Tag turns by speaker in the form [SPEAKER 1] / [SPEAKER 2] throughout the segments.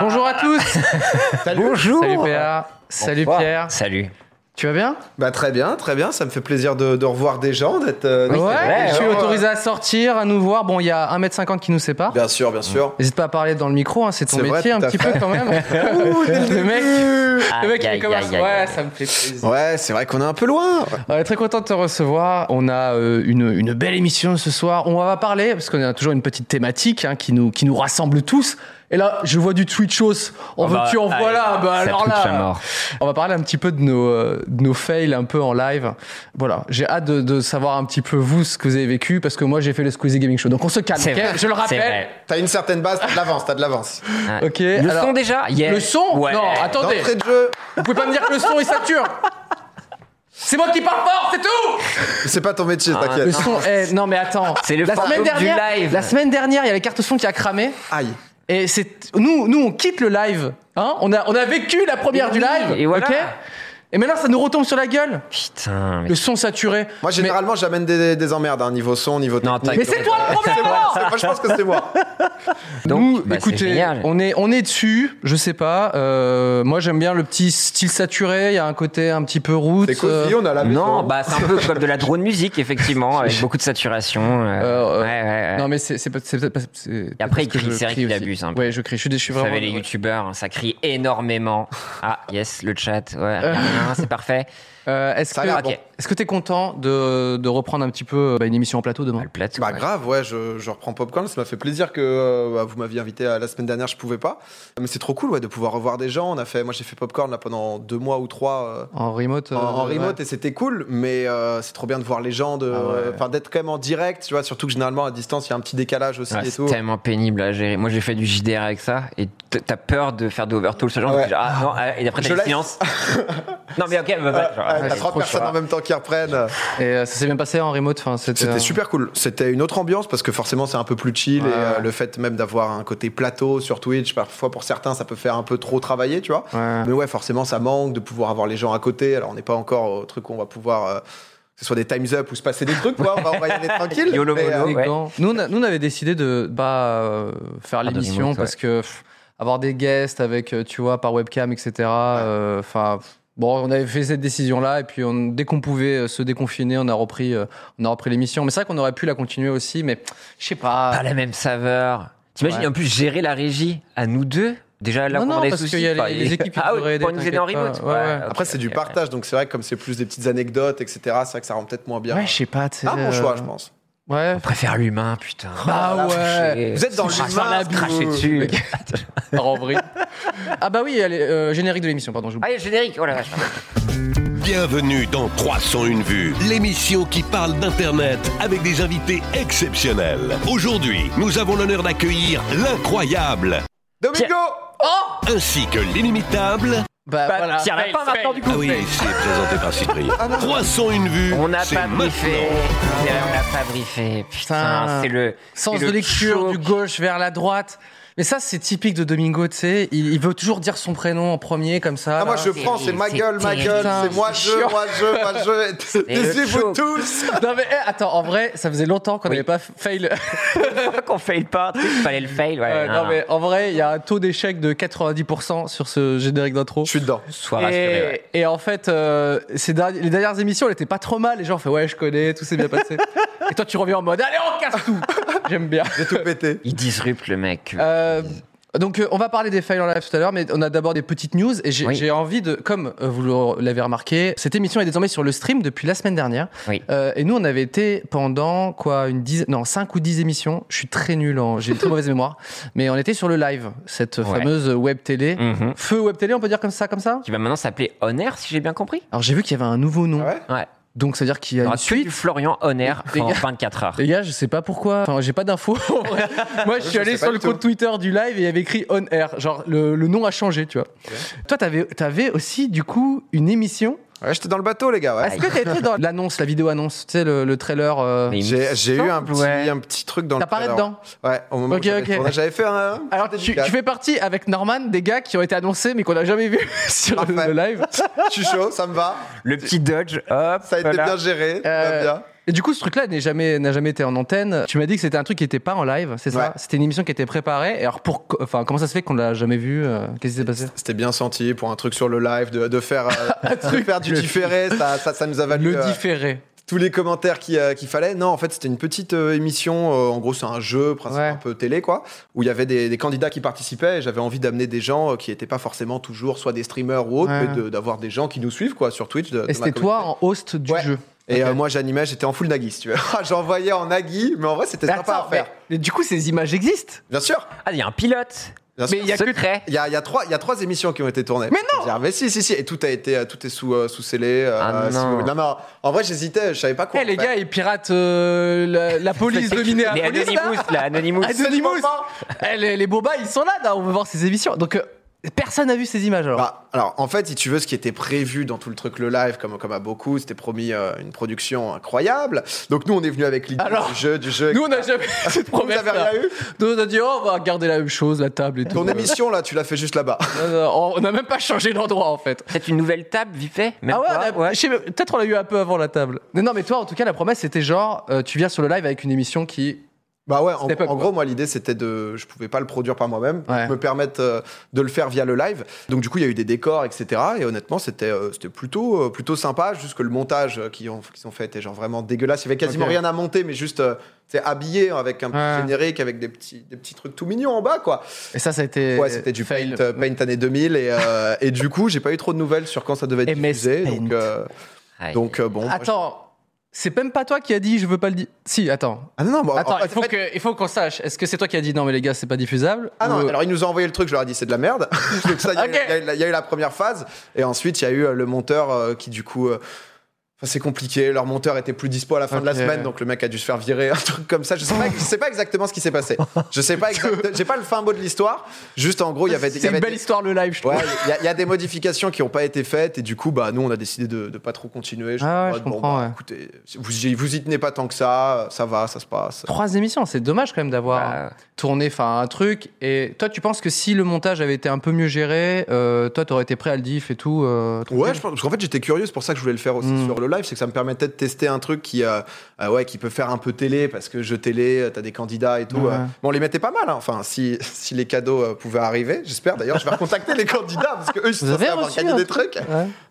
[SPEAKER 1] Bonjour à tous.
[SPEAKER 2] Bonjour
[SPEAKER 1] Salut Pierre. Salut
[SPEAKER 2] Bonsoir.
[SPEAKER 1] Pierre.
[SPEAKER 3] Salut.
[SPEAKER 1] Tu vas bien
[SPEAKER 2] Bah très bien, très bien, ça me fait plaisir de, de revoir des gens, d'être... euh, d'être-
[SPEAKER 1] Ouais.
[SPEAKER 3] vrai,
[SPEAKER 1] Je suis
[SPEAKER 2] ouais.
[SPEAKER 1] autorisé à sortir, à nous voir. Bon, il y a 1m50 qui nous sépare.
[SPEAKER 2] Bien sûr, bien sûr.
[SPEAKER 1] N'hésite pas à parler dans le micro, hein, c'est ton
[SPEAKER 2] C'est vrai,
[SPEAKER 1] métier un
[SPEAKER 2] tout à
[SPEAKER 1] petit
[SPEAKER 2] fait.
[SPEAKER 1] peu quand même. le mec, le mec, il
[SPEAKER 3] Aïe,
[SPEAKER 1] fait
[SPEAKER 3] aïe,
[SPEAKER 1] comme ça.
[SPEAKER 3] aïe, aïe,
[SPEAKER 1] Ouais,
[SPEAKER 3] aïe.
[SPEAKER 1] ça me fait plaisir.
[SPEAKER 2] Ouais, c'est vrai qu'on est un peu loin.
[SPEAKER 1] Ouais, très content de te recevoir. On a euh, une, une belle émission ce soir. On va parler, parce qu'on a toujours une petite thématique hein, qui, nous, qui nous rassemble tous. Et là, je vois du Twitchos. En
[SPEAKER 3] Ah bah,
[SPEAKER 1] veux-tu, en
[SPEAKER 3] allez,
[SPEAKER 1] voilà. Bah,
[SPEAKER 3] ça
[SPEAKER 1] alors
[SPEAKER 3] Twitch à
[SPEAKER 1] là,
[SPEAKER 3] mort.
[SPEAKER 1] on va parler un petit peu de nos, euh, de nos fails un peu en live. Voilà, j'ai hâte de, de savoir un petit peu vous ce que vous avez vécu, parce que moi j'ai fait le Squeezie Gaming Show. Donc on se calme,
[SPEAKER 3] C'est
[SPEAKER 1] ok
[SPEAKER 3] vrai,
[SPEAKER 1] je le
[SPEAKER 3] c'est
[SPEAKER 1] rappelle.
[SPEAKER 3] vrai.
[SPEAKER 2] T'as une certaine base, t'as de l'avance, t'as de l'avance.
[SPEAKER 1] Ok,
[SPEAKER 3] Le
[SPEAKER 1] alors-
[SPEAKER 3] son déjà Yeah.
[SPEAKER 1] Le son
[SPEAKER 3] Ouais.
[SPEAKER 1] Non, attendez.
[SPEAKER 2] D'entrée de jeu,
[SPEAKER 1] Vous pouvez pas me dire que le son il sature. C'est moi qui parle fort, c'est tout
[SPEAKER 2] c'est pas ton métier,
[SPEAKER 1] Le
[SPEAKER 2] t'inquiète.
[SPEAKER 1] son, eh, non mais attends.
[SPEAKER 3] C'est le
[SPEAKER 1] la
[SPEAKER 3] fantôme
[SPEAKER 1] semaine dernière,
[SPEAKER 3] du live.
[SPEAKER 1] La semaine dernière, il y a les cartes son qui a cramé.
[SPEAKER 2] Aïe.
[SPEAKER 1] Et c'est nous, nous on quitte le live. Hein on a, on a vécu la première du
[SPEAKER 3] Oui,
[SPEAKER 1] live.
[SPEAKER 3] et voilà.
[SPEAKER 1] ok et maintenant ça nous retombe sur la gueule.
[SPEAKER 3] Putain. mais-
[SPEAKER 1] Le son saturé.
[SPEAKER 2] Moi, généralement, j'amène des, des emmerdes, hein, niveau son, niveau
[SPEAKER 3] Non,
[SPEAKER 2] technique.
[SPEAKER 3] t'as-
[SPEAKER 1] Mais c'est toi le problème
[SPEAKER 2] C'est moi,
[SPEAKER 1] alors
[SPEAKER 2] c'est- moi, je pense que c'est moi.
[SPEAKER 3] Donc,
[SPEAKER 1] Nous,
[SPEAKER 3] bah, c'est
[SPEAKER 1] écoutez,
[SPEAKER 3] génial.
[SPEAKER 1] on est on est dessus. Je sais pas. euh, moi j'aime bien le petit style saturé. Il y a un côté un petit peu route. euh.
[SPEAKER 2] Ah, C'est Kofi, on a la maison.
[SPEAKER 3] Non, bah c'est un peu comme de la drone musique, effectivement, avec beaucoup de saturation. euh,
[SPEAKER 1] Euh, euh,
[SPEAKER 3] ouais, ouais, ouais.
[SPEAKER 1] Non mais c'est c'est pas- c'est peut-être pas. c'est-
[SPEAKER 3] Et après, il
[SPEAKER 1] parce que
[SPEAKER 3] crie,
[SPEAKER 1] je
[SPEAKER 3] c'est vrai
[SPEAKER 1] crie
[SPEAKER 3] qu'il
[SPEAKER 1] aussi.
[SPEAKER 3] abuse un peu.
[SPEAKER 1] Ouais, je crie. Je suis déçu
[SPEAKER 3] Vous
[SPEAKER 1] vraiment.
[SPEAKER 3] savez, les youtubeurs, hein, ça crie énormément. Ah, yes, le chat, ouais, rien, rien, c'est parfait.
[SPEAKER 1] Euh, Est-ce
[SPEAKER 2] Ça a l'air
[SPEAKER 1] que
[SPEAKER 2] bon.
[SPEAKER 1] ok. est-ce que t'es content de, de reprendre un petit peu bah, une émission en plateau demain
[SPEAKER 3] Ah, le plateau.
[SPEAKER 2] Bah
[SPEAKER 3] ouais.
[SPEAKER 2] grave, ouais, je, je reprends Popcorn, ça m'a fait plaisir que euh, bah, vous m'aviez invité à, la semaine dernière, je pouvais pas. Mais c'est trop cool ouais, de pouvoir revoir des gens. On a fait, moi j'ai fait Popcorn là pendant deux mois ou trois euh,
[SPEAKER 1] En remote.
[SPEAKER 2] en, en
[SPEAKER 1] euh,
[SPEAKER 2] remote et c'était cool, mais euh, c'est trop bien de voir les gens, de,
[SPEAKER 1] Ah ouais.
[SPEAKER 2] enfin d'être quand même en direct, tu vois, surtout que généralement à distance il y a un petit décalage aussi
[SPEAKER 3] Ouais,
[SPEAKER 2] et
[SPEAKER 3] Ah, c'est
[SPEAKER 2] tout.
[SPEAKER 3] tellement pénible à gérer. Moi, j'ai fait du JDR avec ça, et t- t'as peur de faire des overtalls, ce genre.
[SPEAKER 2] Ouais.
[SPEAKER 3] donc, genre, ah, non, ah, et après, t'as
[SPEAKER 2] Je
[SPEAKER 3] le
[SPEAKER 2] laisse.
[SPEAKER 3] silence. non, mais ok, bah, bah, genre,
[SPEAKER 2] Ouais,
[SPEAKER 3] ah,
[SPEAKER 2] T'as
[SPEAKER 3] c'est
[SPEAKER 2] 30
[SPEAKER 3] trop
[SPEAKER 2] personnes
[SPEAKER 3] chiant.
[SPEAKER 2] en même temps qui reprennent.
[SPEAKER 1] ouais. Et euh, ça s'est bien passé en remote. Enfin, c'était
[SPEAKER 2] C'était
[SPEAKER 1] euh,
[SPEAKER 2] super cool. C'était une autre ambiance parce que forcément c'est un peu plus chill
[SPEAKER 1] Ouais.
[SPEAKER 2] et euh, le fait même d'avoir un côté plateau sur Twitch, parfois pour certains ça peut faire un peu trop travailler, tu vois.
[SPEAKER 1] Ouais.
[SPEAKER 2] Mais ouais, forcément, ça manque de pouvoir avoir les gens à côté. Alors, on n'est pas encore au truc où on va pouvoir, euh, que ce soit des times up ou se passer des trucs, quoi. On va, on va y aller tranquille.
[SPEAKER 3] YOLO,
[SPEAKER 2] Mais, euh,
[SPEAKER 3] YOLO. Ouais.
[SPEAKER 1] Élégant. Nous, on a- nous, on avait décidé de bah euh, faire
[SPEAKER 3] de
[SPEAKER 1] l'émission
[SPEAKER 3] remote, ouais.
[SPEAKER 1] parce que pff, avoir des guests avec euh, tu vois par webcam, etc. euh, Enfin. pff, Bon, on avait fait cette décision-là, et puis on- dès qu'on pouvait euh, se déconfiner, on a repris, euh, on a repris l'émission. Mais c'est vrai qu'on aurait pu la continuer aussi, mais je sais pas.
[SPEAKER 2] Bah,
[SPEAKER 3] Pas la même saveur. T'imagines,
[SPEAKER 1] Ah. Ouais.
[SPEAKER 3] en plus, gérer la régie à nous deux Déjà, là,
[SPEAKER 1] Non,
[SPEAKER 3] on
[SPEAKER 1] non,
[SPEAKER 3] a des
[SPEAKER 1] parce
[SPEAKER 3] soucis.
[SPEAKER 1] qu'il y a les-
[SPEAKER 3] enfin,
[SPEAKER 1] les équipes qui
[SPEAKER 3] Ah
[SPEAKER 1] devraient
[SPEAKER 3] oui,
[SPEAKER 1] aider,
[SPEAKER 3] pour nous aider en
[SPEAKER 1] t'inquiète
[SPEAKER 3] remote.
[SPEAKER 1] pas. Ouais, ouais.
[SPEAKER 3] ok,
[SPEAKER 2] Après, c'est du
[SPEAKER 3] ok,
[SPEAKER 2] partage, donc c'est vrai que comme c'est plus des petites anecdotes, etc., c'est vrai que ça rend peut-être moins bien.
[SPEAKER 1] Ouais, je sais pas. tu sais,
[SPEAKER 2] un bon choix,
[SPEAKER 1] euh,
[SPEAKER 2] je pense.
[SPEAKER 1] Ouais.
[SPEAKER 3] On préfère l'humain, putain.
[SPEAKER 1] Bah ouais.
[SPEAKER 3] touché.
[SPEAKER 2] Vous êtes dans
[SPEAKER 3] Se
[SPEAKER 2] l'humain,
[SPEAKER 3] cracher- cracher
[SPEAKER 2] vous-
[SPEAKER 3] dessus.
[SPEAKER 1] Par en vrille. ah bah oui, allez, euh, générique de l'émission, pardon. j'oublie.
[SPEAKER 3] Allez, générique. Oh la vache.
[SPEAKER 4] Bienvenue dans 301 vues, l'émission qui parle d'Internet avec des invités exceptionnels. Aujourd'hui, nous avons l'honneur d'accueillir l'incroyable
[SPEAKER 2] Domingo
[SPEAKER 4] ainsi que l'inimitable.
[SPEAKER 1] Bah, voilà.
[SPEAKER 3] Tiens, la fin maintenant, du coup.
[SPEAKER 4] Ah oui, c'est présenté par Cyprien.
[SPEAKER 5] Ah
[SPEAKER 4] 301 vues,
[SPEAKER 3] On n'a
[SPEAKER 4] c'est
[SPEAKER 3] pas briefé.
[SPEAKER 4] maintenant.
[SPEAKER 3] C'est vrai, On n'a pas briefé. Putain,
[SPEAKER 1] Putain.
[SPEAKER 3] c'est le.
[SPEAKER 1] Sens
[SPEAKER 3] c'est
[SPEAKER 1] de
[SPEAKER 3] le
[SPEAKER 1] lecture
[SPEAKER 3] choc.
[SPEAKER 1] du gauche vers la droite. Mais ça, c'est typique de Domingo, tu sais. Il, il veut toujours dire son prénom en premier, comme ça.
[SPEAKER 2] Ah, moi
[SPEAKER 1] là.
[SPEAKER 2] je prends, c'est ma gueule, ma
[SPEAKER 3] c'est-
[SPEAKER 2] gueule, c'est
[SPEAKER 1] c'est
[SPEAKER 2] moi
[SPEAKER 1] chiant.
[SPEAKER 2] je, moi je, moi je. Taisez-vous
[SPEAKER 3] le show.
[SPEAKER 2] tous
[SPEAKER 1] Non, mais eh, attends, en vrai, ça faisait longtemps qu'on
[SPEAKER 3] Oui.
[SPEAKER 1] n'avait pas fail.
[SPEAKER 3] qu'on fail pas. tu sais, Fallait le fail. Ouais,
[SPEAKER 1] Euh, non,
[SPEAKER 3] non.
[SPEAKER 1] mais en vrai, il y a un taux d'échec de 90% sur ce générique d'intro.
[SPEAKER 2] Je suis dedans.
[SPEAKER 3] Sois
[SPEAKER 1] Et,
[SPEAKER 3] rassuré. ouais.
[SPEAKER 1] et en fait, euh, ces derni- les dernières émissions, elles étaient pas trop mal. Les gens ont fait ouais, je connais, tout s'est bien passé. et toi, tu reviens en mode allez, on casse tout. J'aime bien.
[SPEAKER 2] J'ai tout pété.
[SPEAKER 3] Il disrupte le mec.
[SPEAKER 1] Euh, donc, euh, on va parler des fails en live tout à l'heure, mais on a d'abord des petites news. Et j'ai
[SPEAKER 3] Oui.
[SPEAKER 1] j'ai envie de, comme euh, vous le- l'avez remarqué, cette émission est désormais sur le stream depuis la semaine dernière.
[SPEAKER 3] Oui.
[SPEAKER 1] Euh, et nous, on avait été pendant quoi, une dix, non, cinq ou dix émissions. Je suis très nul, en, j'ai une très mauvaise mémoire. Mais on était sur le live, cette
[SPEAKER 3] Ouais.
[SPEAKER 1] fameuse web télé.
[SPEAKER 3] Mhm.
[SPEAKER 1] Feu web télé, on peut dire comme ça, comme ça
[SPEAKER 3] Qui va maintenant s'appeler On Air, si j'ai bien compris.
[SPEAKER 1] Alors j'ai vu qu'il y avait un nouveau nom.
[SPEAKER 2] Ah ouais
[SPEAKER 3] Ouais.
[SPEAKER 1] Donc, c'est-à-dire qu'il y
[SPEAKER 3] Il y
[SPEAKER 1] a
[SPEAKER 3] aura
[SPEAKER 1] une
[SPEAKER 3] que du
[SPEAKER 1] suite.
[SPEAKER 3] Florian Honner
[SPEAKER 1] Les
[SPEAKER 3] en
[SPEAKER 1] gars-
[SPEAKER 3] 24 heures.
[SPEAKER 1] Les gars, je sais pas pourquoi. Enfin, j'ai pas d'infos. en vrai. Moi, je suis
[SPEAKER 2] Je
[SPEAKER 1] allé
[SPEAKER 2] sais
[SPEAKER 1] sur
[SPEAKER 2] pas
[SPEAKER 1] le
[SPEAKER 2] du tout.
[SPEAKER 1] compte Twitter du live et il y avait écrit on air. Genre, le, le nom a changé, tu vois. Toi, t'avais, t'avais aussi, du coup, une émission.
[SPEAKER 2] Ouais, j'étais dans le bateau, les gars. ouais.
[SPEAKER 1] Est-ce que t'étais dans l'annonce, la vidéo annonce, tu sais, le, le trailer euh,
[SPEAKER 3] Mais il me
[SPEAKER 2] J'ai j'ai eu un
[SPEAKER 3] semble,
[SPEAKER 2] petit,
[SPEAKER 3] ouais.
[SPEAKER 2] un petit truc dans le
[SPEAKER 1] T'apparais
[SPEAKER 2] trailer.
[SPEAKER 1] dedans
[SPEAKER 2] Ouais, au moment
[SPEAKER 1] Ok,
[SPEAKER 2] où j'avais
[SPEAKER 1] ok.
[SPEAKER 2] tourné, j'avais fait un.
[SPEAKER 1] Alors, tu,
[SPEAKER 2] dédicace.
[SPEAKER 1] tu fais partie avec Norman des gars qui ont été annoncés mais qu'on n'a jamais vu sur le,
[SPEAKER 2] Parfait.
[SPEAKER 1] le live.
[SPEAKER 2] Je suis chaud, ça me va.
[SPEAKER 3] Le petit Dodge, hop,
[SPEAKER 2] Ça a été
[SPEAKER 3] voilà.
[SPEAKER 2] bien géré. tout va
[SPEAKER 1] Euh,
[SPEAKER 2] bien.
[SPEAKER 1] Et du coup, ce truc-là n'est jamais, n'a jamais été en antenne. Tu m'as dit que c'était un truc qui n'était pas en live, c'est ça
[SPEAKER 2] Ouais.
[SPEAKER 1] C'était une émission qui était préparée. Et alors, pour, enfin, comment ça se fait qu'on l'a jamais vu euh, Qu'est-ce qui s'est passé
[SPEAKER 2] C'était bien senti pour un truc sur le live, de, de faire, euh, de faire du
[SPEAKER 1] le-
[SPEAKER 2] différé. Ça, ça, ça nous a valu
[SPEAKER 1] Le
[SPEAKER 2] euh,
[SPEAKER 1] différé.
[SPEAKER 2] tous les commentaires qui, euh, qu'il fallait. Non, en fait, c'était une petite euh, émission. euh, en gros, c'est un jeu, principe
[SPEAKER 1] Ouais.
[SPEAKER 2] un peu télé, quoi, où il y avait des, des candidats qui participaient. et J'avais envie d'amener des gens euh, qui n'étaient pas forcément toujours soit des streamers ou autres,
[SPEAKER 1] Ouais.
[SPEAKER 2] mais de- d'avoir des gens qui nous suivent, quoi, sur Twitch. de- de
[SPEAKER 1] Et
[SPEAKER 2] ma
[SPEAKER 1] c'était
[SPEAKER 2] communauté.
[SPEAKER 1] toi en host du
[SPEAKER 2] Ouais.
[SPEAKER 1] jeu.
[SPEAKER 2] Et
[SPEAKER 1] Ok.
[SPEAKER 2] euh, moi, j'animais, j'étais en full Nagui, si tu veux. J'envoyais en Nagui, mais en vrai, c'était
[SPEAKER 1] Mais
[SPEAKER 2] sympa
[SPEAKER 1] attends,
[SPEAKER 2] à faire.
[SPEAKER 1] mais- mais du coup, ces images existent.
[SPEAKER 2] Bien sûr,
[SPEAKER 3] Ah, il y a un pilote.
[SPEAKER 2] bien
[SPEAKER 1] Mais
[SPEAKER 2] sûr.
[SPEAKER 1] il y a que-
[SPEAKER 3] Secret.
[SPEAKER 2] Il y a, il y a trois, il y a trois émissions qui ont été tournées.
[SPEAKER 1] Mais non
[SPEAKER 2] C'est-à-dire, Mais si, si, si. Et tout a été, euh, tout est sous, euh, sous scellé. euh,
[SPEAKER 3] Ah
[SPEAKER 2] si
[SPEAKER 3] non.
[SPEAKER 2] vous- non, non. En vrai, j'hésitais, je savais pas
[SPEAKER 1] Eh
[SPEAKER 2] quoi. en
[SPEAKER 1] les
[SPEAKER 2] faire.
[SPEAKER 1] gars, ils piratent euh, la, la police de
[SPEAKER 3] Les
[SPEAKER 1] Minneapolis. là.
[SPEAKER 3] Anonymous, là, Anonymous.
[SPEAKER 2] C'est le
[SPEAKER 1] Ah, Anonymous.
[SPEAKER 2] moment.
[SPEAKER 1] Eh, les, les bobas, ils sont là, là, on veut voir ces émissions. Donc, euh, personne n'a vu ces images alors.
[SPEAKER 2] Bah, alors, en fait, si tu veux, ce qui était prévu dans tout le truc, le live, comme, comme à beaucoup, c'était promis euh, une production incroyable. Donc, nous, on est venu avec l'idée
[SPEAKER 1] Alors,
[SPEAKER 2] du jeu, du jeu.
[SPEAKER 1] Nous, on n'a jamais eu cette
[SPEAKER 2] bah, Vous
[SPEAKER 1] promesse.
[SPEAKER 2] avez rien eu
[SPEAKER 1] Nous, on a dit, oh, on va garder la même chose, la table et tout.
[SPEAKER 2] Ton émission, là, tu l'as fait juste là-bas.
[SPEAKER 1] Non, non, on n'a même pas changé d'endroit en fait.
[SPEAKER 3] Peut-être une nouvelle table, vite fait Même
[SPEAKER 1] Ah ouais,
[SPEAKER 3] pas,
[SPEAKER 1] on a- je sais- peut-être on l'a eu un peu avant la table. Non, non, mais toi, en tout cas, la promesse c'était genre, euh, tu viens sur le live avec une émission qui.
[SPEAKER 2] Bah ouais, en,
[SPEAKER 1] Step up,
[SPEAKER 2] en
[SPEAKER 1] quoi.
[SPEAKER 2] gros, moi, l'idée, c'était de. Je pouvais pas le produire par moi-même,
[SPEAKER 1] Ouais.
[SPEAKER 2] donc me permettre euh, de le faire via le live. Donc, du coup, il y a eu des décors, etc. Et honnêtement, c'était euh, c'était plutôt, euh, plutôt sympa, juste que le montage euh, qu'ils ont, qu'ils ont fait était genre vraiment dégueulasse. Il y avait quasiment
[SPEAKER 1] Ok.
[SPEAKER 2] rien à monter, mais juste. euh, tu sais, habillé avec un petit
[SPEAKER 1] Ouais.
[SPEAKER 2] générique, avec des petits, des petits trucs tout mignons en bas, quoi.
[SPEAKER 1] Et ça, ça a été.
[SPEAKER 2] Ouais, c'était du
[SPEAKER 1] fail.
[SPEAKER 2] paint, euh, paint année 2000 et, euh, et du coup, j'ai pas eu trop de nouvelles sur quand ça devait
[SPEAKER 1] MS
[SPEAKER 2] être diffusé.
[SPEAKER 1] Paint.
[SPEAKER 2] Donc, euh,
[SPEAKER 3] ouais.
[SPEAKER 2] donc euh, bon. moi, je-
[SPEAKER 1] Attends, c'est même pas toi qui a dit, je veux pas le dire. Si, attends.
[SPEAKER 2] Ah non, non, bon,
[SPEAKER 1] Attends,
[SPEAKER 2] en fait-
[SPEAKER 1] il faut
[SPEAKER 2] en fait-
[SPEAKER 1] que- il faut qu'on sache. Est-ce que c'est toi qui a dit non mais les gars c'est pas diffusable
[SPEAKER 2] Ah non,
[SPEAKER 1] Ou-
[SPEAKER 2] alors il nous a envoyé le truc, je leur ai dit c'est de la merde. Donc ça, il y a eu-
[SPEAKER 1] Ok.
[SPEAKER 2] il y, a eu la- il y a eu la première phase. Et ensuite, il y a eu euh, le monteur euh, qui, du coup. euh, enfin, c'est compliqué, leur monteur était plus dispo à la fin de la
[SPEAKER 1] Ok.
[SPEAKER 2] semaine, donc le mec a dû se faire virer, un truc comme ça. Je sais pas, je sais pas exactement ce qui s'est passé. Je sais pas exactement, j'ai pas le fin mot de l'histoire. Juste en gros, il y avait, il y
[SPEAKER 1] c'est une
[SPEAKER 2] avait
[SPEAKER 1] belle
[SPEAKER 2] des-
[SPEAKER 1] histoire le live je trouve.
[SPEAKER 2] Ouais, il y a- il y, a des modifications qui n'ont pas été faites et du coup, bah, nous, on a décidé de ne pas trop continuer. suis
[SPEAKER 1] Ah ouais,
[SPEAKER 2] en mode, bah,
[SPEAKER 1] je comprends, ouais.
[SPEAKER 2] écoutez, vous, y- vous y tenez pas tant que ça, ça va, ça se passe.
[SPEAKER 1] Trois émissions, c'est dommage quand même d'avoir
[SPEAKER 3] Bah,
[SPEAKER 1] tourné enfin un truc. Et toi tu penses que si le montage avait été un peu mieux géré, euh, toi t'aurais été prêt à le diff et tout. euh,
[SPEAKER 2] Ouais, je pense, parce qu'en fait, j'étais curieux, c'est pour ça que je voulais le faire aussi
[SPEAKER 1] Mm.
[SPEAKER 2] sur le live, c'est que ça me permettait de tester un truc qui, euh, euh, ouais, qui peut faire un peu télé, parce que je télé, euh, t'as des candidats et tout.
[SPEAKER 1] Ouais.
[SPEAKER 2] euh. mais on les mettait pas mal, hein. enfin, si, si les cadeaux euh, pouvaient arriver, j'espère. D'ailleurs, je vais recontacter les candidats, parce que eux, ils sont
[SPEAKER 1] Vous avez
[SPEAKER 2] censés avoir
[SPEAKER 1] reçu
[SPEAKER 2] gagné
[SPEAKER 1] un
[SPEAKER 2] des
[SPEAKER 1] truc
[SPEAKER 2] trucs.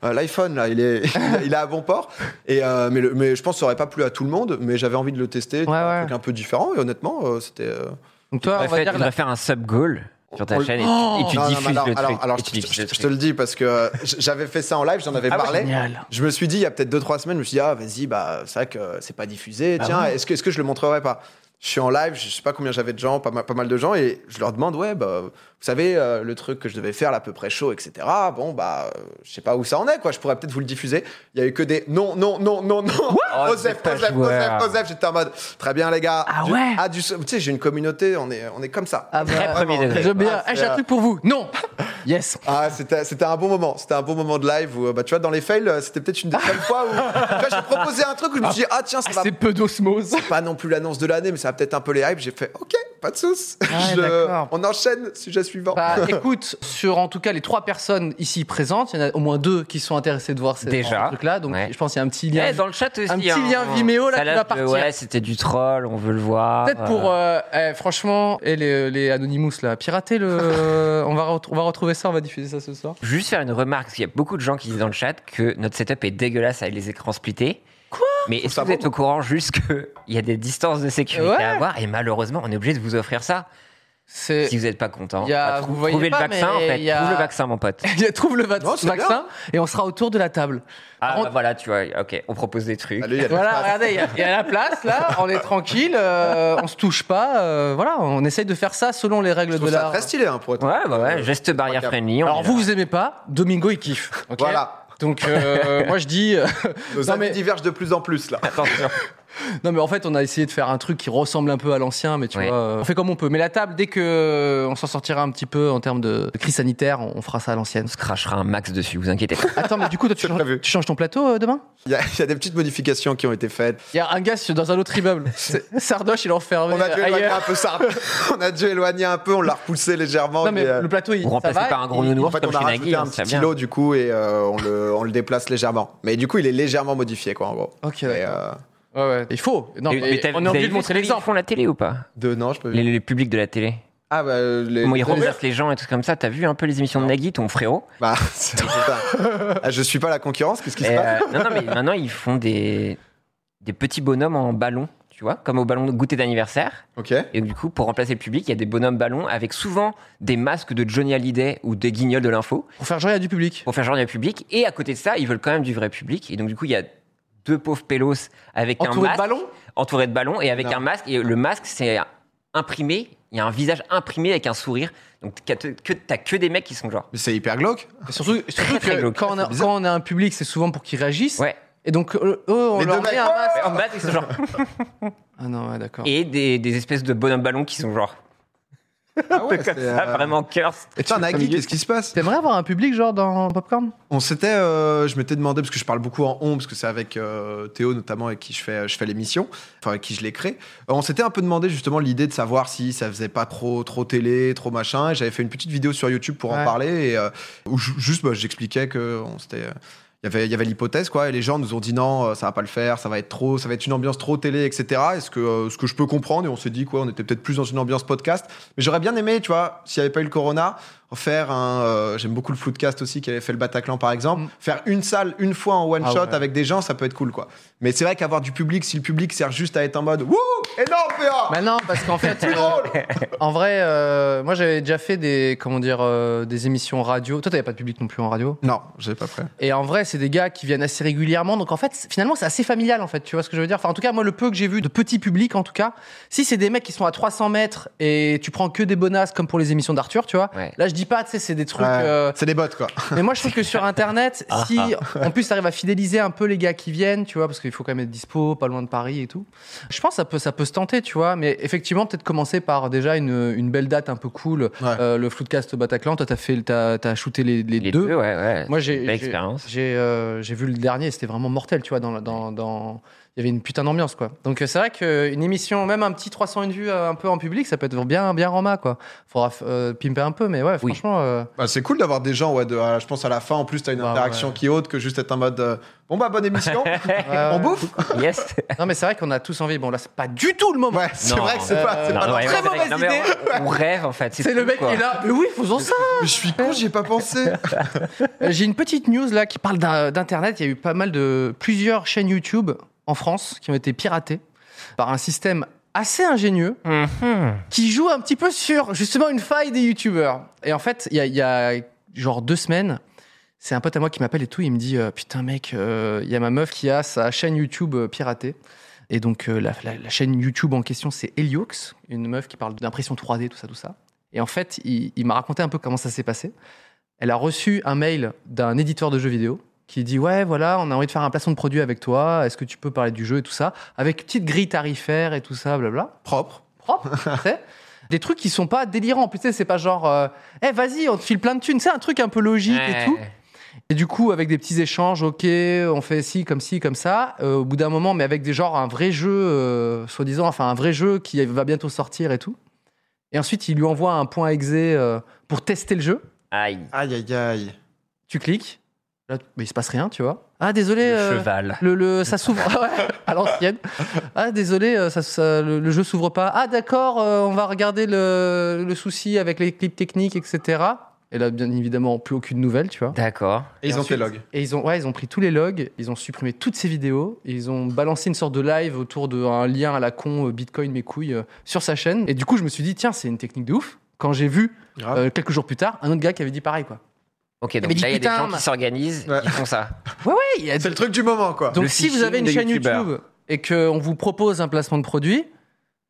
[SPEAKER 2] Euh, L'iPhone, là, il est, il est à bon port. Et, euh, mais, le- mais je pense que ça aurait pas plu à tout le monde, mais j'avais envie de le tester. de
[SPEAKER 1] Ouais,
[SPEAKER 2] faire
[SPEAKER 1] ouais.
[SPEAKER 2] Un truc un peu différent, et honnêtement, euh, c'était. euh,
[SPEAKER 1] Donc toi
[SPEAKER 3] on
[SPEAKER 1] on va dire la- Oh
[SPEAKER 3] faire un sub-goal sur ta
[SPEAKER 2] on-
[SPEAKER 3] chaîne et tu- et tu
[SPEAKER 2] Oh Non, non, mais
[SPEAKER 3] diffuses
[SPEAKER 2] alors,
[SPEAKER 3] le
[SPEAKER 2] alors-
[SPEAKER 3] truc.
[SPEAKER 2] alors,
[SPEAKER 3] et
[SPEAKER 2] je,
[SPEAKER 3] tu
[SPEAKER 2] je-
[SPEAKER 3] diffuses le
[SPEAKER 2] je te
[SPEAKER 3] truc.
[SPEAKER 2] le dis parce que euh, j- j'avais fait ça en live, j'en avais
[SPEAKER 3] Ah ouais,
[SPEAKER 2] parlé.
[SPEAKER 1] génial.
[SPEAKER 2] je me suis dit il y a peut-être 2-3 semaines, je me suis dit ah vas-y bah c'est vrai que c'est pas diffusé.
[SPEAKER 3] Ah
[SPEAKER 2] Tiens, est-ce que est-ce que je le montrerai pas Je suis en live, je sais pas combien j'avais de gens, pas mal, pas mal de gens et je leur demande ouais bah vous savez euh, le truc que je devais faire là, à peu près chaud etc. Bon bah euh, je sais pas où ça en est quoi. Je pourrais peut-être vous le diffuser. Il y a eu que des non non non non non.
[SPEAKER 3] Oh,
[SPEAKER 2] Osef
[SPEAKER 3] c'est pas
[SPEAKER 2] Osef Osef
[SPEAKER 3] jouable.
[SPEAKER 2] Osef. J'étais en mode très bien les gars.
[SPEAKER 3] Ah
[SPEAKER 2] Du-
[SPEAKER 3] ouais.
[SPEAKER 2] ah, du- tu sais j'ai une communauté, on est on est comme ça.
[SPEAKER 1] Ah,
[SPEAKER 3] Très
[SPEAKER 1] bah,
[SPEAKER 3] premier degré.
[SPEAKER 1] J'aime bien.
[SPEAKER 2] Ah,
[SPEAKER 1] Eh,
[SPEAKER 2] c'est,
[SPEAKER 1] J'ai un
[SPEAKER 2] euh,
[SPEAKER 1] truc pour vous. Non. Yes.
[SPEAKER 2] Ah, c'était c'était un bon moment. C'était un bon moment de live où, euh, bah, tu vois, dans les fails, euh, c'était peut-être une des seules fois où tu vois, j'ai proposé un truc où je me suis dit, ah tiens, ça va
[SPEAKER 1] C'est peu d'osmose.
[SPEAKER 2] pas non plus l'annonce de l'année, mais ça va peut-être un peu les hypes. J'ai fait, ok, pas de sauce.
[SPEAKER 1] ouais, Ah, d'accord.
[SPEAKER 2] on enchaîne, sujet suivant.
[SPEAKER 1] Bah, écoute, sur en tout cas les trois personnes ici présentes, il y en a au moins deux qui sont intéressées de voir ce
[SPEAKER 3] Déjà.
[SPEAKER 1] ce truc-là. Donc
[SPEAKER 3] Ouais.
[SPEAKER 1] je pense qu'il y a un petit
[SPEAKER 3] Eh,
[SPEAKER 1] lien.
[SPEAKER 3] dans le chat aussi.
[SPEAKER 1] un petit
[SPEAKER 3] hein,
[SPEAKER 1] lien
[SPEAKER 3] on-
[SPEAKER 1] Vimeo, là, qui
[SPEAKER 3] salade
[SPEAKER 1] va
[SPEAKER 3] de-
[SPEAKER 1] partir.
[SPEAKER 3] Ouais, c'était du troll, on veut le voir.
[SPEAKER 1] Peut-être pour euh, eh, franchement et les, les Anonymous là, pirater le. on va re- on va retrouver ça, on va diffuser ça ce soir.
[SPEAKER 3] Juste faire une remarque, parce qu'il y a beaucoup de gens qui disent dans le chat que notre setup est dégueulasse avec les écrans splittés. Quoi Mais est-ce
[SPEAKER 2] ça
[SPEAKER 3] que vous
[SPEAKER 2] bon.
[SPEAKER 3] êtes au courant juste qu'il y a des distances de sécurité
[SPEAKER 1] Ouais.
[SPEAKER 3] à avoir et malheureusement on est obligé de vous offrir ça
[SPEAKER 1] C'est.
[SPEAKER 3] si vous n'êtes pas content.
[SPEAKER 1] Il Euh, y a-
[SPEAKER 3] Bah, trou-
[SPEAKER 1] vous voyez
[SPEAKER 3] trouvez
[SPEAKER 1] pas,
[SPEAKER 3] le vaccin en
[SPEAKER 1] mais
[SPEAKER 3] fait,
[SPEAKER 1] il y a-
[SPEAKER 3] trouve le vaccin mon pote.
[SPEAKER 1] Trouve le va-
[SPEAKER 2] Non, c'est
[SPEAKER 1] vaccin et on sera autour de la table.
[SPEAKER 3] Ah
[SPEAKER 1] Rend-
[SPEAKER 3] bah, voilà tu vois, ok, on propose des trucs.
[SPEAKER 2] Allez, il y a de la
[SPEAKER 1] Voilà,
[SPEAKER 2] place.
[SPEAKER 1] regardez, il y a- il y, a la place là, on est tranquille, euh, on se touche pas, euh, voilà, on essaye de faire ça selon les règles
[SPEAKER 2] Je
[SPEAKER 1] de
[SPEAKER 2] trouve ça
[SPEAKER 1] l'art.
[SPEAKER 2] très stylé, hein, pour être.
[SPEAKER 3] Ouais bah ouais, geste barrière
[SPEAKER 2] remarquable.
[SPEAKER 3] friendly. on
[SPEAKER 1] Euh, Alors
[SPEAKER 3] est
[SPEAKER 1] vous,
[SPEAKER 3] là.
[SPEAKER 1] vous aimez pas, Domingo il kiffe. ok
[SPEAKER 2] Voilà.
[SPEAKER 1] Donc, euh, moi, je dis.
[SPEAKER 2] Nos
[SPEAKER 1] Non,
[SPEAKER 2] avis
[SPEAKER 1] mais-
[SPEAKER 2] divergent de plus en plus là.
[SPEAKER 3] Attention.
[SPEAKER 1] Non, mais en fait, on a essayé de faire un truc qui ressemble un peu à l'ancien, mais tu
[SPEAKER 3] Ouais.
[SPEAKER 1] vois, euh, on fait comme on peut. Mais la table, dès que euh, on s'en sortira un petit peu en termes de de crise sanitaire, on on fera ça à l'ancienne.
[SPEAKER 3] On se crachera un max dessus, vous inquiétez pas.
[SPEAKER 1] Attends, mais du coup, toi, tu,
[SPEAKER 2] C'est prévu.
[SPEAKER 1] tu changes ton plateau euh, demain
[SPEAKER 2] Il y, a, il y a des petites modifications qui ont été faites.
[SPEAKER 1] Il y a un gars sur- dans un autre immeuble. C'est- Sardoche, il est enfermé.
[SPEAKER 2] On a dû
[SPEAKER 1] ailleurs.
[SPEAKER 2] éloigner un peu ça. On a dû éloigner un peu, on l'a repoussé légèrement.
[SPEAKER 1] Non, mais
[SPEAKER 2] mais, euh,
[SPEAKER 1] le plateau, il.
[SPEAKER 3] Vous
[SPEAKER 1] ça
[SPEAKER 3] remplacez
[SPEAKER 1] va,
[SPEAKER 3] par un gros
[SPEAKER 1] il-
[SPEAKER 2] en
[SPEAKER 3] nounours
[SPEAKER 2] fait,
[SPEAKER 3] comme
[SPEAKER 2] on a
[SPEAKER 3] chez Nagui, hein,
[SPEAKER 2] rajouté un
[SPEAKER 3] ça
[SPEAKER 2] petit
[SPEAKER 3] vient.
[SPEAKER 2] lot du coup et euh, on, le, on le déplace légèrement. Mais du coup, il est légèrement modifié quoi en gros.
[SPEAKER 1] Ok,
[SPEAKER 2] Et,
[SPEAKER 1] d'accord.
[SPEAKER 2] euh,
[SPEAKER 1] Ouais, ouais. Il faut. Non,
[SPEAKER 3] Mais-
[SPEAKER 1] mais
[SPEAKER 3] mais t'as-
[SPEAKER 1] on
[SPEAKER 3] vous
[SPEAKER 1] a
[SPEAKER 3] avez
[SPEAKER 1] envie
[SPEAKER 3] vu
[SPEAKER 1] de montrer
[SPEAKER 3] ce qu'ils
[SPEAKER 1] l'exemple.
[SPEAKER 3] font à la télé ou pas
[SPEAKER 2] deux, non, je peux.
[SPEAKER 3] les,
[SPEAKER 1] Euh,
[SPEAKER 3] les publics de la télé.
[SPEAKER 2] Ah bah, euh, les-
[SPEAKER 3] Comment ils
[SPEAKER 2] les-
[SPEAKER 3] remplacent les gens et tout comme ça. T'as vu un peu les émissions de Nagui, ton frérot
[SPEAKER 2] Bah, c'est- putain. Ah, je suis pas la concurrence, qu'est-ce qui se
[SPEAKER 3] Et,
[SPEAKER 2] passe
[SPEAKER 3] euh, Non, non, mais maintenant ils font des, des petits bonhommes en ballon, tu vois, comme au ballon de goûter d'anniversaire.
[SPEAKER 2] Ok.
[SPEAKER 3] Et du coup, pour remplacer le public, il y a des bonhommes ballons avec souvent des masques de Johnny Hallyday ou des guignols de l'info
[SPEAKER 1] Pour faire genre, il y a du public.
[SPEAKER 3] pour faire genre du public. Et à côté de ça, ils veulent quand même du vrai public. Et donc, du coup, il y a deux pauvres pélos avec un
[SPEAKER 1] Entouré
[SPEAKER 3] masque.
[SPEAKER 1] de ballons
[SPEAKER 3] entouré de ballons et avec
[SPEAKER 2] Non.
[SPEAKER 3] un masque. Et le masque, c'est imprimé. Il y a un visage imprimé avec un sourire. Donc, t'as que, t'as que des mecs qui sont genre.
[SPEAKER 2] Mais c'est hyper glauque.
[SPEAKER 1] Surtout, surtout
[SPEAKER 3] très
[SPEAKER 1] que
[SPEAKER 3] glauque.
[SPEAKER 1] quand on, a,
[SPEAKER 3] C'est bizarre.
[SPEAKER 1] quand on a un public, c'est souvent pour qu'ils réagissent.
[SPEAKER 3] Ouais.
[SPEAKER 1] Et donc, euh, eux, on
[SPEAKER 2] Les
[SPEAKER 1] leur
[SPEAKER 2] deux
[SPEAKER 1] met
[SPEAKER 2] mecs,
[SPEAKER 1] un masque.
[SPEAKER 3] En bas, ils sont genre.
[SPEAKER 1] Ah non, ouais, d'accord.
[SPEAKER 3] Et des, des espèces de bonhommes ballons qui sont genre.
[SPEAKER 2] Ah ouais,
[SPEAKER 3] comme
[SPEAKER 2] c'est,
[SPEAKER 3] ça,
[SPEAKER 2] euh,
[SPEAKER 3] vraiment curse.
[SPEAKER 2] Putain, Nagui, qu'est-ce qui se passe
[SPEAKER 1] T'aimerais avoir un public, genre, dans Popcorn
[SPEAKER 2] On s'était, euh, je m'étais demandé parce que je parle beaucoup en on parce que c'est avec euh, Théo notamment avec qui je fais, je fais l'émission, enfin avec qui je l'ai créé. Euh, on s'était un peu demandé justement l'idée de savoir si ça faisait pas trop, trop télé, trop machin. Et j'avais fait une petite vidéo sur YouTube pour
[SPEAKER 1] Ouais.
[SPEAKER 2] en parler et euh, où ju- juste bah, j'expliquais que on s'était, euh, il y avait, il y avait l'hypothèse quoi. Et les gens nous ont dit non, euh, ça va pas le faire, ça va être trop, ça va être une ambiance trop télé, etc. Et ce que, euh, ce que je peux comprendre et on s'est dit quoi, on était peut-être plus dans une ambiance podcast. Mais j'aurais bien aimé, tu vois, s'il n'y avait pas eu le corona, faire un. euh, J'aime beaucoup le Floodcast aussi qui avait fait le Bataclan par exemple.
[SPEAKER 1] Mm.
[SPEAKER 2] Faire une salle une fois en one
[SPEAKER 1] Ah
[SPEAKER 2] shot
[SPEAKER 1] ouais.
[SPEAKER 2] avec des gens, ça peut être cool quoi. Mais c'est vrai qu'avoir du public, si le public sert juste à être en mode Wouh Énorme PA
[SPEAKER 1] Bah non, parce qu'en fait,
[SPEAKER 2] Plus
[SPEAKER 1] euh,
[SPEAKER 2] drôle
[SPEAKER 1] en vrai, euh, moi j'avais déjà fait des, comment dire, euh, des émissions radio. Toi, t'avais pas de public non plus en radio.
[SPEAKER 2] Non, j'avais pas prêt.
[SPEAKER 1] Et en vrai, c'est des gars qui viennent assez régulièrement. Donc en fait, c'est- finalement, c'est assez familial, en fait. Tu vois ce que je veux dire Enfin, en tout cas, moi, le peu que j'ai vu de petits publics, en tout cas, si c'est des mecs qui sont à 300 mètres et tu prends que des bonasses comme pour les émissions d'Arthur, tu vois.
[SPEAKER 3] Ouais.
[SPEAKER 1] Là, je dis pas, tu sais, c'est des trucs.
[SPEAKER 2] Ouais,
[SPEAKER 1] euh,
[SPEAKER 2] C'est des bots quoi.
[SPEAKER 1] Mais moi, je trouve que sur Internet, si en plus t'arrives à fidéliser un peu les gars qui viennent, tu vois, parce qu'il faut quand même être dispo, pas loin de Paris et tout. Je pense que ça peut, ça peut se tenter, tu vois. Mais effectivement, peut-être commencer par déjà une, une belle date un peu cool.
[SPEAKER 2] Ouais.
[SPEAKER 1] Euh, le Floodcast au Bataclan, toi, t'as fait, t'as, t'as shooté les, les
[SPEAKER 3] Les
[SPEAKER 1] deux.
[SPEAKER 3] deux, ouais, ouais.
[SPEAKER 1] Moi, j'ai,
[SPEAKER 3] Belle
[SPEAKER 1] j'ai-
[SPEAKER 3] expérience.
[SPEAKER 1] J'ai, euh, j'ai vu le dernier, c'était vraiment mortel, tu vois. Dans, la- dans, dans- il y avait une putain d'ambiance, quoi. Donc euh, c'est vrai qu'une émission, même un petit 301 vues euh, un peu en public, ça peut être bien, bien rama, quoi. Faudra euh, pimper un peu, mais ouais,
[SPEAKER 3] Oui.
[SPEAKER 1] franchement. euh,
[SPEAKER 2] Bah, c'est cool d'avoir des gens, ouais, de, euh, je pense à la fin en plus, t'as une
[SPEAKER 1] Bah,
[SPEAKER 2] interaction
[SPEAKER 1] ouais.
[SPEAKER 2] qui est haute que juste être en mode euh, Bon bah, bonne émission On
[SPEAKER 1] ouais.
[SPEAKER 2] bouffe
[SPEAKER 3] Yes.
[SPEAKER 1] Non, mais c'est vrai qu'on a tous envie. Bon, là, c'est pas du tout le moment.
[SPEAKER 2] Ouais, c'est
[SPEAKER 3] Non.
[SPEAKER 2] vrai que c'est pas, c'est
[SPEAKER 3] Non,
[SPEAKER 2] pas
[SPEAKER 3] ouais,
[SPEAKER 2] notre-
[SPEAKER 3] ouais,
[SPEAKER 1] mauvaise
[SPEAKER 3] non, mais
[SPEAKER 1] idée.
[SPEAKER 3] On, on rêve en fait.
[SPEAKER 1] C'est le
[SPEAKER 3] tout,
[SPEAKER 1] mec qui
[SPEAKER 3] quoi.
[SPEAKER 1] est là. Mais oui, faisons ça.
[SPEAKER 2] Je suis con, j'y ai pas pensé.
[SPEAKER 1] Euh, J'ai une petite news là qui parle d'un- d'internet. Il y a eu pas mal de plusieurs chaînes YouTube en France qui ont été piratées par un système assez ingénieux
[SPEAKER 3] Mhm.
[SPEAKER 1] qui joue un petit peu sur justement une faille des youtubeurs. Et en fait, il y a, il y a genre deux semaines, c'est un pote à moi qui m'appelle et tout. Il me dit euh, Putain, mec, euh, il y a ma meuf qui a sa chaîne YouTube euh, piratée. Et donc, euh, la, la- la chaîne YouTube en question, c'est Heliox, une meuf qui parle d'impression 3D, tout ça, tout ça. Et en fait, il, il m'a raconté un peu comment ça s'est passé. Elle a reçu un mail d'un éditeur de jeux vidéo qui dit Ouais, voilà, on a envie de faire un placement de produit avec toi. Est-ce que tu peux parler du jeu et tout ça Avec une petite grille tarifaire et tout ça, blabla
[SPEAKER 2] Propre.
[SPEAKER 1] propre, tu sais. Des trucs qui sont pas délirants. En plus, tu sais, c'est pas genre, euh, eh, vas-y, on te file plein de thunes. C'est un truc un peu logique et
[SPEAKER 3] Ouais.
[SPEAKER 1] tout. Et du coup, avec des petits échanges, ok, on fait ci, comme ci, comme ça. euh, au bout d'un moment, mais avec des genres, un vrai jeu, euh, soi-disant, enfin, un vrai jeu qui va bientôt sortir et tout. Et ensuite, il lui envoie un point exé euh, pour tester le jeu.
[SPEAKER 3] Aïe.
[SPEAKER 2] Aïe aïe aïe.
[SPEAKER 1] Tu cliques. Là, mais il se passe rien, tu vois. Ah, désolé.
[SPEAKER 3] Le
[SPEAKER 1] euh,
[SPEAKER 3] cheval.
[SPEAKER 1] le, le- ça s'ouvre Ouais, à l'ancienne. Ah désolé, euh, ça, ça- le, le jeu s'ouvre pas. Ah d'accord, euh, on va regarder le, le souci avec les clips techniques, etc. Et là, bien évidemment, plus aucune nouvelle, tu vois.
[SPEAKER 3] D'accord.
[SPEAKER 2] Et ils ont
[SPEAKER 1] ensuite-
[SPEAKER 2] tes logs.
[SPEAKER 1] Et ils ont, ouais, ils ont pris tous les logs, ils ont supprimé toutes ces vidéos, ils ont balancé une sorte de live autour d'un lien à la con euh, Bitcoin mes couilles euh, sur sa chaîne. Et du coup, je me suis dit tiens, c'est une technique de ouf. Quand j'ai vu
[SPEAKER 2] Grave.
[SPEAKER 1] euh, quelques jours plus tard un autre gars qui avait dit pareil quoi.
[SPEAKER 3] Ok, donc
[SPEAKER 1] Mais dis,
[SPEAKER 3] là, il y a des
[SPEAKER 1] putain,
[SPEAKER 3] gens
[SPEAKER 1] ma-
[SPEAKER 3] qui s'organisent,
[SPEAKER 2] Ouais.
[SPEAKER 3] qui font ça.
[SPEAKER 1] Ouais ouais, il y a
[SPEAKER 2] C'est le truc du moment quoi.
[SPEAKER 1] Donc
[SPEAKER 3] Le
[SPEAKER 1] si vous
[SPEAKER 3] phishing
[SPEAKER 1] avez une
[SPEAKER 3] des
[SPEAKER 1] chaîne
[SPEAKER 3] youtubeurs.
[SPEAKER 1] YouTube et qu'on vous propose un placement de produit,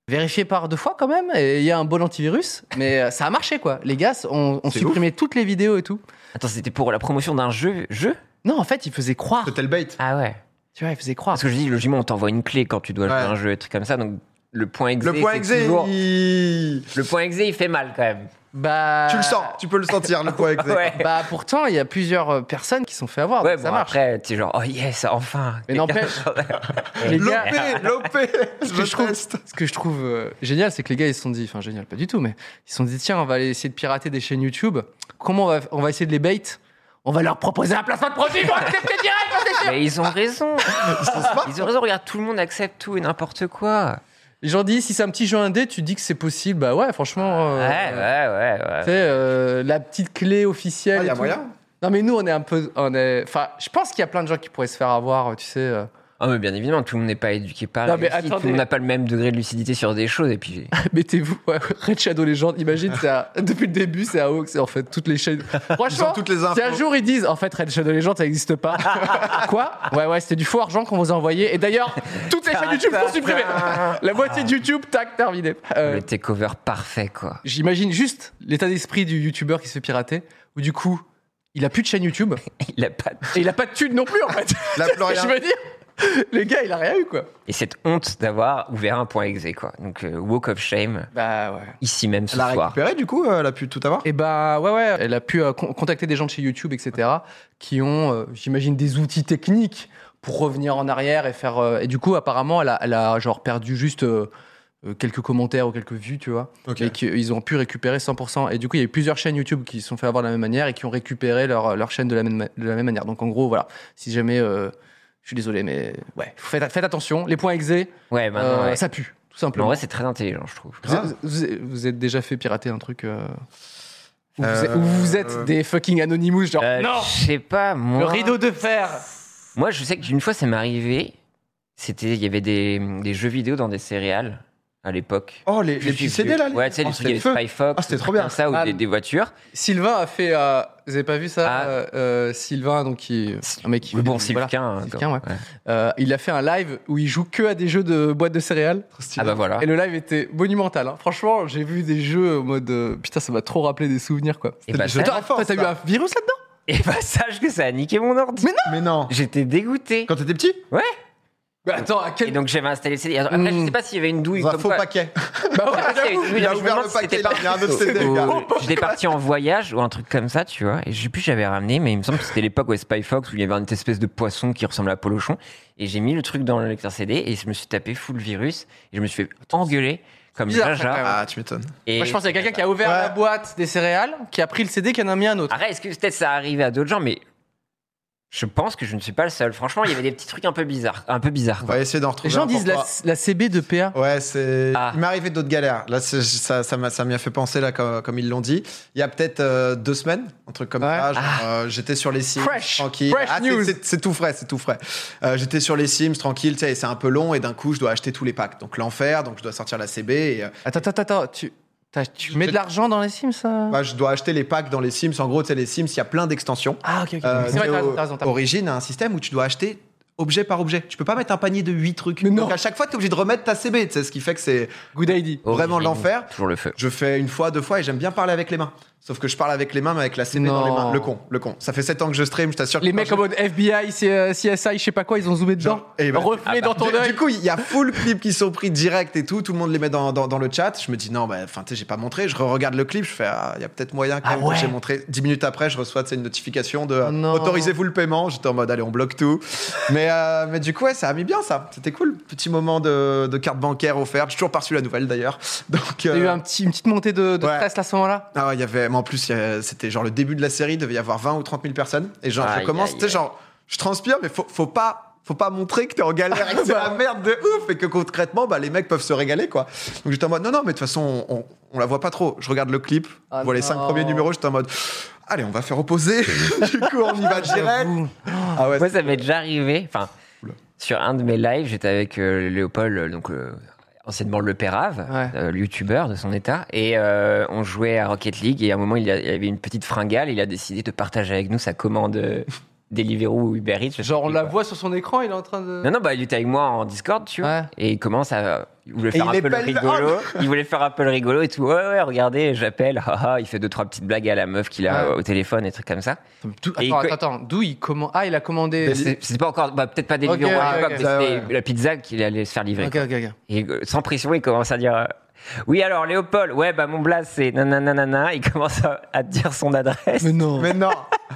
[SPEAKER 1] vérifié par deux fois quand même, et il y a un bon antivirus, mais euh, ça a marché quoi. Les gars, on, on
[SPEAKER 2] C'est
[SPEAKER 1] supprimait toutes les vidéos et tout.
[SPEAKER 3] Attends, c'était pour la promotion d'un jeu Jeu
[SPEAKER 1] Non, en fait, ils faisaient croire.
[SPEAKER 2] Total bait.
[SPEAKER 3] Ah ouais.
[SPEAKER 1] Tu vois, ils faisaient croire.
[SPEAKER 3] Parce que je dis, logiquement, on t'envoie une clé quand tu dois jouer à
[SPEAKER 2] Ouais.
[SPEAKER 3] un jeu, et trucs comme ça. Donc, le point exé.
[SPEAKER 2] Le point E
[SPEAKER 3] c'est
[SPEAKER 2] exé,
[SPEAKER 3] toujours-
[SPEAKER 2] il-
[SPEAKER 3] Le point exé, il fait mal quand même.
[SPEAKER 1] Bah,
[SPEAKER 2] tu le sens, tu peux le sentir, le point E exé.
[SPEAKER 3] Ouais.
[SPEAKER 1] Bah, pourtant, il y a plusieurs euh, personnes qui se sont fait avoir.
[SPEAKER 3] ouais,
[SPEAKER 1] donc ça
[SPEAKER 3] bon,
[SPEAKER 1] marche.
[SPEAKER 3] après, t'es genre, oh yes, enfin.
[SPEAKER 1] Mais
[SPEAKER 3] quelqu'un-
[SPEAKER 1] n'empêche, les gars,
[SPEAKER 2] L'OP, l'OP,
[SPEAKER 1] ce que je
[SPEAKER 2] je
[SPEAKER 1] trouve,
[SPEAKER 2] teste.
[SPEAKER 1] ce que je trouve euh, génial, c'est que les gars, ils se sont dit, enfin génial, pas du tout, mais ils se sont dit, tiens, on va aller essayer de pirater des chaînes YouTube. Comment on va, on va essayer de les bait On va leur proposer un placement de produit, ils vont accepter direct, on est sûr.
[SPEAKER 3] Mais ils ont raison. Ah. ils ont raison. Regarde, tout le monde accepte tout et n'importe quoi.
[SPEAKER 1] Ils ont dit, si c'est un petit jeu indé, tu dis que c'est possible. Bah ouais, franchement. euh,
[SPEAKER 3] Ouais, ouais, ouais, ouais.
[SPEAKER 1] Tu sais, euh, la petite clé officielle.
[SPEAKER 2] Ah, y a
[SPEAKER 1] et tout.
[SPEAKER 2] moyen.
[SPEAKER 1] Non, mais nous, on est un peu. On est... Enfin, je pense qu'il y a plein de gens qui pourraient se faire avoir, tu sais. euh.
[SPEAKER 3] Ah, mais bien évidemment, tout le monde n'est pas éduqué par
[SPEAKER 1] Non,
[SPEAKER 3] la
[SPEAKER 1] mais
[SPEAKER 3] réussite,
[SPEAKER 1] attendez.
[SPEAKER 3] tout le monde n'a pas le même degré de lucidité sur des choses, et puis.
[SPEAKER 1] Mettez-vous, ouais, Red Shadow Legends. Imagine, c'est à- depuis le début, c'est à Hawks, en fait, toutes les chaînes.
[SPEAKER 2] Ils ont
[SPEAKER 1] Franchement,
[SPEAKER 2] toutes les
[SPEAKER 1] Si un
[SPEAKER 2] infos.
[SPEAKER 1] jour ils disent en fait Red Shadow Legends ça n'existe pas. Quoi Ouais ouais c'était du faux argent qu'on vous a envoyé et d'ailleurs toutes les chaînes
[SPEAKER 3] Ah,
[SPEAKER 1] YouTube sont supprimées. La moitié de YouTube tac terminé. Euh,
[SPEAKER 3] Le takeover parfait, quoi.
[SPEAKER 1] J'imagine juste l'état d'esprit du YouTuber qui se fait pirater où du coup il a plus de chaîne YouTube
[SPEAKER 3] Il a pas. de-
[SPEAKER 1] et il a pas de thune non plus en fait.
[SPEAKER 2] La Florian.
[SPEAKER 1] Je veux dire le gars il a rien eu quoi.
[SPEAKER 3] Et cette honte d'avoir ouvert un point exé, quoi. Donc, euh, walk of shame,
[SPEAKER 1] Bah ouais.
[SPEAKER 3] ici même ce
[SPEAKER 2] Elle a
[SPEAKER 3] soir.
[SPEAKER 2] récupéré du coup, euh, elle a pu tout avoir.
[SPEAKER 1] Et bah ouais ouais elle a pu euh, con- contacter des gens de chez YouTube etc qui ont euh, j'imagine des outils techniques pour revenir en arrière et faire euh, et du coup apparemment elle a, elle a genre perdu juste euh, euh, quelques commentaires ou quelques vues tu vois
[SPEAKER 2] Ok.
[SPEAKER 1] et qu'ils ont pu récupérer 100% et du coup il y a eu plusieurs chaînes YouTube qui se sont fait avoir de la même manière et qui ont récupéré leur, leur chaîne de la, même, ma- de la même manière donc en gros voilà si jamais euh, je suis désolé mais ouais faites, faites attention les points exé
[SPEAKER 3] Ouais, maintenant,
[SPEAKER 1] euh,
[SPEAKER 3] Bah, ouais.
[SPEAKER 1] ça pue
[SPEAKER 3] Mais
[SPEAKER 1] tout
[SPEAKER 3] en
[SPEAKER 1] simplement
[SPEAKER 3] vrai, c'est très intelligent, je trouve.
[SPEAKER 1] vous êtes, vous êtes- vous êtes déjà fait pirater un truc euh, où, vous
[SPEAKER 2] Euh,
[SPEAKER 1] êtes, où vous êtes
[SPEAKER 2] euh,
[SPEAKER 1] des fucking anonymous, genre
[SPEAKER 3] Euh,
[SPEAKER 1] non,
[SPEAKER 3] Je sais pas, moi.
[SPEAKER 1] le rideau de fer.
[SPEAKER 3] Moi, je sais qu'une fois, ça m'est arrivé. C'était, il y avait des, des jeux vidéo dans des céréales à l'époque.
[SPEAKER 2] Oh, les, les
[SPEAKER 3] Juste
[SPEAKER 2] petits
[SPEAKER 3] des
[SPEAKER 2] CD
[SPEAKER 3] vieux-
[SPEAKER 2] là
[SPEAKER 3] Ouais, tu sais,
[SPEAKER 2] oh,
[SPEAKER 3] les trucs, il y
[SPEAKER 2] c'était
[SPEAKER 3] avait Spy
[SPEAKER 2] feu.
[SPEAKER 3] Fox,
[SPEAKER 2] Ah, c'était
[SPEAKER 3] des
[SPEAKER 2] trop
[SPEAKER 3] trucs
[SPEAKER 2] bien.
[SPEAKER 3] comme ça, ou
[SPEAKER 1] Ah,
[SPEAKER 3] des,
[SPEAKER 1] le-
[SPEAKER 3] des voitures.
[SPEAKER 1] Sylvain a fait, euh, vous avez pas vu ça
[SPEAKER 3] Ah.
[SPEAKER 1] euh, euh, Sylvain, donc qui est un mec qui.
[SPEAKER 3] Mais bon,
[SPEAKER 1] voilà.
[SPEAKER 3] Sylvain, hein,
[SPEAKER 1] Sylvain,
[SPEAKER 3] quand-
[SPEAKER 1] ouais. Euh, il a fait un live où il joue que à des jeux de boîtes de céréales.
[SPEAKER 2] Trop stylé.
[SPEAKER 3] Ah bah voilà.
[SPEAKER 1] Et le live était monumental. hein. Franchement, j'ai vu des jeux en mode euh, putain, ça m'a trop rappelé des souvenirs quoi.
[SPEAKER 3] Et bah,
[SPEAKER 2] Je
[SPEAKER 3] ça-
[SPEAKER 2] t'en-
[SPEAKER 1] Toi, toi, t'as eu un virus là-dedans
[SPEAKER 3] et bah, sache que ça a niqué mon ordi.
[SPEAKER 2] Mais non.
[SPEAKER 3] J'étais dégoûté.
[SPEAKER 2] Quand t'étais petit
[SPEAKER 3] Ouais.
[SPEAKER 1] Bah, Attends, à
[SPEAKER 3] Et
[SPEAKER 1] quel.
[SPEAKER 3] donc j'avais installé le CD. Après,
[SPEAKER 2] Hmm.
[SPEAKER 3] je sais pas s'il y avait une douille
[SPEAKER 2] Dans un
[SPEAKER 3] comme
[SPEAKER 2] faux
[SPEAKER 3] quoi.
[SPEAKER 2] paquet.
[SPEAKER 1] Bah ouais,
[SPEAKER 3] Je sais pas s'il y avait une douille,
[SPEAKER 2] Il a
[SPEAKER 3] je me
[SPEAKER 2] ouvert
[SPEAKER 3] demande
[SPEAKER 2] le
[SPEAKER 3] si
[SPEAKER 2] paquet
[SPEAKER 3] c'était
[SPEAKER 2] là,
[SPEAKER 3] pas-
[SPEAKER 2] il y a un autre CD.
[SPEAKER 3] Ou-
[SPEAKER 2] le gars.
[SPEAKER 3] J'étais parti en voyage ou un truc comme ça, tu vois. Et je sais plus, j'avais ramené, mais il me semble que c'était l'époque où Spy Fox où il y avait une espèce de poisson qui ressemble à Polochon. Et j'ai mis le truc dans le lecteur CD et je me suis tapé full virus. Et je me suis fait engueuler comme
[SPEAKER 1] Bizarre, ça, quand
[SPEAKER 3] Jaja.
[SPEAKER 1] même.
[SPEAKER 2] Ah, tu m'étonnes.
[SPEAKER 3] Et
[SPEAKER 1] Moi, je pense qu'il y a quelqu'un qui a ouvert
[SPEAKER 2] Ouais.
[SPEAKER 1] la boîte des céréales, qui a pris le CD, qui en a mis un
[SPEAKER 2] Ah,
[SPEAKER 1] autre.
[SPEAKER 3] Arrête, est-ce que peut-être ça arrivait à d'autres gens, mais je pense que je ne suis pas le seul. Franchement, il y avait des petits trucs un peu bizarres. Un peu bizarres
[SPEAKER 2] On
[SPEAKER 3] quoi.
[SPEAKER 2] va essayer d'en
[SPEAKER 1] Les
[SPEAKER 2] retrouver.
[SPEAKER 1] gens
[SPEAKER 2] un
[SPEAKER 1] disent la,
[SPEAKER 2] pour toi.
[SPEAKER 1] la CB de PA.
[SPEAKER 2] Ouais, c'est.
[SPEAKER 3] Ah.
[SPEAKER 2] Il m'est arrivé d'autres galères. Là, c'est- ça, ça m'a, ça m'y a fait penser là, comme, comme ils l'ont dit. Il y a peut-être euh, deux semaines, un truc comme
[SPEAKER 1] Ouais. Ah.
[SPEAKER 2] ça. genre, euh, j'étais sur les Sims,
[SPEAKER 1] Fresh.
[SPEAKER 2] tranquille.
[SPEAKER 1] Fresh
[SPEAKER 2] Ah, c'est-
[SPEAKER 1] news.
[SPEAKER 2] c'est, c'est tout frais, c'est tout frais. Euh, j'étais sur les Sims, tranquille. Tu sais, et c'est un peu long, et d'un coup, je dois acheter tous les packs. Donc l'enfer. Donc je dois sortir la CB. Et, euh,
[SPEAKER 1] Attends, attends, attends, tu, t'as- tu mets de l'argent dans les Sims, ça
[SPEAKER 2] bah, je dois acheter les packs dans les Sims. En gros, tu sais, les Sims, il y a plein d'extensions.
[SPEAKER 1] Ah, ok, ok.
[SPEAKER 2] Euh,
[SPEAKER 1] c'est vrai,
[SPEAKER 2] tu
[SPEAKER 1] t'as
[SPEAKER 2] sais,
[SPEAKER 1] raison,
[SPEAKER 2] au-
[SPEAKER 1] t'as raison. t'as raison.
[SPEAKER 2] Origin a un système où tu dois acheter objet par objet. Tu peux pas mettre un panier de 8 trucs.
[SPEAKER 1] Mais non.
[SPEAKER 2] Donc à chaque fois, tu es obligé de remettre ta CB. Tu sais, ce qui fait que c'est
[SPEAKER 1] Good idea.
[SPEAKER 2] vraiment
[SPEAKER 3] Origine,
[SPEAKER 2] l'enfer.
[SPEAKER 3] Toujours le feu.
[SPEAKER 2] Je fais une fois, deux fois et j'aime bien parler avec les mains. Sauf que je parle avec les mains, mais avec la CB dans les
[SPEAKER 1] Non.
[SPEAKER 2] mains. Le con, le con. Ça fait 7 ans que je stream, je t'assure. que
[SPEAKER 1] Les
[SPEAKER 2] quand
[SPEAKER 1] mecs
[SPEAKER 2] je-
[SPEAKER 1] en mode FBI, C- euh, CSI, je sais pas quoi, ils ont zoomé dedans.
[SPEAKER 2] Genre, eh ben,
[SPEAKER 1] Reflet dans ton
[SPEAKER 2] Du-
[SPEAKER 1] œil.
[SPEAKER 2] Du coup, il y a full clip qui sont pris direct et tout. Tout le monde les met dans, dans, dans le chat. Je me dis, non, bah, enfin, tu sais, j'ai pas montré. Je regarde le clip. Je fais, ah, il y a peut-être moyen quand
[SPEAKER 1] Ah
[SPEAKER 2] même que
[SPEAKER 1] ouais.
[SPEAKER 2] j'ai montré. 10 minutes après, je reçois, tu sais, une notification de euh,
[SPEAKER 1] Non.
[SPEAKER 2] autorisez-vous le paiement. J'étais en mode, allez, on bloque tout. mais, euh, mais du coup, ouais, ça a mis bien ça. C'était cool. Petit moment de, de carte bancaire offerte. J'ai toujours pas reçu la nouvelle d'ailleurs. Donc,
[SPEAKER 1] T'as eu
[SPEAKER 2] euh,
[SPEAKER 1] un petit, une petite montée de, de
[SPEAKER 2] Ouais.
[SPEAKER 1] stress là, à ce moment-là
[SPEAKER 2] ah ouais, il y avait, mais en plus, il y a- c'était genre le début de la série, il devait y avoir 20 ou 30 000 personnes. Et genre,
[SPEAKER 3] Aïe,
[SPEAKER 2] je commence,
[SPEAKER 3] aïe,
[SPEAKER 2] tu sais,
[SPEAKER 3] aïe.
[SPEAKER 2] genre, je transpire, mais faut, faut pas. Faut pas montrer que t'es en galère et que c'est la merde de ouf et que concrètement, bah, les mecs peuvent se régaler, quoi. Donc j'étais en mode, non, non, mais de toute façon, on, on la voit pas trop. Je regarde le clip,
[SPEAKER 1] Ah
[SPEAKER 2] je vois les
[SPEAKER 1] non.
[SPEAKER 2] 5 premiers numéros, j'étais en mode, allez, on va faire opposer. du coup, on y va direct.
[SPEAKER 1] J'avoue.
[SPEAKER 2] Ah ouais,
[SPEAKER 3] Moi, ça m'est déjà arrivé. Enfin, sur un de mes lives, j'étais avec euh, Léopold, euh, donc euh, anciennement Le Pérave,
[SPEAKER 1] Ouais.
[SPEAKER 3] euh, le youtubeur de son état, et euh, on jouait à Rocket League. Et à un moment, il y a- il y avait une petite fringale. Il a décidé de partager avec nous sa commande euh, Deliveroo ou Uber Eats. je sais
[SPEAKER 1] Genre, on
[SPEAKER 3] plus
[SPEAKER 1] la
[SPEAKER 3] quoi.
[SPEAKER 1] voit sur son écran, il est en train de.
[SPEAKER 3] Non, non, bah, il était avec moi en Discord, tu vois.
[SPEAKER 1] Ouais.
[SPEAKER 3] Et il commence à. Il voulait
[SPEAKER 2] Et
[SPEAKER 3] faire
[SPEAKER 2] il
[SPEAKER 3] un peu le
[SPEAKER 2] épelle le-
[SPEAKER 3] rigolo. Il voulait faire un peu le rigolo et tout. Ouais, ouais, regardez, j'appelle. Haha, il fait deux, trois petites blagues à la meuf qu'il a
[SPEAKER 1] Ouais.
[SPEAKER 3] au téléphone et trucs comme ça.
[SPEAKER 1] D'où-
[SPEAKER 3] Et
[SPEAKER 1] Attends,
[SPEAKER 3] il-
[SPEAKER 1] attends, attends. D'où il commande Ah, il a commandé.
[SPEAKER 3] C'est c'est pas encore. Bah, peut-être pas Deliveroo
[SPEAKER 1] Ok,
[SPEAKER 3] à
[SPEAKER 1] ouais,
[SPEAKER 3] l'époque,
[SPEAKER 1] ok,
[SPEAKER 3] mais
[SPEAKER 2] ça,
[SPEAKER 3] c'était
[SPEAKER 2] ouais.
[SPEAKER 3] la pizza qu'il allait se faire livrer.
[SPEAKER 1] Ok, ok, ok.
[SPEAKER 3] Et euh, sans pression, il commence à dire euh, Oui, alors Léopold, ouais, bah mon blase, c'est nananana. Il commence à, à dire son adresse
[SPEAKER 1] Mais non.
[SPEAKER 2] Mais non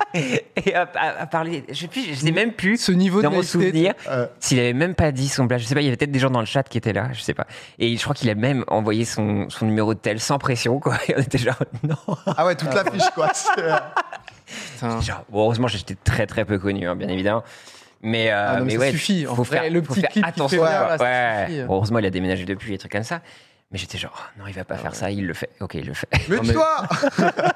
[SPEAKER 3] et à, à- à parler. Je sais plus, je sais même plus.
[SPEAKER 1] Ce niveau
[SPEAKER 3] dans
[SPEAKER 1] de
[SPEAKER 3] mon
[SPEAKER 1] naïveté,
[SPEAKER 3] souvenir,
[SPEAKER 2] Euh.
[SPEAKER 3] s'il avait même pas dit son blase, je sais pas, il y avait peut-être des gens dans le chat qui étaient là, je sais pas. Et je crois qu'il a même envoyé son, son numéro de tel sans pression, quoi. Et on était genre, non.
[SPEAKER 2] Ah ouais, toute l'affiche, quoi. C'est, euh,
[SPEAKER 1] putain.
[SPEAKER 3] Genre, bon, heureusement, j'étais très très peu connu, hein, bien évidemment. Mais, euh,
[SPEAKER 1] Ah, non, mais
[SPEAKER 3] mais
[SPEAKER 1] ça
[SPEAKER 3] ouais,
[SPEAKER 1] suffit, en
[SPEAKER 3] faut
[SPEAKER 1] vrai,
[SPEAKER 3] faire,
[SPEAKER 1] le
[SPEAKER 3] faut
[SPEAKER 1] petit
[SPEAKER 3] faire
[SPEAKER 1] clip qui
[SPEAKER 3] attention.
[SPEAKER 1] fait
[SPEAKER 3] quoi.
[SPEAKER 1] mal, là, ça
[SPEAKER 3] Ouais.
[SPEAKER 1] suffit.
[SPEAKER 3] Heureusement, il a déménagé depuis, des trucs comme ça. Mais j'étais genre, oh, non, il va pas
[SPEAKER 1] Ah
[SPEAKER 3] faire ça, il le fait. Ok, il le fait.
[SPEAKER 2] Mais
[SPEAKER 1] Non, mais-
[SPEAKER 2] toi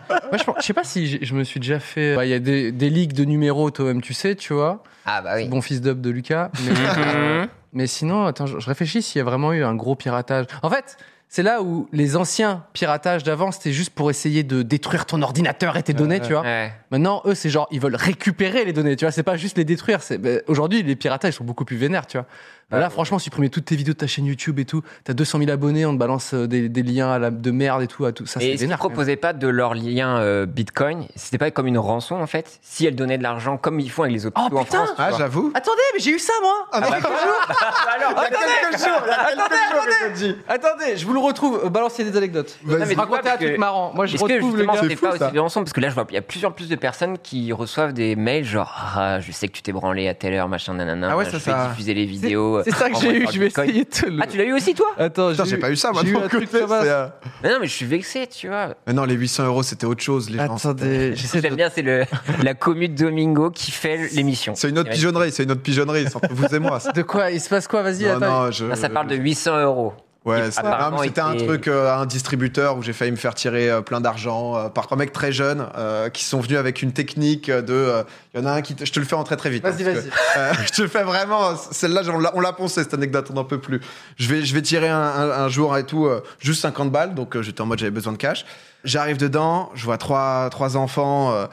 [SPEAKER 1] Moi, je, pense- je sais pas si j'ai- je me suis déjà fait. Bah, Il y a des, des ligues de numéros, toi-même, tu sais, tu vois.
[SPEAKER 3] Ah bah oui.
[SPEAKER 1] Bon fils d'up de Lucas. Mais,
[SPEAKER 3] Mhm.
[SPEAKER 1] euh, mais sinon, attends, je, je réfléchis s'il y a vraiment eu un gros piratage. En fait, c'est là où les anciens piratages d'avant, c'était juste pour essayer de détruire ton ordinateur et tes données, tu vois.
[SPEAKER 3] Ouais.
[SPEAKER 1] Maintenant, eux, c'est genre, ils veulent récupérer les données, tu vois. C'est pas juste les détruire. c'est- ben, Aujourd'hui, les piratages sont beaucoup plus vénères, tu vois.
[SPEAKER 3] Ouais,
[SPEAKER 1] là,
[SPEAKER 3] ouais.
[SPEAKER 1] franchement, supprimer toutes tes vidéos de ta chaîne YouTube et tout, t'as 200 000 abonnés, on te balance euh, des, des liens à la- de merde et tout, à tout. Ça,
[SPEAKER 3] Et
[SPEAKER 1] c'est
[SPEAKER 3] ils ne
[SPEAKER 1] vénère. quand même.
[SPEAKER 3] proposaient pas de leur lien euh, Bitcoin, c'était pas comme une rançon en fait. Si elles donnaient de l'argent comme ils font avec les autres
[SPEAKER 1] Oh,
[SPEAKER 3] clous en
[SPEAKER 1] putain
[SPEAKER 3] France. tu
[SPEAKER 2] Ah,
[SPEAKER 3] vois.
[SPEAKER 2] j'avoue Ah,
[SPEAKER 1] Attendez, mais j'ai eu ça, moi
[SPEAKER 3] Ah,
[SPEAKER 2] Il y a quelques jours, il y a quelques jours que je dis.
[SPEAKER 1] Attendez, je vous le retrouve. Euh, Balancez des anecdotes.
[SPEAKER 2] Vas-y.
[SPEAKER 3] Non, mais dis-moi,
[SPEAKER 1] Racontez un
[SPEAKER 3] parce
[SPEAKER 1] truc
[SPEAKER 3] que-
[SPEAKER 1] marrant. Moi, je
[SPEAKER 3] Est-ce que
[SPEAKER 1] retrouve le
[SPEAKER 3] justement,
[SPEAKER 1] gars.
[SPEAKER 2] C'est
[SPEAKER 3] c'est
[SPEAKER 2] fou,
[SPEAKER 3] pas
[SPEAKER 2] ça.
[SPEAKER 3] aussi violent Parce que là, je vois, il y a plusieurs plus de personnes qui reçoivent des mails genre ah, je sais que tu t'es branlé à telle heure, machin, nanana.
[SPEAKER 2] Ah ouais,
[SPEAKER 3] je
[SPEAKER 2] ça,
[SPEAKER 3] fais
[SPEAKER 2] ça-
[SPEAKER 3] diffuser les vidéos. euh,
[SPEAKER 1] C'est ça que j'ai
[SPEAKER 3] envoyées
[SPEAKER 1] eu,
[SPEAKER 3] par
[SPEAKER 1] je vais
[SPEAKER 3] Bitcoin.
[SPEAKER 1] essayer de te le.
[SPEAKER 3] Ah, tu l'as eu aussi, toi
[SPEAKER 1] Attends,
[SPEAKER 2] Putain, j'ai
[SPEAKER 1] eu-
[SPEAKER 2] pas eu ça, moi,
[SPEAKER 1] j'ai
[SPEAKER 2] de
[SPEAKER 1] eu
[SPEAKER 2] mon
[SPEAKER 1] un truc
[SPEAKER 2] côté,
[SPEAKER 1] comme ça.
[SPEAKER 2] c'est, euh,
[SPEAKER 3] Mais Non, mais je suis vexé, tu vois.
[SPEAKER 2] Mais Euh, non, les 800 euros, c'était autre chose, les gens.
[SPEAKER 1] Attendez,
[SPEAKER 3] Ce que
[SPEAKER 1] j'essaie
[SPEAKER 3] j'aime
[SPEAKER 1] de.
[SPEAKER 3] bien, c'est le, la commu de Domingo qui fait l'émission.
[SPEAKER 2] C'est une autre
[SPEAKER 3] Et ouais.
[SPEAKER 2] pigeonnerie, c'est une autre pigeonnerie, c'est entre vous et moi. ça.
[SPEAKER 1] De quoi Il se passe quoi Vas-y,
[SPEAKER 2] Non,
[SPEAKER 1] attends.
[SPEAKER 2] non, je-
[SPEAKER 3] Là, Ah, ça parle de 800 euros.
[SPEAKER 2] Ouais,
[SPEAKER 3] Qui
[SPEAKER 2] c'est-
[SPEAKER 3] apparemment
[SPEAKER 2] non, mais c'était un
[SPEAKER 3] était-
[SPEAKER 2] truc euh, à un distributeur où j'ai failli me faire tirer euh, plein d'argent euh, par trois mecs très jeunes euh, qui sont venus avec une technique euh, de. euh, Il y en a un qui. te- Je te le fais en très très vite.
[SPEAKER 1] Vas-y,
[SPEAKER 2] hein, parce
[SPEAKER 1] vas-y.
[SPEAKER 2] que, euh, je te le fais vraiment. Celle-là, on l'a- on l'a poncée cette anecdote, on n'en peut plus. Je vais, je vais tirer un, un- un jour et tout, euh, juste 50 balles, donc euh, j'étais en mode j'avais besoin de cash. J'arrive dedans, je vois trois, trois enfants. euh,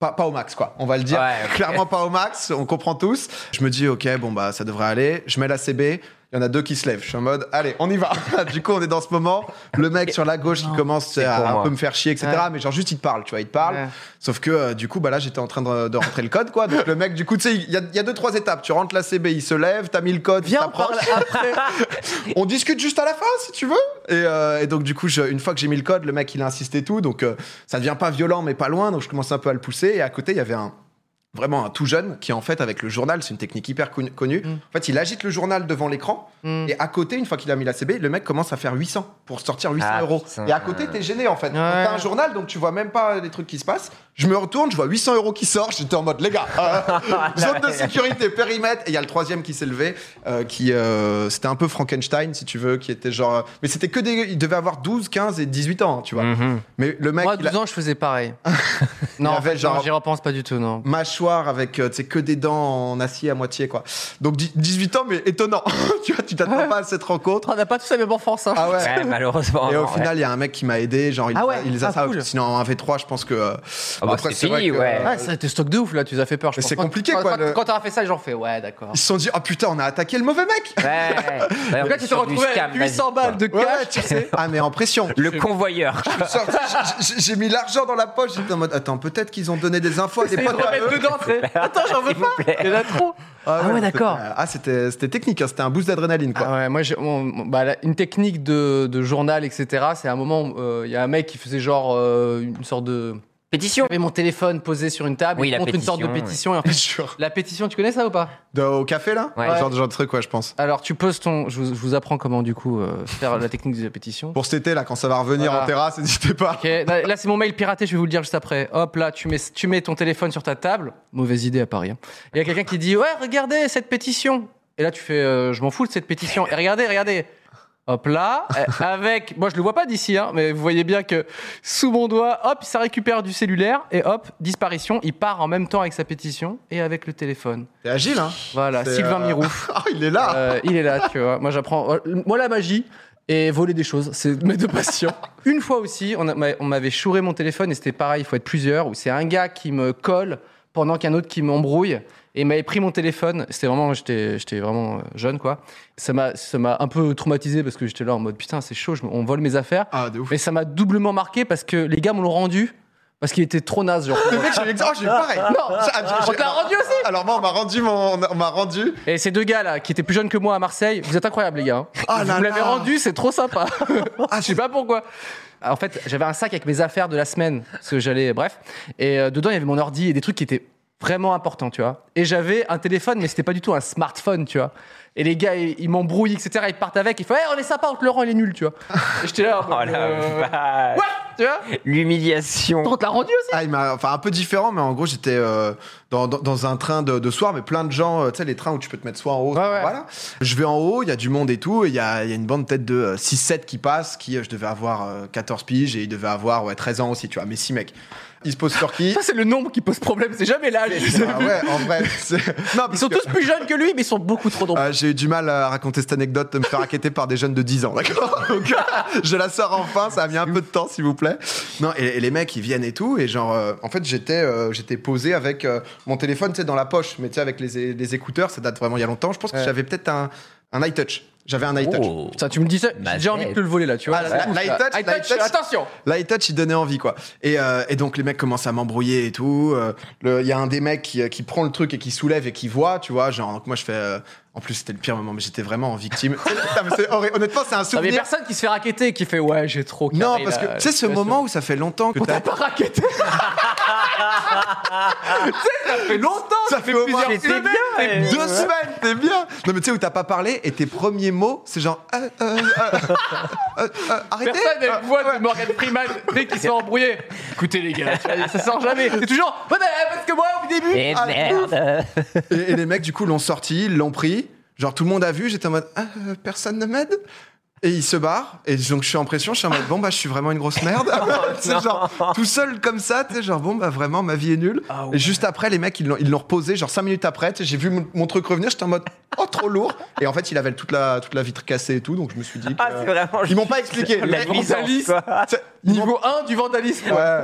[SPEAKER 2] pas, pas au max, quoi. On va le dire.
[SPEAKER 3] Ouais, ok.
[SPEAKER 2] Clairement pas au max, on comprend tous. Je me dis, ok, bon, bah, ça devrait aller. Je mets la CB. Il y en a deux qui se lèvent. Je suis en mode, allez, on y va. du coup, on est dans ce moment. Le mec sur la gauche qui commence
[SPEAKER 3] pour
[SPEAKER 2] à un
[SPEAKER 3] moi.
[SPEAKER 2] peu me faire chier, etc.
[SPEAKER 1] Ouais.
[SPEAKER 2] Mais genre, juste, il te parle, tu vois, il te parle.
[SPEAKER 1] Ouais.
[SPEAKER 2] Sauf que, euh, du coup, bah là, j'étais en train de, de rentrer le code, quoi. Donc, le mec, du coup, tu sais, il y, a- il y a deux, trois étapes. Tu rentres la CB, il se lève, t'as mis le code,
[SPEAKER 1] Viens,
[SPEAKER 2] il
[SPEAKER 1] on parle
[SPEAKER 2] t'approche.
[SPEAKER 1] après.
[SPEAKER 2] On discute juste à la fin, si tu veux. Et, euh, et donc, du coup, je- une fois que j'ai mis le code, le mec, il a insisté et tout. Donc, euh, ça devient pas violent, mais pas loin. Donc, je commence un peu à le pousser. Et à côté, il y avait un vraiment un tout jeune qui, en fait, avec le journal, c'est une technique hyper connu- connue. En fait, il agite le journal devant l'écran.
[SPEAKER 1] Mm.
[SPEAKER 2] Et à côté, une fois qu'il a mis la CB, le mec commence à faire 800 pour sortir 800
[SPEAKER 3] Ah,
[SPEAKER 2] euros.
[SPEAKER 3] putain.
[SPEAKER 2] Et à côté, t'es gêné, en fait. Donc,
[SPEAKER 1] Ouais.
[SPEAKER 2] T'as un journal, donc tu vois même pas les trucs qui se passent. Je me retourne, je vois 800 euros qui sortent. J'étais en mode, les gars, euh, zone de sécurité, périmètre. Et il y a le troisième qui s'est levé, euh, qui euh, c'était un peu Frankenstein, si tu veux, qui était genre. euh, Mais c'était que des. Il devait avoir 12, 15 et 18 ans, hein, tu vois. Mais le mec,
[SPEAKER 1] Moi, à
[SPEAKER 2] il a
[SPEAKER 1] 12 ans, je faisais pareil. Non,
[SPEAKER 2] Il
[SPEAKER 1] en
[SPEAKER 2] avait
[SPEAKER 1] fait,
[SPEAKER 2] genre-
[SPEAKER 1] non, j'y repense pas du tout, non.
[SPEAKER 2] mâchoire avec euh, tu sais, que des dents en acier à moitié, quoi. Donc dix- 18 ans, mais étonnant. tu vois, tu t'attends pas à cette rencontre.
[SPEAKER 1] On n'a pas tous la même enfance, hein.
[SPEAKER 2] Ah ouais.
[SPEAKER 3] Ouais, malheureusement.
[SPEAKER 2] Et au
[SPEAKER 3] non, Ah, ouais.
[SPEAKER 2] final, il y a un mec qui m'a aidé, genre il,
[SPEAKER 1] Ah ouais,
[SPEAKER 2] il les a
[SPEAKER 1] ah,
[SPEAKER 2] ça.
[SPEAKER 1] cool.
[SPEAKER 2] Sinon, en 1v3, je pense que. euh,
[SPEAKER 3] Ah bah, c'est fini, ouais.
[SPEAKER 2] euh,
[SPEAKER 1] Ah, ça a été stock de ouf là, tu les as fait peur. Je
[SPEAKER 2] Mais
[SPEAKER 1] pense.
[SPEAKER 2] c'est
[SPEAKER 1] Quand-
[SPEAKER 2] compliqué,
[SPEAKER 1] quand-
[SPEAKER 2] quoi,
[SPEAKER 1] Quand,
[SPEAKER 2] le-
[SPEAKER 1] quand t'auras fait ça, j'en fais ouais, d'accord.
[SPEAKER 2] Ils se sont dit, oh putain, on a attaqué le mauvais mec
[SPEAKER 3] Ouais, ouais.
[SPEAKER 1] Le gars, tu te
[SPEAKER 3] Sur du
[SPEAKER 1] retrouves avec
[SPEAKER 3] scam, vas-y,
[SPEAKER 1] 800
[SPEAKER 3] quoi.
[SPEAKER 1] balles de
[SPEAKER 2] Ouais,
[SPEAKER 1] cash.
[SPEAKER 2] tu sais. Ah, mais en pression.
[SPEAKER 3] Le convoyeur.
[SPEAKER 2] Je suis sorti, j'ai- j'ai- J'ai mis l'argent dans la poche, j'étais en mode, attends, peut-être qu'ils ont donné des infos à des
[SPEAKER 1] Et
[SPEAKER 2] potes.
[SPEAKER 1] pas
[SPEAKER 2] à eux.
[SPEAKER 1] mettre dedans, tu sais. Attends, j'en veux
[SPEAKER 3] S'il vous
[SPEAKER 1] pas.
[SPEAKER 3] plaît.
[SPEAKER 1] Il y en a trop.
[SPEAKER 2] Ah
[SPEAKER 1] ouais,
[SPEAKER 2] c'était-
[SPEAKER 1] d'accord.
[SPEAKER 2] Ah, c'était c'était technique, hein, c'était un boost d'adrénaline, quoi.
[SPEAKER 1] Ah ouais, moi, j'ai- on- on- bah, la- une technique de, de journal, etc. C'est un moment, où, euh, il y a un mec qui faisait genre euh, une sorte de.
[SPEAKER 3] Pétition.
[SPEAKER 1] J'avais mon téléphone posé sur une table,
[SPEAKER 3] Oui,
[SPEAKER 1] il
[SPEAKER 3] la
[SPEAKER 1] montre une sorte de
[SPEAKER 3] pétition,
[SPEAKER 1] pétition. et en fait-
[SPEAKER 2] Jure.
[SPEAKER 1] la pétition, tu connais ça ou pas
[SPEAKER 2] De- au café, là
[SPEAKER 3] Ouais.
[SPEAKER 2] Ce genre, de- genre de truc, ouais, je pense.
[SPEAKER 1] Alors, tu poses ton. Je vous, je vous apprends comment, du coup, euh, faire la technique de la pétition.
[SPEAKER 2] Pour cet été, là, quand ça va revenir
[SPEAKER 1] Voilà.
[SPEAKER 2] en terrasse, n'hésitez pas.
[SPEAKER 1] Ok, là, là, c'est mon mail piraté, je vais vous le dire juste après. Hop là, tu mets, tu mets ton téléphone sur ta table. Mauvaise idée à Paris. hein. Il y a quelqu'un qui dit Ouais, regardez cette pétition. Et là, tu fais euh, Je m'en fous de cette pétition. Et regardez, regardez. Hop là, euh, avec. Moi, je le vois pas d'ici, hein, mais vous voyez bien que sous mon doigt, hop, ça récupère du cellulaire et hop, disparition. Il part en même temps avec sa pétition et avec le téléphone.
[SPEAKER 2] T'es agile, hein
[SPEAKER 1] Voilà,
[SPEAKER 2] C'est,
[SPEAKER 1] Sylvain
[SPEAKER 2] euh,
[SPEAKER 1] Mirou.
[SPEAKER 2] Ah, il est là
[SPEAKER 1] Euh, il est là, tu vois. Moi, j'apprends. euh, Moi, la magie et voler des choses, c'est mes deux passions. Une fois aussi, on a- on m'avait chouré mon téléphone et c'était pareil, il faut être plusieurs, où c'est un gars qui me colle pendant qu'un autre qui m'embrouille et il m'avait pris mon téléphone. C'était vraiment, j'étais j'étais vraiment euh, jeune, quoi. Ça m'a ça m'a un peu traumatisé parce que j'étais là en mode putain, c'est chaud, je me- on vole mes affaires.
[SPEAKER 2] Ah, de ouf.
[SPEAKER 1] Mais ça m'a doublement marqué parce que les gars me l'ont rendu parce qu'il était trop naze, genre.
[SPEAKER 2] Le mec, j'ai l'exemple, oh, j'ai eu pareil.
[SPEAKER 1] Non,
[SPEAKER 2] Ça- ah, j'ai-
[SPEAKER 1] on te l'a rendu aussi
[SPEAKER 2] Alors moi, on m'a rendu mon, on m'a rendu.
[SPEAKER 1] Et ces deux gars là, qui étaient plus jeunes que moi à Marseille, vous êtes incroyables les gars. hein.
[SPEAKER 2] Ah
[SPEAKER 1] vous
[SPEAKER 2] là
[SPEAKER 1] me l'avez
[SPEAKER 2] là.
[SPEAKER 1] rendu, c'est trop sympa.
[SPEAKER 2] Ah,
[SPEAKER 1] Je sais pas pourquoi. En fait, j'avais un sac avec mes affaires de la semaine, parce que j'allais, bref. Et euh, dedans, il y avait mon ordi et des trucs qui étaient vraiment importants, tu vois. Et j'avais un téléphone, mais c'était pas du tout un smartphone, tu vois. Et les gars, ils, ils m'embrouillent, etc. Ils partent avec. Ils font, hey, on est sympa, on te le rend, il est nul, tu vois. Et J'étais là. en
[SPEAKER 3] Oh
[SPEAKER 1] mode, euh,
[SPEAKER 3] la vache.
[SPEAKER 1] What Tu vois
[SPEAKER 3] L'humiliation.
[SPEAKER 1] On te l'a rendu aussi
[SPEAKER 2] Ah, il m'a, enfin, un peu différent, mais en gros, j'étais euh, dans, dans, dans un train de, de soir, mais plein de gens, euh, tu sais, les trains où tu peux te mettre soit en haut, soit-
[SPEAKER 1] ouais.
[SPEAKER 2] voilà. Je vais en haut, il y a du monde et tout, et il y a, il y a une bande peut-être de euh, 6-7 qui passe, qui, euh, je devais avoir euh, 14 piges, et il devait avoir ouais, 13 ans aussi, tu vois, mais 6 mecs. Ils se posent sur qui
[SPEAKER 1] Ça, c'est le nombre qui pose problème, c'est jamais l'âge.
[SPEAKER 2] Ah ouais, en vrai, c'est- Non,
[SPEAKER 1] Ils
[SPEAKER 2] parce
[SPEAKER 1] sont
[SPEAKER 2] que,
[SPEAKER 1] tous plus jeunes que lui, mais ils sont beaucoup trop nombreux.
[SPEAKER 2] euh, j'ai eu du mal à raconter cette anecdote de me faire raqueter par des jeunes de 10 ans, d'accord Donc, euh, je la sors enfin, ça a mis un peu de temps, s'il vous plaît. Non, et, et les mecs, ils viennent et tout, et genre, euh, en fait, j'étais euh, j'étais posé avec euh, mon téléphone, tu sais, dans la poche, mais tu sais, avec les, les écouteurs, ça date vraiment il y a longtemps. Je pense que
[SPEAKER 1] Ouais.
[SPEAKER 2] j'avais peut-être un, un iTouch. J'avais un iTouch.
[SPEAKER 3] Oh.
[SPEAKER 1] Putain, tu me dis ça,
[SPEAKER 3] Ma
[SPEAKER 1] j'ai déjà envie
[SPEAKER 3] tête.
[SPEAKER 1] de te le voler là, tu vois.
[SPEAKER 2] Ah, la- la-
[SPEAKER 1] Ouf,
[SPEAKER 2] la
[SPEAKER 1] là.
[SPEAKER 2] touch,
[SPEAKER 1] High
[SPEAKER 2] la
[SPEAKER 1] touch,
[SPEAKER 2] touch.
[SPEAKER 1] attention
[SPEAKER 2] L'iTouch, il donnait envie, quoi. Et, euh, et donc, les mecs commencent à m'embrouiller et tout. Euh, le- Il y a un des mecs qui, euh, qui prend le truc et qui soulève et qui voit, tu vois. Genre, donc moi, je fais. euh, en plus, c'était le pire moment, mais j'étais vraiment en victime. Putain, mais c'est horrible. Honnêtement, c'est un
[SPEAKER 1] Non, mais
[SPEAKER 2] souvenir.
[SPEAKER 1] personne qui se fait raqueter et qui fait ouais, j'ai trop carré,
[SPEAKER 2] Non, parce que
[SPEAKER 1] là.
[SPEAKER 2] tu sais, ce moment où ça fait longtemps que
[SPEAKER 1] On
[SPEAKER 2] t'as-
[SPEAKER 1] t'a pas raquetté Tu sais, ça fait longtemps
[SPEAKER 2] Ça fait au moins-
[SPEAKER 3] J'étais bien, eh.
[SPEAKER 2] Deux semaines, t'es bien. Non, mais tu sais, où t'as pas parlé et tes premiers mots, c'est genre. euh, euh, euh, euh, euh, arrêtez
[SPEAKER 1] Personne
[SPEAKER 2] Euh,
[SPEAKER 1] ne voit de Morgan Freeman dès qu'ils sont embrouillés. Écoutez les gars, tu vois, ça sort jamais. C'est toujours ouais, bah, parce que moi au début.
[SPEAKER 3] Et
[SPEAKER 2] Ah,
[SPEAKER 3] merde.
[SPEAKER 2] Et, et les mecs, du coup, l'ont sorti, ils l'ont pris. Genre, tout le monde a vu. J'étais en mode, Ah, euh, personne ne m'aide. Et ils se barrent. Et donc, je suis en pression. Je suis en mode, bon, bah, je suis vraiment une grosse merde.
[SPEAKER 3] Oh,
[SPEAKER 2] c'est genre, tout seul comme ça, tu sais, genre, bon, bah, vraiment, ma vie est nulle.
[SPEAKER 3] Ah
[SPEAKER 2] Et juste après, les mecs, ils l'ont, ils l'ont reposé. Genre, cinq minutes après, tu sais, j'ai vu mon, mon truc revenir. J'étais en mode, oh, trop lourd. Et en fait, il avait toute la, toute la vitre cassée et tout. Donc, je me suis dit. que-
[SPEAKER 3] Ah, c'est
[SPEAKER 1] Oh,
[SPEAKER 3] vraiment.
[SPEAKER 2] Ils m'ont pas expliqué.
[SPEAKER 3] La
[SPEAKER 2] Les mecs,
[SPEAKER 3] nuisance,
[SPEAKER 1] Alice.
[SPEAKER 3] quoi.
[SPEAKER 2] tu sais, ils m'ont-
[SPEAKER 1] Niveau 1 du vandalisme.
[SPEAKER 2] Ouais.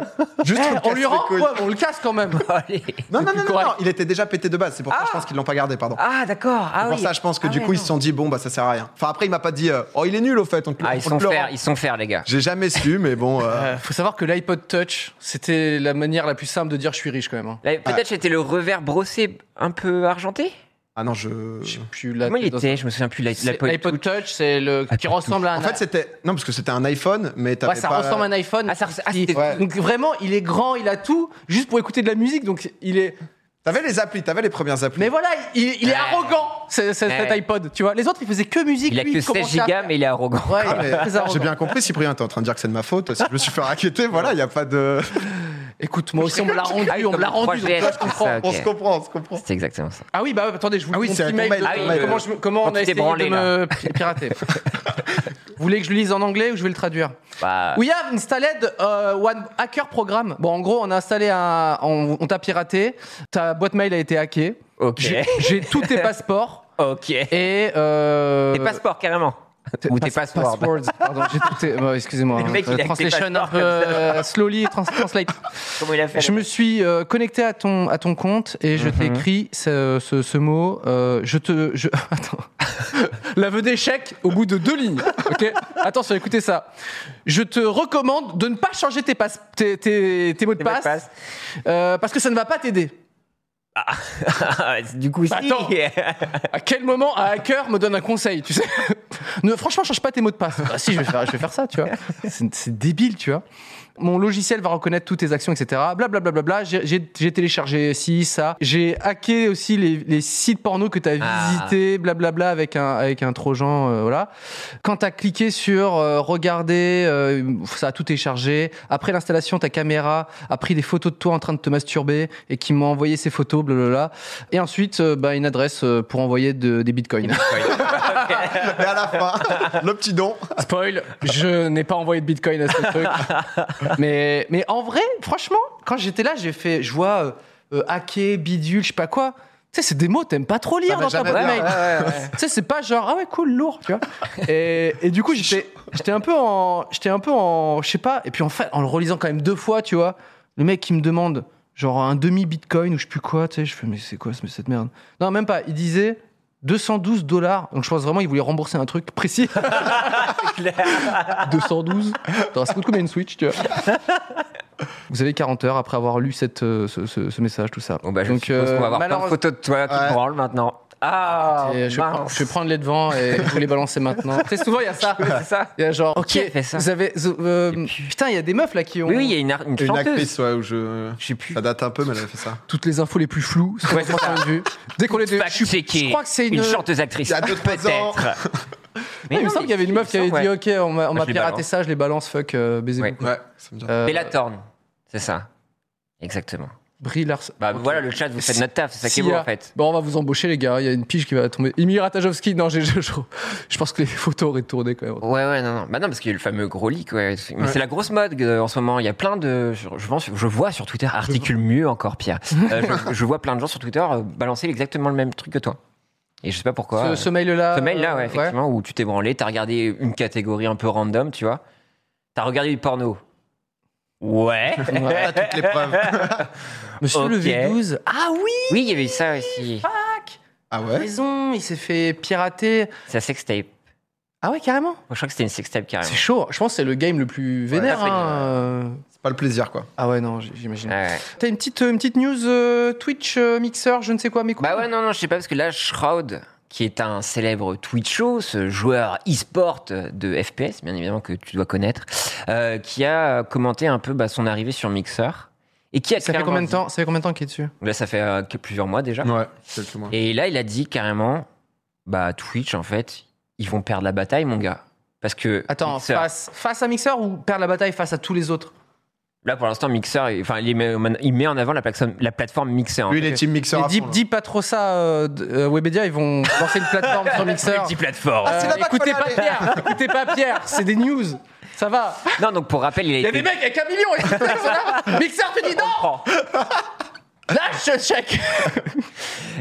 [SPEAKER 2] Juste,
[SPEAKER 1] Eh,
[SPEAKER 2] qu'on
[SPEAKER 1] on
[SPEAKER 2] casse
[SPEAKER 1] lui
[SPEAKER 2] les
[SPEAKER 1] rend
[SPEAKER 2] couilles.
[SPEAKER 1] quoi On le casse quand même.
[SPEAKER 3] Oh, Allez.
[SPEAKER 2] Non, non,
[SPEAKER 1] plus
[SPEAKER 2] non, non,
[SPEAKER 1] correct.
[SPEAKER 2] non, il était déjà pété de base. C'est pourquoi je pense qu'ils l'ont pas gardé, pardon.
[SPEAKER 3] Ah, d'accord. Ah,
[SPEAKER 2] pour
[SPEAKER 3] oui.
[SPEAKER 2] ça, je pense que
[SPEAKER 3] Ah
[SPEAKER 2] du
[SPEAKER 3] ouais,
[SPEAKER 2] coup, ils
[SPEAKER 3] non.
[SPEAKER 2] se sont dit, bon, bah ça sert à rien. Enfin, après, il m'a pas dit, euh, oh, il est nul au fait. On te-
[SPEAKER 3] Ah,
[SPEAKER 2] on
[SPEAKER 3] ils
[SPEAKER 2] te
[SPEAKER 3] sont
[SPEAKER 2] le rend.
[SPEAKER 3] faire, ils sont faire, les gars.
[SPEAKER 2] J'ai jamais su, mais bon. euh,
[SPEAKER 1] Euh, faut savoir que l'iPod Touch, c'était la manière la plus simple de dire je suis riche quand même. hein.
[SPEAKER 3] Là, Peut-être c'était le revers brossé un peu argenté.
[SPEAKER 2] Ah non, je.
[SPEAKER 1] Je sais plus là.
[SPEAKER 3] Comment il
[SPEAKER 1] dans-
[SPEAKER 3] était Je me souviens plus. la-
[SPEAKER 1] C'est-
[SPEAKER 3] la-
[SPEAKER 1] L'iPod Touch, c'est le qui ressemble à un.
[SPEAKER 2] En fait, c'était. Non, parce que c'était un iPhone, mais t'avais
[SPEAKER 1] Ouais, ça
[SPEAKER 2] pas.
[SPEAKER 1] ressemble à un iPhone.
[SPEAKER 3] Ah, ça res- ah,
[SPEAKER 1] Il-
[SPEAKER 3] c'était-
[SPEAKER 2] Ouais.
[SPEAKER 1] Donc vraiment, il est grand, il a tout, juste pour écouter de la musique. Donc il est.
[SPEAKER 2] T'avais les applis, t'avais les premières applis.
[SPEAKER 1] Mais voilà, il, il est
[SPEAKER 3] Ouais.
[SPEAKER 1] arrogant, ce- ce- cet
[SPEAKER 3] Ouais.
[SPEAKER 1] iPod. Tu vois, les autres, ils faisaient que musique.
[SPEAKER 3] Il a
[SPEAKER 1] lui,
[SPEAKER 3] que
[SPEAKER 1] commençait
[SPEAKER 3] 16
[SPEAKER 1] à
[SPEAKER 3] gigas,
[SPEAKER 1] faire-
[SPEAKER 3] mais il est arrogant.
[SPEAKER 1] Ouais,
[SPEAKER 2] Ah,
[SPEAKER 1] il est
[SPEAKER 2] mais
[SPEAKER 1] très arrogant.
[SPEAKER 2] J'ai bien compris, Cyprien, t'es en train de dire que c'est de ma faute. Si je me suis fait raqueter, voilà, il y a pas de.
[SPEAKER 1] Écoute, moi aussi, on me l'a rendu,
[SPEAKER 3] Ah oui,
[SPEAKER 1] on me
[SPEAKER 3] comme
[SPEAKER 1] l'a
[SPEAKER 3] le
[SPEAKER 1] rendu.
[SPEAKER 3] 3GS,
[SPEAKER 1] donc je
[SPEAKER 3] tout ça,
[SPEAKER 1] comprends.
[SPEAKER 3] ok.
[SPEAKER 2] On se comprend, on se comprend.
[SPEAKER 3] C'est exactement ça.
[SPEAKER 1] Ah oui, bah attendez, je vous
[SPEAKER 2] Ah oui,
[SPEAKER 1] lis mon
[SPEAKER 2] c'est
[SPEAKER 1] petit
[SPEAKER 2] un
[SPEAKER 1] mail.
[SPEAKER 2] mail.
[SPEAKER 1] de-
[SPEAKER 2] Ah oui,
[SPEAKER 1] de-
[SPEAKER 2] le-
[SPEAKER 1] comment, je me- comment
[SPEAKER 3] quand
[SPEAKER 1] on
[SPEAKER 3] tu
[SPEAKER 1] a
[SPEAKER 3] t'es
[SPEAKER 1] essayé
[SPEAKER 3] branlé,
[SPEAKER 1] de me pi- pirater Vous voulez que je le lise en anglais ou je vais le traduire
[SPEAKER 3] Bah,
[SPEAKER 1] We have installed euh, one hacker program. Bon, en gros, on a installé un. On, on t'a piraté. Ta boîte mail a été hackée.
[SPEAKER 3] Ok.
[SPEAKER 1] J'ai- J'ai tous tes passeports.
[SPEAKER 3] Ok.
[SPEAKER 1] Et. Euh,
[SPEAKER 3] Tes passeports, carrément. Ou tes bah.
[SPEAKER 1] pass-
[SPEAKER 3] passeports.
[SPEAKER 1] passwords, Pardon, j'ai tout. tes- bon, Excusez-moi.
[SPEAKER 3] Le mec,
[SPEAKER 1] hein,
[SPEAKER 3] il a que tes
[SPEAKER 1] translation un
[SPEAKER 3] passeports
[SPEAKER 1] peu
[SPEAKER 3] comme ça.
[SPEAKER 1] euh, slowly, trans- translate.
[SPEAKER 3] Comment il a fait
[SPEAKER 1] Je me
[SPEAKER 3] là
[SPEAKER 1] suis euh, connecté à ton, à ton compte
[SPEAKER 3] Mhm.
[SPEAKER 1] et je t'ai écrit ce, ce- ce mot. euh, je te. Je... Attends. L'aveu d'échec au bout de deux lignes. Ok Attention, écoutez ça. Je te recommande de ne pas changer tes, passe- tes, tes- tes mots de
[SPEAKER 3] Tes mots de
[SPEAKER 1] passe,
[SPEAKER 3] passe.
[SPEAKER 1] euh, parce que ça ne va pas t'aider.
[SPEAKER 3] Ah, Du coup, si.
[SPEAKER 1] attends. À quel moment un hacker me donne un conseil, tu sais ne, Franchement, change pas tes mots de passe. Bah, si, je vais faire, je vais faire ça, tu vois. C'est c'est débile, tu vois. Mon logiciel va reconnaître toutes tes actions, etc. Blablabla. J'ai j'ai- j'ai téléchargé ci, ça. J'ai hacké aussi les, les sites porno que tu as
[SPEAKER 3] Ah.
[SPEAKER 1] visités, blablabla, avec un, avec un trojan, euh, voilà. Quand tu as cliqué sur euh, regarder, euh, ça a tout téléchargé. Après l'installation, ta caméra a pris des photos de toi en train de te masturber et qui m'a envoyé ces photos, blablabla. Et ensuite, euh, bah, une adresse euh, pour envoyer de- des bitcoins.
[SPEAKER 2] Mais à la fin, le petit don.
[SPEAKER 1] Spoil, je n'ai pas envoyé de bitcoin à ce truc. mais, mais en vrai, franchement, quand j'étais là, j'ai fait, je vois euh, euh, hacker, bidule, je sais pas quoi. Tu sais, c'est des mots, t'aimes pas trop lire
[SPEAKER 2] Ah, mais
[SPEAKER 1] dans ta
[SPEAKER 2] jamais
[SPEAKER 1] boîte
[SPEAKER 2] lire,
[SPEAKER 1] mail.
[SPEAKER 2] ouais,
[SPEAKER 1] Tu sais, c'est pas genre, ah ouais, cool, lourd, tu vois. Et, et du coup, j'étais j'étais un peu en, j'étais un peu en, je sais pas, et puis en fait, en le relisant quand même deux fois, tu vois, le mec qui me demande, genre un demi-bitcoin ou je sais plus quoi, tu sais. Je fais, mais c'est quoi mais cette merde Non, même pas. Il disait 212 dollars. Donc je pense vraiment qu'il voulait rembourser un truc précis. 212 Attends, Ça coûte combien une Switch, tu vois Vous avez 40 heures après avoir lu cette, euh, ce, ce- ce message, tout ça.
[SPEAKER 3] Bon, bah, je
[SPEAKER 1] Donc,
[SPEAKER 3] suppose qu'on va avoir plein de
[SPEAKER 1] malheureusement-
[SPEAKER 3] photos de toi qui te
[SPEAKER 2] Ouais.
[SPEAKER 3] branlent maintenant. Ah,
[SPEAKER 1] Et je, vais prendre-
[SPEAKER 3] mince.
[SPEAKER 1] je vais prendre les devants et vous les balancer maintenant. Tu sais, souvent, il y a ça.
[SPEAKER 3] C'est ça.
[SPEAKER 1] Il y a genre,
[SPEAKER 3] Ok,
[SPEAKER 1] ok,
[SPEAKER 3] fais ça.
[SPEAKER 1] vous avez. euh,
[SPEAKER 3] Et puis-
[SPEAKER 1] putain, il y a des meufs là qui ont
[SPEAKER 3] Oui, oui, il y a une, ar- une
[SPEAKER 2] Une
[SPEAKER 3] chanteuse.
[SPEAKER 2] actrice, ouais, où je.
[SPEAKER 3] Je sais plus.
[SPEAKER 2] Ça date un peu, mais elle avait fait ça.
[SPEAKER 1] toutes les infos les plus floues. sur
[SPEAKER 3] Ouais,
[SPEAKER 1] le point de vue. Dès qu'on les dé- je, suis-
[SPEAKER 3] Fact-checké.
[SPEAKER 1] je crois que c'est une.
[SPEAKER 3] Une chanteuse actrice.
[SPEAKER 2] Il y a deux, trois ans.
[SPEAKER 3] Mais
[SPEAKER 1] il me
[SPEAKER 3] non, mais
[SPEAKER 1] semble qu'il y avait une meuf qui
[SPEAKER 3] il me
[SPEAKER 1] avait dit
[SPEAKER 3] semble,
[SPEAKER 1] Ok, on m'a
[SPEAKER 3] Moi,
[SPEAKER 1] on m'a
[SPEAKER 3] je les
[SPEAKER 1] piraté
[SPEAKER 3] balance.
[SPEAKER 1] ça, je les balance, fuck, euh, baisez-vous.
[SPEAKER 3] Ouais.
[SPEAKER 2] Ouais, ça me dit.
[SPEAKER 3] ouais.
[SPEAKER 1] Euh,
[SPEAKER 3] Bella Thorne, c'est ça. Exactement.
[SPEAKER 1] Brie Larson.
[SPEAKER 3] Bah
[SPEAKER 1] Ok.
[SPEAKER 3] voilà, le chat, vous faites notre taf, c'est ça qui est
[SPEAKER 1] Sia.
[SPEAKER 3] beau en fait.
[SPEAKER 1] Bon, on va vous embaucher, les gars. Il y a une pige qui va tomber. Emily Ratajkowski, non, j'ai- je, je, je pense que les photos auraient tourné quand même.
[SPEAKER 3] Ouais, ouais, non, non. Bah non, parce qu'il y a eu le fameux gros leak, ouais. Mais c'est la grosse mode euh, en ce moment. Il y a plein de. Je, je pense- je vois sur Twitter, articule mieux encore, Pierre. Euh, je, je vois plein de gens sur Twitter euh, balancer exactement le même truc que toi. Et je sais pas pourquoi. euh,
[SPEAKER 1] ce, ce mail-là.
[SPEAKER 3] Ce mail-là, ouais,
[SPEAKER 1] euh,
[SPEAKER 3] effectivement, où tu t'es branlé, t'as regardé une catégorie un peu random, tu vois. T'as regardé du porno. Ouais.
[SPEAKER 2] Pas toutes les preuves.
[SPEAKER 1] Monsieur le
[SPEAKER 3] Ok.
[SPEAKER 1] V12. Ah oui,
[SPEAKER 3] oui, il y avait ça aussi.
[SPEAKER 2] Ah
[SPEAKER 1] t'as
[SPEAKER 2] ouais
[SPEAKER 1] raison, il s'est fait pirater.
[SPEAKER 3] C'est un sextape. Moi,
[SPEAKER 1] Ah ouais, carrément.
[SPEAKER 3] je crois que c'était une sextape carrément.
[SPEAKER 1] C'est chaud. hein. Je pense que c'est le game le plus vénère.
[SPEAKER 3] Ah ça fait-
[SPEAKER 1] hein, euh.
[SPEAKER 2] C'est pas le plaisir, quoi.
[SPEAKER 1] Ah ouais, non, j- j'imagine.
[SPEAKER 3] Ouais.
[SPEAKER 1] T'as une petite, une petite news euh, Twitch, euh, mixeur, je ne sais quoi, mais quoi
[SPEAKER 3] Bah ouais, non, non, je sais pas, parce que là, Shroud, qui est un célèbre Twitcho, ce joueur e-sport de FPS, bien évidemment, que tu dois connaître, euh, qui a commenté un peu bah, son arrivée sur Mixer. Et qui a
[SPEAKER 1] Ça fait,
[SPEAKER 3] clairement
[SPEAKER 1] combien de
[SPEAKER 3] dit-
[SPEAKER 1] temps, ça fait combien de temps qu'il est dessus
[SPEAKER 3] Là, ça fait euh, plusieurs mois déjà.
[SPEAKER 2] Ouais, quelques mois.
[SPEAKER 3] Et là, il a dit carrément, bah Twitch, en fait, ils vont perdre la bataille, mon gars. Parce que
[SPEAKER 1] Attends,
[SPEAKER 3] Mixer-
[SPEAKER 1] face, face à Mixeur ou perdre la bataille face à tous les autres
[SPEAKER 3] là, pour l'instant, Mixer, il- enfin, il met, il met en avant la plateforme, la plateforme Mixer. en
[SPEAKER 2] Lui,
[SPEAKER 3] fait.
[SPEAKER 2] il est team mixeur.
[SPEAKER 1] Et
[SPEAKER 2] à
[SPEAKER 1] dis,
[SPEAKER 2] fond, là.
[SPEAKER 1] dis pas trop ça, euh, d- euh, Webedia, ils vont lancer une plateforme sur Mixeur.
[SPEAKER 3] Multi-plateforme.
[SPEAKER 1] Euh, écoutez pas Pierre, écoutez pas Pierre, c'est des news, ça va.
[SPEAKER 3] Non, donc pour rappel, il a
[SPEAKER 1] Il y a
[SPEAKER 3] été
[SPEAKER 1] des mecs avec un million, ils sont là. Mixeur, tu dis non
[SPEAKER 3] prend.
[SPEAKER 1] Lâche ce chèque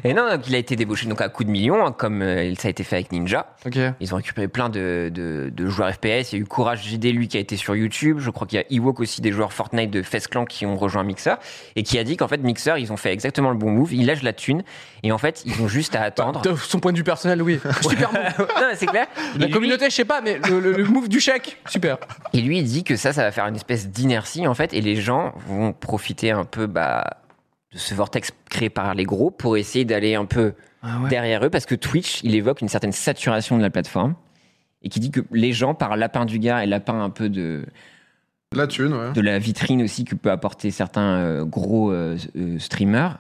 [SPEAKER 3] Et Eh non, donc, il a été débauché donc à coup de millions, hein, comme euh, ça a été fait avec Ninja.
[SPEAKER 1] Ok.
[SPEAKER 3] Ils ont récupéré plein de, de- de joueurs FPS. Il y a eu Courage JD, lui, qui a été sur YouTube. Je crois qu'il y a Ewok aussi, des joueurs Fortnite de Fest Clan qui ont rejoint Mixer et qui a dit qu'en fait, Mixer, ils ont fait exactement le bon move. Ils lâchent la thune et en fait, ils ont juste à attendre.
[SPEAKER 1] De son point de vue personnel, oui. Super move.
[SPEAKER 3] non, mais c'est clair. Et
[SPEAKER 1] La
[SPEAKER 3] lui-
[SPEAKER 1] communauté, je sais pas, mais le, le- le move du chèque, super.
[SPEAKER 3] Et lui, il dit que ça, ça va faire une espèce d'inertie, en fait, et les gens vont profiter un peu bah, de ce vortex créé par les gros pour essayer d'aller un peu derrière eux, parce que Twitch, il évoque une certaine saturation de la plateforme, et qui dit que les gens, par lapin du gars et lapin un peu de,
[SPEAKER 2] La thune, ouais.
[SPEAKER 3] de la vitrine aussi que peut apporter certains euh, gros euh, euh, streamers,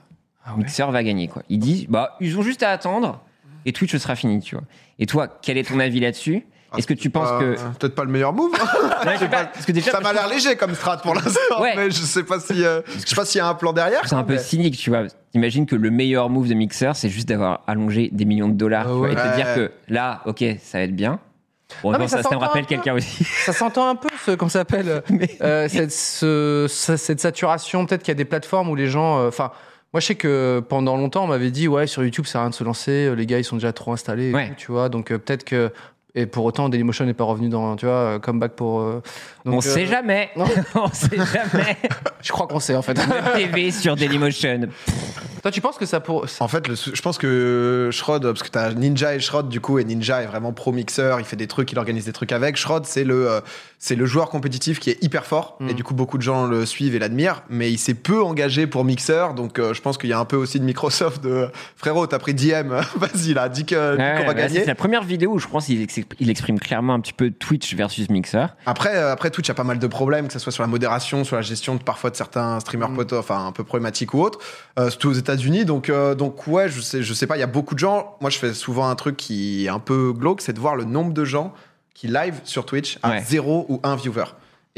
[SPEAKER 3] Mixer va gagner, quoi. Il dit, bah, ils ont juste à attendre, et Twitch sera fini, tu vois. Et toi, quel est ton avis là-dessus
[SPEAKER 2] Ah,
[SPEAKER 3] Est-ce que tu penses
[SPEAKER 2] Pas-
[SPEAKER 3] que...
[SPEAKER 2] Peut-être pas le meilleur move.
[SPEAKER 3] Ouais, je sais pas, parce que déjà,
[SPEAKER 2] ça m'a l'air léger comme strat pour l'instant,
[SPEAKER 3] Ouais.
[SPEAKER 2] mais je sais pas si euh, je sais pas s'il y a un plan derrière.
[SPEAKER 3] C'est un peu
[SPEAKER 2] mais-
[SPEAKER 3] cynique, tu vois. T'imagines que le meilleur move de Mixer, c'est juste d'avoir allongé des millions de dollars
[SPEAKER 1] Ah
[SPEAKER 3] tu vois,
[SPEAKER 1] ouais.
[SPEAKER 3] et te
[SPEAKER 2] Ouais.
[SPEAKER 3] dire que là, ok, ça va être bien. Bon,
[SPEAKER 1] Non,
[SPEAKER 3] non,
[SPEAKER 1] mais
[SPEAKER 3] ça,
[SPEAKER 1] ça
[SPEAKER 3] ça me
[SPEAKER 1] s'entend
[SPEAKER 3] rappelle
[SPEAKER 1] un peu.
[SPEAKER 3] quelqu'un aussi.
[SPEAKER 1] Ça s'entend un peu, ce, comment ça s'appelle euh, euh, cette, ce- ce- cette saturation, peut-être qu'il y a des plateformes où les gens. euh, Enfin, moi, je sais que pendant longtemps, on m'avait dit ouais, sur YouTube, ça sert à rien de se lancer. euh, Les gars, ils sont déjà trop installés. et
[SPEAKER 3] Ouais.
[SPEAKER 1] tout, tu vois, donc euh, peut-être que. Et pour autant, Dailymotion n'est pas revenu dans, tu vois, euh, comeback pour. euh, donc,
[SPEAKER 3] on
[SPEAKER 1] euh,
[SPEAKER 3] sait jamais.
[SPEAKER 1] non.
[SPEAKER 3] on sait jamais.
[SPEAKER 1] Je crois qu'on sait en fait.
[SPEAKER 3] TV sur Dailymotion.
[SPEAKER 1] Toi, tu penses que ça pour.
[SPEAKER 2] En fait, le sou- je pense que Schrod, parce que t'as Ninja et Schrod du coup, et Ninja est vraiment pro mixeur, il fait des trucs, il organise des trucs avec. Schrod, c'est le, euh, c'est le joueur compétitif qui est hyper fort,
[SPEAKER 3] Mm.
[SPEAKER 2] et du coup, beaucoup de gens le suivent et l'admirent, mais il s'est peu engagé pour mixeur, donc euh, je pense qu'il y a un peu aussi de Microsoft de euh, frérot, t'as pris DM, vas-y là, dis que- dis qu'on
[SPEAKER 3] Ouais,
[SPEAKER 2] va
[SPEAKER 3] bah,
[SPEAKER 2] gagner.
[SPEAKER 3] c'est la première vidéo où je pense qu'il exprime, il exprime clairement un petit peu Twitch versus Mixer.
[SPEAKER 2] Après, euh, après Twitch a pas mal de problèmes, que ce soit sur la modération, sur la gestion de, parfois de certains streamers
[SPEAKER 1] Mm.
[SPEAKER 2] potos, enfin un peu problématiques ou autres, euh, surtout aux États-Unis. Donc, euh, donc ouais, je sais, je sais pas, il y a beaucoup de gens. Moi, je fais souvent un truc qui est un peu glauque, c'est de voir le nombre de gens qui live sur Twitch à
[SPEAKER 3] Ouais.
[SPEAKER 2] zéro ou un viewer.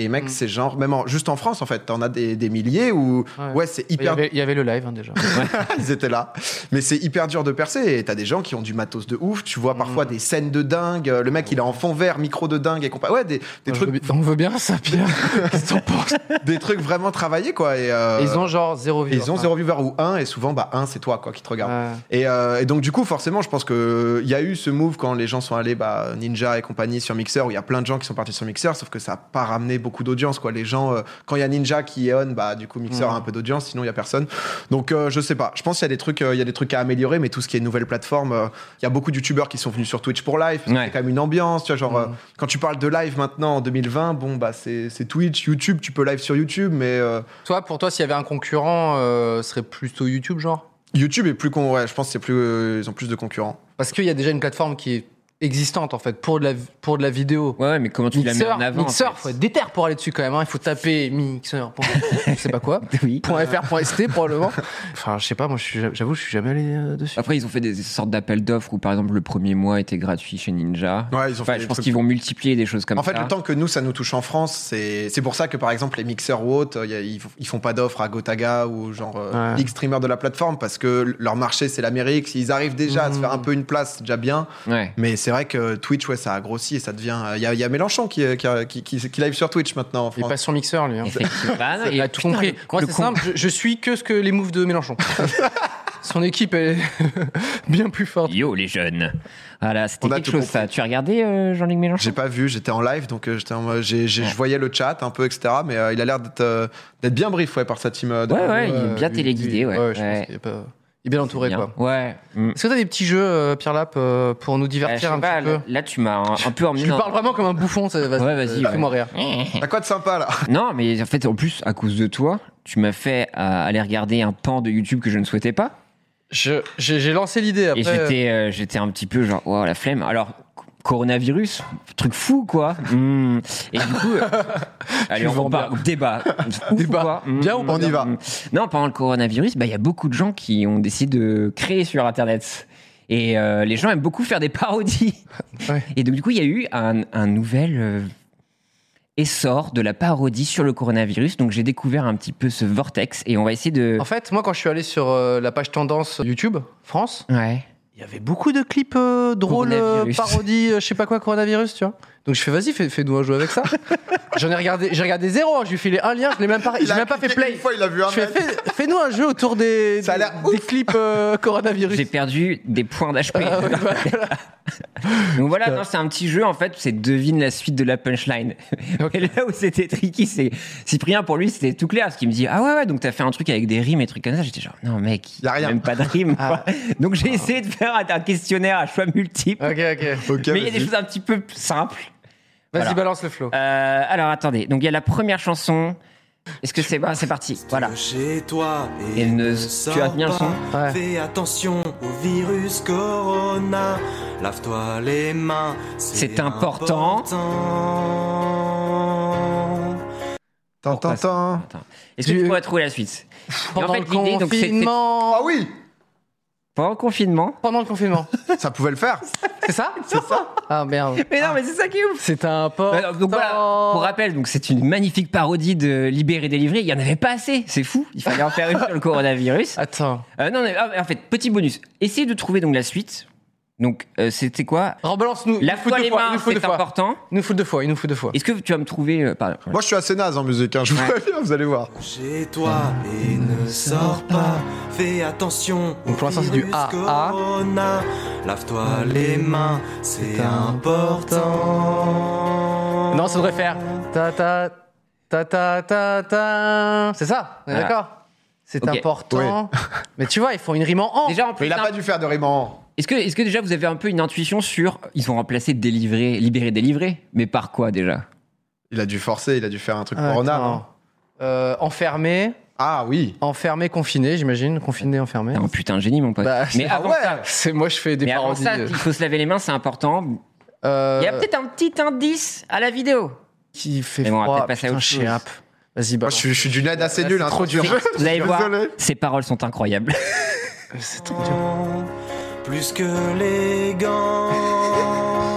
[SPEAKER 2] Et mec,
[SPEAKER 1] Mm.
[SPEAKER 2] c'est genre, même en- juste en France, en fait, t'en as des, des milliers où,
[SPEAKER 1] Ouais.
[SPEAKER 2] ouais, c'est
[SPEAKER 1] Il y,
[SPEAKER 2] hyper
[SPEAKER 1] avait, il y avait le live hein, déjà.
[SPEAKER 2] ils étaient là. Mais c'est hyper dur de percer. Et t'as des gens qui ont du matos de ouf. Tu vois parfois
[SPEAKER 1] Mm.
[SPEAKER 2] des scènes de dingue. Le mec, il est en fond vert, micro de dingue et compagnie. Ouais, des,
[SPEAKER 1] On
[SPEAKER 2] des, trucs,
[SPEAKER 1] veut bi- On veut bien ça, Pierre. Qu'est-ce que t'en penses
[SPEAKER 2] des trucs vraiment travaillés, quoi. Et, euh,
[SPEAKER 1] Ils ont genre zéro
[SPEAKER 2] et
[SPEAKER 1] view.
[SPEAKER 2] Euh, ils ont zéro viewer ou un. Et souvent, bah, un, c'est toi, quoi, qui te regarde.
[SPEAKER 1] Ouais.
[SPEAKER 2] Et, euh, et donc du coup, forcément, je pense que il y a eu ce move quand les gens sont allés bah, Ninja et compagnie sur Mixer, où il y a plein de gens qui sont partis sur Mixer, sauf que ça n'a pas ramené beaucoup d'audience, quoi. Les gens, euh, quand il y a Ninja qui est on, bah, du coup,
[SPEAKER 1] Mm.
[SPEAKER 2] Mixer a un peu d'audience, sinon il y a personne. Donc, euh, je sais pas. Je pense qu'il y a des trucs, euh, il y a des trucs à améliorer, mais tout ce qui est nouvelle plateforme, euh, il y a beaucoup de youtubeurs qui sont venus sur Twitch pour live. parce que
[SPEAKER 3] Ouais.
[SPEAKER 2] C'est quand même une ambiance, tu vois.
[SPEAKER 1] Mm.
[SPEAKER 2] Genre, euh, quand tu parles de live maintenant en 2020, bon, bah, c'est c'est Twitch, YouTube, tu peux live sur YouTube, mais euh,
[SPEAKER 1] Toi, pour toi, s'il y avait un concurrent, euh, ce serait plutôt YouTube, genre
[SPEAKER 2] YouTube est plus con, ouais, je pense que c'est plus, euh, ils ont plus de concurrents.
[SPEAKER 1] Parce qu'il y a déjà une plateforme qui est existante, en fait, pour de la, pour de la vidéo.
[SPEAKER 3] Ouais, ouais, mais comment tu la mets
[SPEAKER 1] Mixer,
[SPEAKER 3] en avant en
[SPEAKER 1] Mixer,
[SPEAKER 3] fait
[SPEAKER 1] faut être déter pour aller dessus quand même. hein. Il faut taper Mixer. Pour... je sais pas quoi.
[SPEAKER 3] Oui.
[SPEAKER 1] Point .fr, point .st probablement. Enfin, je sais pas, moi je suis- j'avoue, je suis jamais allé euh, dessus.
[SPEAKER 3] Après, ils ont fait des sortes d'appels d'offres où, par exemple, le premier mois était gratuit chez Ninja.
[SPEAKER 2] Ouais, ils ont
[SPEAKER 3] Enfin,
[SPEAKER 2] fait
[SPEAKER 3] je
[SPEAKER 2] des
[SPEAKER 3] pense
[SPEAKER 2] trucs-
[SPEAKER 3] qu'ils vont multiplier des choses comme
[SPEAKER 2] En fait,
[SPEAKER 3] ça.
[SPEAKER 2] le temps que nous, ça nous touche en France, c'est c'est pour ça que par exemple les mixeurs ou autres, euh, y a- ils, f- ils font pas d'offres à Gotaga ou genre euh,
[SPEAKER 1] Ouais.
[SPEAKER 2] X streamer de la plateforme parce que l- leur marché c'est l'Amérique. S'ils arrivent déjà à se
[SPEAKER 1] Mmh.
[SPEAKER 2] faire un peu une place, c'est déjà bien.
[SPEAKER 3] Ouais.
[SPEAKER 2] Mais c'est vrai que Twitch, ouais, ça a grossi et ça devient. Il y, a- y a Mélenchon qui, euh, qui, a- qui, qui- qui live sur Twitch maintenant en
[SPEAKER 1] Il est
[SPEAKER 2] France.
[SPEAKER 1] pas sur Mixer, lui. hein.
[SPEAKER 3] Effectivement. Ah, non,
[SPEAKER 1] Il
[SPEAKER 3] et
[SPEAKER 1] a tout
[SPEAKER 3] putain,
[SPEAKER 1] compris.
[SPEAKER 3] le-
[SPEAKER 1] Moi,
[SPEAKER 3] le
[SPEAKER 1] c'est
[SPEAKER 3] com-
[SPEAKER 1] simple, je, je suis que ce que les moves de Mélenchon. Son équipe est bien plus forte.
[SPEAKER 3] Yo, les jeunes. Voilà, c'était
[SPEAKER 2] On a
[SPEAKER 3] quelque
[SPEAKER 2] tout
[SPEAKER 3] chose,
[SPEAKER 2] compris.
[SPEAKER 3] ça. Tu as regardé euh, Jean-Luc Mélenchon
[SPEAKER 2] J'ai pas vu, j'étais en live donc euh, j'étais en mode- j'ai- j'ai- je voyais le chat un peu, etc. Mais euh, il a l'air d'être euh, d'être bien brief ouais, par sa team. euh, de-
[SPEAKER 3] Ouais, ouais, il est
[SPEAKER 1] Euh,
[SPEAKER 3] bien
[SPEAKER 1] lui-
[SPEAKER 3] téléguidé,
[SPEAKER 1] lui-
[SPEAKER 3] ouais.
[SPEAKER 1] je pense qu'il est pas- il est bien entouré,
[SPEAKER 3] Bien.
[SPEAKER 1] quoi.
[SPEAKER 3] Ouais. Mm.
[SPEAKER 1] Est-ce que t'as des petits jeux, euh, Pierre Lap, euh, pour nous
[SPEAKER 3] Euh, je
[SPEAKER 1] divertir
[SPEAKER 3] sais
[SPEAKER 1] un
[SPEAKER 3] pas,
[SPEAKER 1] petit peu
[SPEAKER 3] là, là, tu m'as un, un peu emmené.
[SPEAKER 1] Je lui
[SPEAKER 3] dans-
[SPEAKER 1] parle vraiment comme un bouffon, ça va.
[SPEAKER 3] Ouais, vas-y,
[SPEAKER 1] euh, Fais-moi rire.
[SPEAKER 2] T'as quoi de sympa là
[SPEAKER 3] Non, mais en fait, en plus, à cause de toi, tu m'as fait euh, aller regarder un pan de YouTube que je ne souhaitais pas.
[SPEAKER 1] Je- J'ai j'ai lancé l'idée après.
[SPEAKER 3] Et j'étais, euh, j'étais un petit peu genre, wow, la flemme. Alors, co- coronavirus, truc fou, quoi. Hmm. Et du coup, euh, allez,
[SPEAKER 1] le
[SPEAKER 3] on
[SPEAKER 1] vends
[SPEAKER 3] repart. Débat. Ouf,
[SPEAKER 1] Débat.
[SPEAKER 3] quoi. Hmm,
[SPEAKER 1] Bien ou pas
[SPEAKER 2] On y va.
[SPEAKER 3] hmm. Non, pendant le coronavirus, bah, il y a beaucoup de gens qui ont décidé de créer sur Internet. Et euh, les gens aiment beaucoup faire des parodies.
[SPEAKER 1] Ouais.
[SPEAKER 3] Et donc, du coup, il y a eu un, un nouvel euh, essor de la parodie sur le coronavirus. Donc, j'ai découvert un petit peu ce vortex et on va essayer de.
[SPEAKER 1] euh, En fait, moi, quand je suis allé sur euh, la page tendance YouTube France,
[SPEAKER 3] Ouais.
[SPEAKER 1] il y avait beaucoup de clips euh, drôles, euh,
[SPEAKER 3] Coronavirus.
[SPEAKER 1] parodies, euh, je sais pas quoi, coronavirus, tu vois. Donc je fais, vas-y, fais- fais-nous un jeu avec ça. J'en ai regardé, j'ai regardé zéro, hein, je lui ai filé un lien, je l'ai même pas,
[SPEAKER 2] Il
[SPEAKER 1] j'ai
[SPEAKER 2] a
[SPEAKER 1] même pas fait
[SPEAKER 2] cliqué
[SPEAKER 1] play.
[SPEAKER 2] Une fois, il a vu un
[SPEAKER 1] Je fais,
[SPEAKER 2] mec.
[SPEAKER 1] fais- fais-nous un jeu autour des,
[SPEAKER 2] Ça a
[SPEAKER 1] des,
[SPEAKER 2] l'air ouf.
[SPEAKER 1] des clips euh, coronavirus.
[SPEAKER 3] J'ai perdu des points d'HP.
[SPEAKER 1] Ah ouais, bah,
[SPEAKER 3] Donc voilà, non, c'est un petit jeu en fait, c'est devine la suite de la punchline. Et là où c'était tricky, c'est Cyprien pour lui c'était tout clair parce qu'il me dit ah ouais ouais donc t'as fait un truc avec des rimes et trucs comme ça. J'étais genre non mec,
[SPEAKER 2] Y a rien.
[SPEAKER 3] même pas de rimes.
[SPEAKER 1] Ah.
[SPEAKER 3] quoi. Donc j'ai essayé de faire un un questionnaire à choix multiples,
[SPEAKER 1] ok, ok.
[SPEAKER 2] Ok,
[SPEAKER 3] mais il y a des
[SPEAKER 2] vas-y.
[SPEAKER 3] choses un petit peu simples.
[SPEAKER 1] Vas-y,
[SPEAKER 3] Voilà.
[SPEAKER 1] balance le flow.
[SPEAKER 3] Euh, alors attendez, donc il y a la première chanson. Est-ce que c'est bah, c'est parti Voilà.
[SPEAKER 5] Chez toi et,
[SPEAKER 3] Et ne-
[SPEAKER 5] ne
[SPEAKER 3] tu
[SPEAKER 5] sors
[SPEAKER 3] vas tenir le
[SPEAKER 5] pas.
[SPEAKER 3] son
[SPEAKER 1] Ouais.
[SPEAKER 5] Fais attention au virus corona. Lave-toi les mains.
[SPEAKER 3] C'est important.
[SPEAKER 5] important.
[SPEAKER 2] Tant, tant,
[SPEAKER 3] Pourquoi ça
[SPEAKER 2] tant.
[SPEAKER 3] Attends. Est-ce que
[SPEAKER 1] Tu-
[SPEAKER 3] tu pourrais trouver la suite Et en
[SPEAKER 1] Pendant
[SPEAKER 3] fait,
[SPEAKER 1] le
[SPEAKER 3] l'idée, donc, c'est-
[SPEAKER 1] confinement.
[SPEAKER 2] Ah oui
[SPEAKER 3] Pendant le confinement
[SPEAKER 1] Pendant le confinement.
[SPEAKER 2] Ça pouvait le faire.
[SPEAKER 1] C'est ça C'est ça. Ah merde.
[SPEAKER 3] Mais non mais c'est ça qui est ouf.
[SPEAKER 1] C'est un port.
[SPEAKER 3] Bah, donc voilà, pour rappel, donc c'est une magnifique parodie de Libéré délivré. Il y en avait pas assez, c'est fou. Il fallait en faire une sur le coronavirus.
[SPEAKER 1] Attends.
[SPEAKER 3] Euh, non, mais, ah, en fait, petit bonus. Essayez de trouver donc la suite. Donc euh, c'était quoi
[SPEAKER 1] Rebalance-nous.
[SPEAKER 3] La
[SPEAKER 1] Il nous fout
[SPEAKER 3] fois
[SPEAKER 1] deux
[SPEAKER 3] les
[SPEAKER 1] fois, il
[SPEAKER 3] mains,
[SPEAKER 1] nous fout deux
[SPEAKER 3] c'est
[SPEAKER 1] fois.
[SPEAKER 3] important.
[SPEAKER 1] Il nous fout deux fois, il nous fout deux fois.
[SPEAKER 3] Est-ce que tu vas me trouver euh, pardon.
[SPEAKER 2] Moi, je suis assez naze en musique, hein, je vous préviens, vous allez voir.
[SPEAKER 5] Chez toi et ne sors pas. Fais attention au
[SPEAKER 1] Donc, pour l'instant, c'est du
[SPEAKER 5] virus
[SPEAKER 1] A, A.
[SPEAKER 5] corona. Lave-toi les mains. C'est important.
[SPEAKER 1] Non, ça devrait faire. Ta ta ta ta ta ta. C'est ça, on est
[SPEAKER 3] Voilà.
[SPEAKER 1] d'accord C'est
[SPEAKER 3] Ok.
[SPEAKER 1] important. Mais tu vois, ils font une rime en en.
[SPEAKER 3] Déjà en plus,
[SPEAKER 2] Mais il a
[SPEAKER 3] hein,
[SPEAKER 2] pas dû faire de rime en.
[SPEAKER 3] est-ce que est-ce que déjà vous avez un peu une intuition sur ils ont remplacé délivré, libéré délivré, mais par quoi déjà
[SPEAKER 2] Il a dû forcer, il a dû faire un truc
[SPEAKER 1] Ah, Attends.
[SPEAKER 2] corona. hein.
[SPEAKER 1] Euh, enfermé,
[SPEAKER 2] Ah oui.
[SPEAKER 1] enfermé, confiné, j'imagine. Confiné, enfermé.
[SPEAKER 3] T'es un Oh, putain de génie mon pote.
[SPEAKER 1] Bah,
[SPEAKER 3] mais
[SPEAKER 1] ah
[SPEAKER 3] avant
[SPEAKER 2] ouais.
[SPEAKER 3] ça,
[SPEAKER 1] C'est moi, je fais des
[SPEAKER 3] mais avant
[SPEAKER 1] parodies.
[SPEAKER 3] ça, il faut se laver les mains, c'est important.
[SPEAKER 1] euh,
[SPEAKER 3] Il y a peut-être un petit indice à la vidéo.
[SPEAKER 1] qui fait
[SPEAKER 3] Mais bon, on va
[SPEAKER 1] froid.
[SPEAKER 3] peut-être passer à
[SPEAKER 1] Putain,
[SPEAKER 3] autre
[SPEAKER 1] je
[SPEAKER 3] chose.
[SPEAKER 1] sais pas. Vas-y, bah.
[SPEAKER 2] Moi, je suis, je suis d'une aide assez
[SPEAKER 1] Là,
[SPEAKER 2] nulle,
[SPEAKER 1] c'est
[SPEAKER 2] hein,
[SPEAKER 1] trop dur.
[SPEAKER 2] je suis
[SPEAKER 3] Vous allez voir,
[SPEAKER 2] désolé.
[SPEAKER 3] ces paroles sont incroyables.
[SPEAKER 1] C'est trop dur.
[SPEAKER 5] Plus que les gants.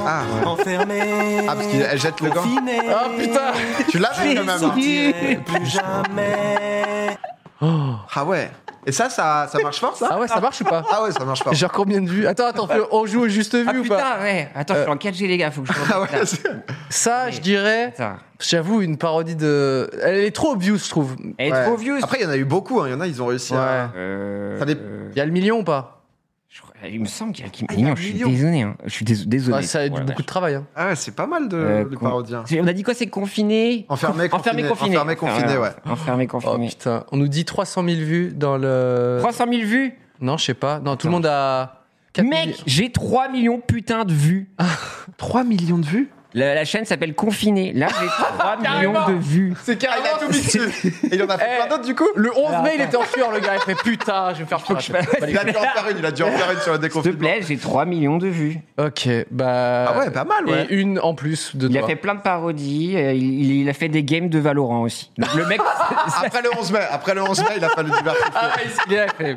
[SPEAKER 2] Ah, ouais.
[SPEAKER 5] Enfermé.
[SPEAKER 2] Ah, parce qu'elle jette le gant.
[SPEAKER 5] confiné.
[SPEAKER 1] Ah putain
[SPEAKER 2] Tu l'as fait quand même. hein.
[SPEAKER 5] Sortirai plus jamais.
[SPEAKER 2] Ah ouais. Et ça, ça, ça marche fort, ça
[SPEAKER 1] Ah ouais, ça marche ou pas
[SPEAKER 2] Ah ouais, ça marche fort.
[SPEAKER 1] Genre combien de vues Attends, attends, on joue au juste vu
[SPEAKER 3] Ah
[SPEAKER 1] ou pas
[SPEAKER 3] putain, ouais. Attends, je suis en 4G, les gars, faut que je
[SPEAKER 2] Euh. Ah
[SPEAKER 3] regarde
[SPEAKER 2] ouais,
[SPEAKER 3] ça.
[SPEAKER 2] c'est-
[SPEAKER 1] Ça, je dirais.
[SPEAKER 3] Attends.
[SPEAKER 1] J'avoue, une parodie de. Elle est trop obvious, je trouve.
[SPEAKER 3] Elle est
[SPEAKER 2] ouais.
[SPEAKER 3] trop vieux. Euh,
[SPEAKER 2] Après, il y en a eu beaucoup, hein, il y en a, ils ont réussi
[SPEAKER 1] Ouais.
[SPEAKER 2] à. Ça dé-
[SPEAKER 1] Il y a le million ou pas
[SPEAKER 3] Je crois- Il me semble qu'il y a Kim
[SPEAKER 2] Ah, il y
[SPEAKER 3] Mignon.
[SPEAKER 2] a un
[SPEAKER 3] Je suis
[SPEAKER 2] million.
[SPEAKER 3] désolé. hein. Je suis dés- désolé.
[SPEAKER 1] Ah, ça a eu
[SPEAKER 3] Oh la
[SPEAKER 1] beaucoup de
[SPEAKER 3] vache.
[SPEAKER 1] travail. hein.
[SPEAKER 2] Ah, ouais, c'est pas mal de
[SPEAKER 3] Euh,
[SPEAKER 2] les
[SPEAKER 3] con-
[SPEAKER 2] parodiens.
[SPEAKER 3] On a dit quoi C'est confiné
[SPEAKER 2] Enfermé,
[SPEAKER 3] Con-
[SPEAKER 2] confiné, enfermé, confiné,
[SPEAKER 3] Voilà.
[SPEAKER 2] ouais.
[SPEAKER 3] hein. Enfermé,
[SPEAKER 1] Oh
[SPEAKER 3] confiné.
[SPEAKER 1] putain, on nous dit 300 000 vues dans le.
[SPEAKER 3] 300 000 vues
[SPEAKER 1] Non, je sais pas. Non, tout le monde a. quatre
[SPEAKER 3] Mec,
[SPEAKER 1] millions.
[SPEAKER 3] j'ai 3 millions putain de vues.
[SPEAKER 2] 3 millions de vues
[SPEAKER 3] La, la chaîne s'appelle Confiné. Là, j'ai 3 millions de vues.
[SPEAKER 2] C'est Ah, carrément Ah, il a tout mis dessus. Et il en a fait
[SPEAKER 1] Eh.
[SPEAKER 2] plein d'autres du coup
[SPEAKER 1] Le 11 mai, il était en sueur, le gars. Il fait putain, je vais me faire
[SPEAKER 3] Faut que je fasse-
[SPEAKER 2] Il a dû en faire une, il a dû en faire une sur
[SPEAKER 3] S'il
[SPEAKER 2] la
[SPEAKER 3] te
[SPEAKER 2] déconfinement.
[SPEAKER 3] plaît, j'ai 3 millions de vues.
[SPEAKER 1] Ok, bah.
[SPEAKER 2] Ah ouais, pas mal, ouais.
[SPEAKER 1] Et une en plus de
[SPEAKER 3] Il a
[SPEAKER 1] toi.
[SPEAKER 3] fait plein de parodies. euh, Il, il a fait des games de Valorant aussi. Donc, le mec.
[SPEAKER 2] Après le 11 mai, après le 11 mai, il a fallu diversifier.
[SPEAKER 1] Ah, il s'est bien fait.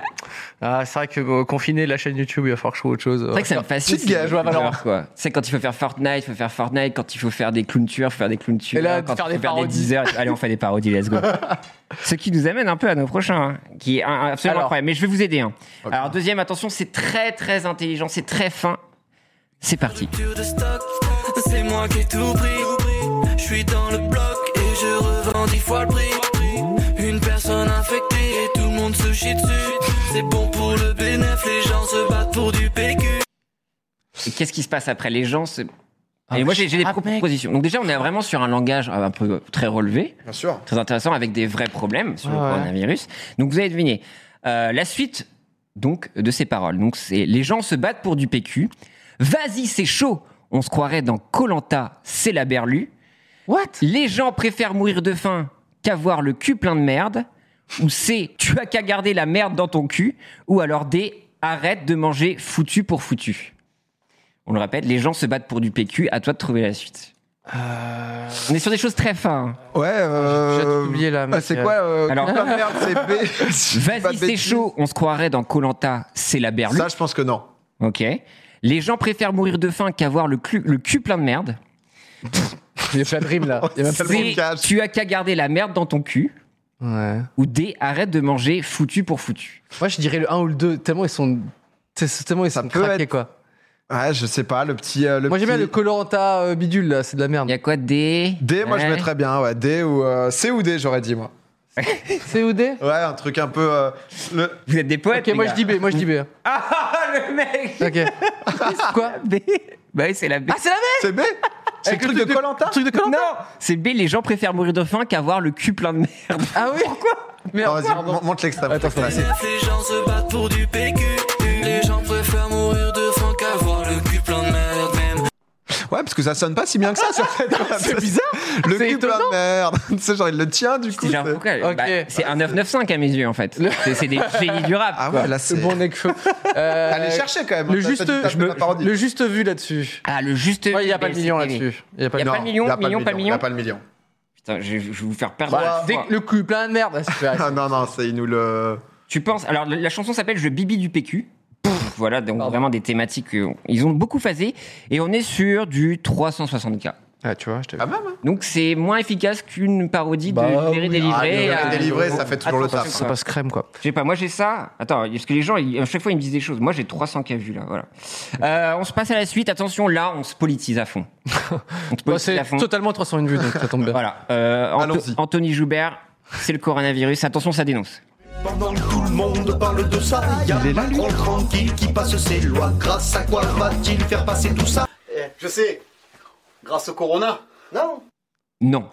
[SPEAKER 1] Ah, c'est vrai que euh, confiner la chaîne YouTube, il va falloir que je trouve autre chose.
[SPEAKER 3] C'est vrai que ça me fascine.
[SPEAKER 1] Tu te gages,
[SPEAKER 3] ces
[SPEAKER 1] jouer à
[SPEAKER 3] youtubeurs,
[SPEAKER 1] Valorant.
[SPEAKER 3] quoi. Tu sais, quand il faut faire Fortnite, il faut faire Fortnite. Quand il faut faire des clowns tueurs, faut faire des clowns tueurs.
[SPEAKER 1] Et là,
[SPEAKER 3] quand il
[SPEAKER 1] faire
[SPEAKER 3] faut
[SPEAKER 1] des parodies.
[SPEAKER 3] Deezer, allez, on fait des parodies, let's go. Ce qui nous amène un peu à nos prochains, hein, qui est un- un absolument
[SPEAKER 1] Alors.
[SPEAKER 3] incroyable. Mais je vais vous aider. hein. Alors, deuxième, attention, c'est très, très intelligent, c'est très fin. C'est parti.
[SPEAKER 6] Rupture de stock, c'est moi qui ai tout pris. Je suis dans le bloc et je revends dix fois le prix. Une personne infectée et tout le monde se chie dessus. C'est bon pour le bénéf, les gens se battent pour du PQ.
[SPEAKER 3] Et qu'est-ce qui se passe après Les gens se.
[SPEAKER 1] Ah,
[SPEAKER 3] et moi,
[SPEAKER 1] mais-
[SPEAKER 3] j'ai j'ai des
[SPEAKER 1] ah, mec.
[SPEAKER 3] propositions. Donc, déjà, on est vraiment sur un langage euh, un peu très relevé.
[SPEAKER 2] Bien sûr.
[SPEAKER 3] très intéressant avec des vrais problèmes sur le
[SPEAKER 1] Ouais.
[SPEAKER 3] coronavirus. Donc vous avez deviné Euh, la suite donc de ces paroles. Donc c'est les gens se battent pour du PQ. Vas-y, c'est chaud. On se croirait dans Colanta, c'est la berlue.
[SPEAKER 1] What
[SPEAKER 3] Les gens préfèrent mourir de faim qu'avoir le cul plein de merde. Ou c'est tu as qu'à garder la merde dans ton cul. Ou alors D arrête de manger foutu pour foutu. On le répète, les gens se battent pour du PQ. À toi de trouver la suite.
[SPEAKER 1] Euh.
[SPEAKER 3] On est sur des choses très fines. hein.
[SPEAKER 2] Ouais, euh...
[SPEAKER 1] J'ai tout oublié, là,
[SPEAKER 2] ah,
[SPEAKER 1] mec.
[SPEAKER 2] c'est quoi euh,
[SPEAKER 3] Alors-
[SPEAKER 2] Putain de merde, c'est B. Si je dis pas
[SPEAKER 3] Vas-y,
[SPEAKER 2] de
[SPEAKER 3] c'est
[SPEAKER 2] bêtises.
[SPEAKER 3] chaud, on se croirait dans Colanta, c'est la berlue.
[SPEAKER 2] Ça, je pense que non.
[SPEAKER 3] Ok. Les gens préfèrent mourir de faim qu'avoir le, cul- le cul plein de merde.
[SPEAKER 1] Il y a plein de rimes là. Il y a même
[SPEAKER 2] C'est-
[SPEAKER 1] pas
[SPEAKER 2] le
[SPEAKER 3] C'est-
[SPEAKER 2] blocage.
[SPEAKER 3] tu as qu'à garder la merde dans ton cul.
[SPEAKER 1] de- Ouais.
[SPEAKER 3] Ou D, arrête de manger foutu pour foutu.
[SPEAKER 1] Moi, je dirais le 1 ou le 2, tellement ils sont. c'est- Tellement ils
[SPEAKER 2] Ça
[SPEAKER 1] sont
[SPEAKER 2] peut
[SPEAKER 1] craqués,
[SPEAKER 2] être-
[SPEAKER 1] quoi.
[SPEAKER 2] Ouais, je sais pas, le petit. euh, le
[SPEAKER 1] Moi, j'aime bien
[SPEAKER 2] petit-
[SPEAKER 1] le coloranta euh, bidule là, c'est de la
[SPEAKER 3] Il y
[SPEAKER 1] merde.
[SPEAKER 3] a quoi D
[SPEAKER 2] D, moi je
[SPEAKER 3] Ouais.
[SPEAKER 2] mettrais bien, ouais. D ou. euh, C ou D, j'aurais dit, moi.
[SPEAKER 1] C'est COD
[SPEAKER 2] Ouais, un truc un peu. euh, le...
[SPEAKER 3] Vous êtes des poètes
[SPEAKER 1] Ok, moi je dis B, moi je dis B. hein.
[SPEAKER 3] Ah, le mec
[SPEAKER 1] Ok. quoi
[SPEAKER 3] B Bah oui, c'est la B.
[SPEAKER 1] Ah, c'est la merde
[SPEAKER 2] C'est B C'est le truc de Colanta
[SPEAKER 1] Truc de coloranta
[SPEAKER 3] non C'est B, les gens préfèrent mourir de faim qu'avoir le cul plein de merde.
[SPEAKER 1] Ah oui Pourquoi Merde,
[SPEAKER 2] Vas-y, mon- monte l'extrême.
[SPEAKER 1] Attends, faut passer.
[SPEAKER 6] Bénéf, les gens se battent pour du PQ. Les gens préfèrent mourir de faim qu'avoir le cul plein de merde. Même
[SPEAKER 2] Ouais, parce que ça sonne pas si bien que ça, ça fait. c'est bizarre Le
[SPEAKER 1] C'est
[SPEAKER 2] cul plein
[SPEAKER 1] étonnant.
[SPEAKER 2] de merde Tu sais, genre, il le tient, du coup.
[SPEAKER 3] C'est genre,
[SPEAKER 2] c'est-
[SPEAKER 3] pourquoi
[SPEAKER 1] Ok.
[SPEAKER 3] Bah, C'est un 995 à mes yeux, en fait. C'est c'est des génies du rap.
[SPEAKER 2] Ah
[SPEAKER 3] quoi.
[SPEAKER 2] ouais, là,
[SPEAKER 1] bah, C'est
[SPEAKER 2] c'est.
[SPEAKER 1] bon nec feu. Euh,
[SPEAKER 2] Allez chercher quand même. hein,
[SPEAKER 1] Le
[SPEAKER 2] T'as-
[SPEAKER 1] juste,
[SPEAKER 2] t'as dit- t'as
[SPEAKER 1] je
[SPEAKER 2] fait
[SPEAKER 1] me-
[SPEAKER 2] la parodie.
[SPEAKER 1] le juste vu là-dessus.
[SPEAKER 3] Ah, le juste.
[SPEAKER 1] Ouais, il n'y a pas de
[SPEAKER 3] mais
[SPEAKER 1] million
[SPEAKER 3] c'était-
[SPEAKER 1] là-dessus. Il y a pas
[SPEAKER 3] Y a
[SPEAKER 1] de
[SPEAKER 3] pas
[SPEAKER 2] Non,
[SPEAKER 3] de million,
[SPEAKER 2] y a
[SPEAKER 3] million, pas million.
[SPEAKER 2] y a pas le million.
[SPEAKER 3] Putain, je, je vais vous faire perdre.
[SPEAKER 2] Voilà.
[SPEAKER 3] la
[SPEAKER 1] Bah, Dès
[SPEAKER 3] foi.
[SPEAKER 1] que le cul plein de merde, c'est super.
[SPEAKER 2] Ah non, non, c'est il nous le.
[SPEAKER 3] Tu penses Alors la chanson s'appelle Je bibi du PQ. Pouf, voilà, donc
[SPEAKER 1] Pardon.
[SPEAKER 3] vraiment des thématiques euh, ils ont beaucoup phasé et on est sur du 360K.
[SPEAKER 1] Ah, tu vois, je t'ai
[SPEAKER 2] Quand même, hein.
[SPEAKER 3] Donc c'est moins efficace qu'une parodie
[SPEAKER 1] Bah
[SPEAKER 3] de Libéré
[SPEAKER 1] oui.
[SPEAKER 3] délivré.
[SPEAKER 2] Ah, Libéré,
[SPEAKER 3] à-
[SPEAKER 2] Délivré, ça fait toujours le
[SPEAKER 3] Attention,
[SPEAKER 2] taf.
[SPEAKER 3] quoi.
[SPEAKER 1] Ça passe crème quoi.
[SPEAKER 3] Je sais pas, moi j'ai ça. Attends, parce que les gens, ils- à chaque fois, ils me disent des choses. Moi j'ai 300 cas vus là, voilà. Euh, on se passe à la suite. Attention, là, on se politise à fond.
[SPEAKER 2] Bah,
[SPEAKER 3] On se
[SPEAKER 1] Bon,
[SPEAKER 3] politise
[SPEAKER 1] c'est
[SPEAKER 3] à fond.
[SPEAKER 1] totalement 301 vues, donc ça tombe bien.
[SPEAKER 3] Voilà. Euh, Anto-
[SPEAKER 2] Allons-y.
[SPEAKER 3] Anthony Joubert, c'est le coronavirus. Attention, ça dénonce.
[SPEAKER 7] Pendant que tout le monde parle de ça, il y a Macron tranquille qui passe ses lois. Grâce à quoi va-t-il faire passer tout ça
[SPEAKER 8] Je sais, grâce au corona. Non
[SPEAKER 3] Non.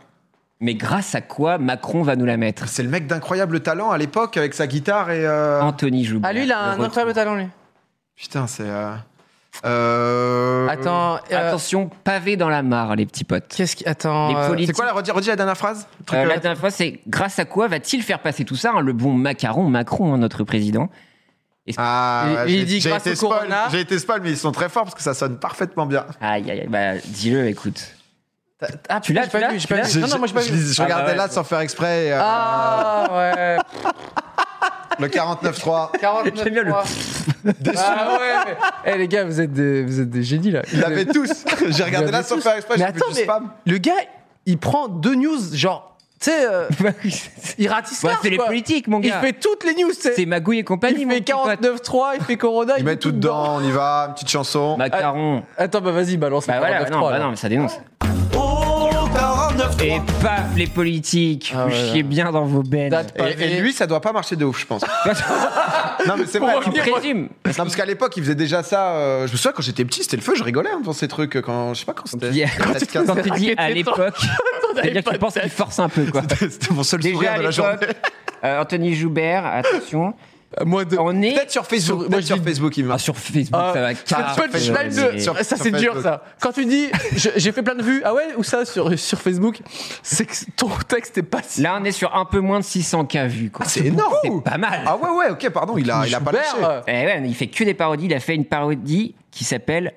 [SPEAKER 3] Mais grâce à quoi Macron va nous la mettre
[SPEAKER 2] C'est le mec d'incroyable talent à l'époque avec sa guitare et. euh,
[SPEAKER 3] Anthony Joubert.
[SPEAKER 1] Ah, lui, il a un
[SPEAKER 3] le
[SPEAKER 1] incroyable talent, lui.
[SPEAKER 2] Putain, c'est. euh, euh,
[SPEAKER 1] Attends,
[SPEAKER 3] retour.
[SPEAKER 1] euh,
[SPEAKER 3] Attention, pavé dans la mare, les petits potes.
[SPEAKER 1] qu'est-ce qui. Attends.
[SPEAKER 3] Les
[SPEAKER 1] euh,
[SPEAKER 3] polices.
[SPEAKER 2] C'est quoi la redis, redis la dernière phrase Le truc,
[SPEAKER 3] Euh, la
[SPEAKER 2] euh,
[SPEAKER 3] dernière fois, c'est grâce à quoi va-t-il faire passer tout ça hein, Le bon macaron, Macron, hein, notre président.
[SPEAKER 2] Ah,
[SPEAKER 1] Il-
[SPEAKER 2] ouais,
[SPEAKER 1] il
[SPEAKER 2] j'ai-
[SPEAKER 1] dit
[SPEAKER 2] j'ai
[SPEAKER 1] grâce
[SPEAKER 2] été
[SPEAKER 1] au
[SPEAKER 2] spoil,
[SPEAKER 1] corona.
[SPEAKER 2] J'ai été spoil, mais ils sont très forts parce que ça sonne parfaitement bien.
[SPEAKER 3] Aïe, aïe, aïe, bah, dis-le, écoute.
[SPEAKER 1] Ah,
[SPEAKER 3] Tu l'as,
[SPEAKER 1] j'ai pas
[SPEAKER 3] tu l'as,
[SPEAKER 1] vu, j'ai
[SPEAKER 3] tu
[SPEAKER 1] pas
[SPEAKER 3] l'as
[SPEAKER 1] vu. Non,
[SPEAKER 2] Je-
[SPEAKER 1] non, moi, j'ai pas
[SPEAKER 2] je-
[SPEAKER 1] vu.
[SPEAKER 2] Je, je
[SPEAKER 3] Ah,
[SPEAKER 2] regardais
[SPEAKER 3] bah ouais.
[SPEAKER 2] là sans faire exprès euh,
[SPEAKER 1] Ah, ouais.
[SPEAKER 2] le 49.3.
[SPEAKER 1] 49
[SPEAKER 3] J'aime bien le
[SPEAKER 1] fois. Ah ouais, mais- Eh les gars, vous êtes des, vous êtes des génies là.
[SPEAKER 2] Ils l'avaient tous. J'ai regardé là sans faire exprès,
[SPEAKER 1] Mais
[SPEAKER 2] j'ai
[SPEAKER 1] attends,
[SPEAKER 2] plus du
[SPEAKER 1] mais
[SPEAKER 2] spam.
[SPEAKER 1] le gars, il prend deux news, genre, tu sais, euh, il ratisse
[SPEAKER 3] Bah,
[SPEAKER 1] large,
[SPEAKER 3] c'est les
[SPEAKER 1] quoi.
[SPEAKER 3] politiques, mon
[SPEAKER 1] Il
[SPEAKER 3] gars.
[SPEAKER 1] fait toutes les news, tu sais.
[SPEAKER 3] C'est Magouille et compagnie.
[SPEAKER 1] Il
[SPEAKER 3] mon
[SPEAKER 1] fait
[SPEAKER 3] petit pote.
[SPEAKER 1] 49.3, il fait Corona,
[SPEAKER 2] Ils mettent tout dedans, on y va, une petite chanson.
[SPEAKER 3] Macaron.
[SPEAKER 1] Ah, Attends, bah vas-y, balance le
[SPEAKER 3] Bah voilà,
[SPEAKER 1] 49.3.
[SPEAKER 3] non, bah
[SPEAKER 1] là.
[SPEAKER 3] non, mais ça dénonce.
[SPEAKER 7] Oh 49
[SPEAKER 3] Et paf, les politiques,
[SPEAKER 1] Ah
[SPEAKER 3] vous
[SPEAKER 1] ouais, ouais.
[SPEAKER 3] chiez bien dans vos bennes.
[SPEAKER 1] Date
[SPEAKER 2] Et,
[SPEAKER 1] pavée.
[SPEAKER 2] et lui, ça doit pas marcher de ouf, je pense. non, mais c'est
[SPEAKER 3] Pour
[SPEAKER 2] vrai.
[SPEAKER 3] revenir- Bah, Tu présumes.
[SPEAKER 2] Non, parce qu'à l'époque, il faisait déjà ça. euh, je me souviens quand j'étais petit, c'était le feu, je rigolais hein, devant ces trucs. euh, Quand je sais pas quand c'était.
[SPEAKER 3] Yeah.
[SPEAKER 2] peut-être
[SPEAKER 3] Quand tu
[SPEAKER 2] 15.
[SPEAKER 3] te dis à
[SPEAKER 9] raqueté,
[SPEAKER 3] l'époque, c'est-à-dire que tu penses qu'il force un peu, quoi.
[SPEAKER 2] C'était mon seul
[SPEAKER 3] Déjà
[SPEAKER 2] sourire
[SPEAKER 3] à
[SPEAKER 2] de la journée.
[SPEAKER 3] l'époque, euh, Anthony Joubert, attention.
[SPEAKER 1] Moi, de...
[SPEAKER 3] On est
[SPEAKER 2] Peut-être sur Facebook.
[SPEAKER 1] moi,
[SPEAKER 2] peut-être
[SPEAKER 1] je
[SPEAKER 2] sur
[SPEAKER 1] dis-
[SPEAKER 2] Facebook, il
[SPEAKER 3] Ah,
[SPEAKER 2] m'a.
[SPEAKER 3] sur Facebook,
[SPEAKER 1] Ah,
[SPEAKER 3] ça va
[SPEAKER 1] Ah,
[SPEAKER 3] carrément.
[SPEAKER 1] punchline de-
[SPEAKER 2] Sur-
[SPEAKER 1] ça
[SPEAKER 2] sur
[SPEAKER 1] c'est dur
[SPEAKER 2] Facebook.
[SPEAKER 1] ça. Quand tu dis je- j'ai fait plein de vues, ah ouais ou ça sur, sur Facebook, c'est que ton texte est pas si.
[SPEAKER 3] Là, on est sur un peu moins de 600 cas vus. quoi.
[SPEAKER 2] C'est énorme.
[SPEAKER 3] C'est pas mal.
[SPEAKER 2] Ah ouais, ouais, ok, pardon, il a, il a pas
[SPEAKER 1] Joubert,
[SPEAKER 2] lâché.
[SPEAKER 1] euh,
[SPEAKER 3] Eh ouais, mais il fait que des parodies. Il a fait une parodie qui s'appelle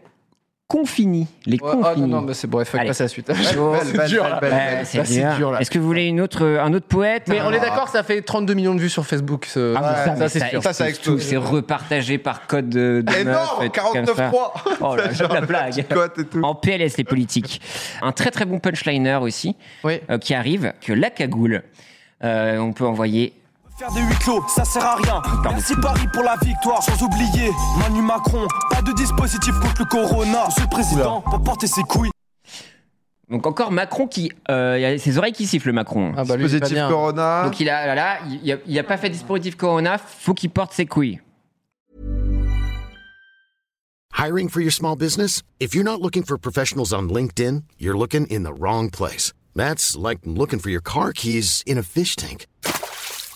[SPEAKER 3] Confini. Les
[SPEAKER 1] ouais, ah,
[SPEAKER 3] Confinis.
[SPEAKER 1] non non mais c'est bref, faut
[SPEAKER 3] Eh, Allez.
[SPEAKER 1] passer à la suite.
[SPEAKER 3] Chaud.
[SPEAKER 2] Belle, belle,
[SPEAKER 1] dur,
[SPEAKER 2] belle,
[SPEAKER 1] là.
[SPEAKER 2] belle,
[SPEAKER 3] Ouais,
[SPEAKER 2] belle.
[SPEAKER 3] c'est
[SPEAKER 1] Là, c'est
[SPEAKER 3] dur.
[SPEAKER 1] dur, là.
[SPEAKER 3] Est-ce que vous voulez une autre, un autre poète
[SPEAKER 1] Mais on est
[SPEAKER 3] Ah,
[SPEAKER 1] d'accord, ça fait 32 millions de vues sur Facebook. ce-
[SPEAKER 3] mais ça, mais
[SPEAKER 1] c'est sûr.
[SPEAKER 2] Ça, ça
[SPEAKER 3] explose tout.
[SPEAKER 2] explose.
[SPEAKER 3] C'est repartagé par code de, de meuf,
[SPEAKER 2] Énorme,
[SPEAKER 3] et tout comme ça.
[SPEAKER 2] 49.3.
[SPEAKER 3] Oh là, là, la blague.
[SPEAKER 2] Cote et tout.
[SPEAKER 3] En PLS, les politiques. Un très très bon punchliner aussi,
[SPEAKER 1] Oui.
[SPEAKER 3] euh, qui arrive, que la cagoule, euh, on peut envoyer.
[SPEAKER 5] Faire des huis clos, ça sert à
[SPEAKER 4] Ah,
[SPEAKER 5] rien. Merci Paris pour la victoire, sans oublier Manu Macron. Pas de dispositif contre le corona. Monsieur le président, pour porter ses couilles.
[SPEAKER 3] Donc encore Macron qui. euh, il a ses oreilles qui sifflent, Macron.
[SPEAKER 1] Ah bah lui, c'est pas
[SPEAKER 2] Positif
[SPEAKER 1] bien.
[SPEAKER 2] Corona.
[SPEAKER 3] Donc il a, là, là, il, a, il a pas fait dispositif Corona, faut qu'il porte ses couilles.
[SPEAKER 10] Hiring for your small business? If you're not looking for professionals on LinkedIn, you're looking in the wrong place. That's like looking for your car keys in a fish tank.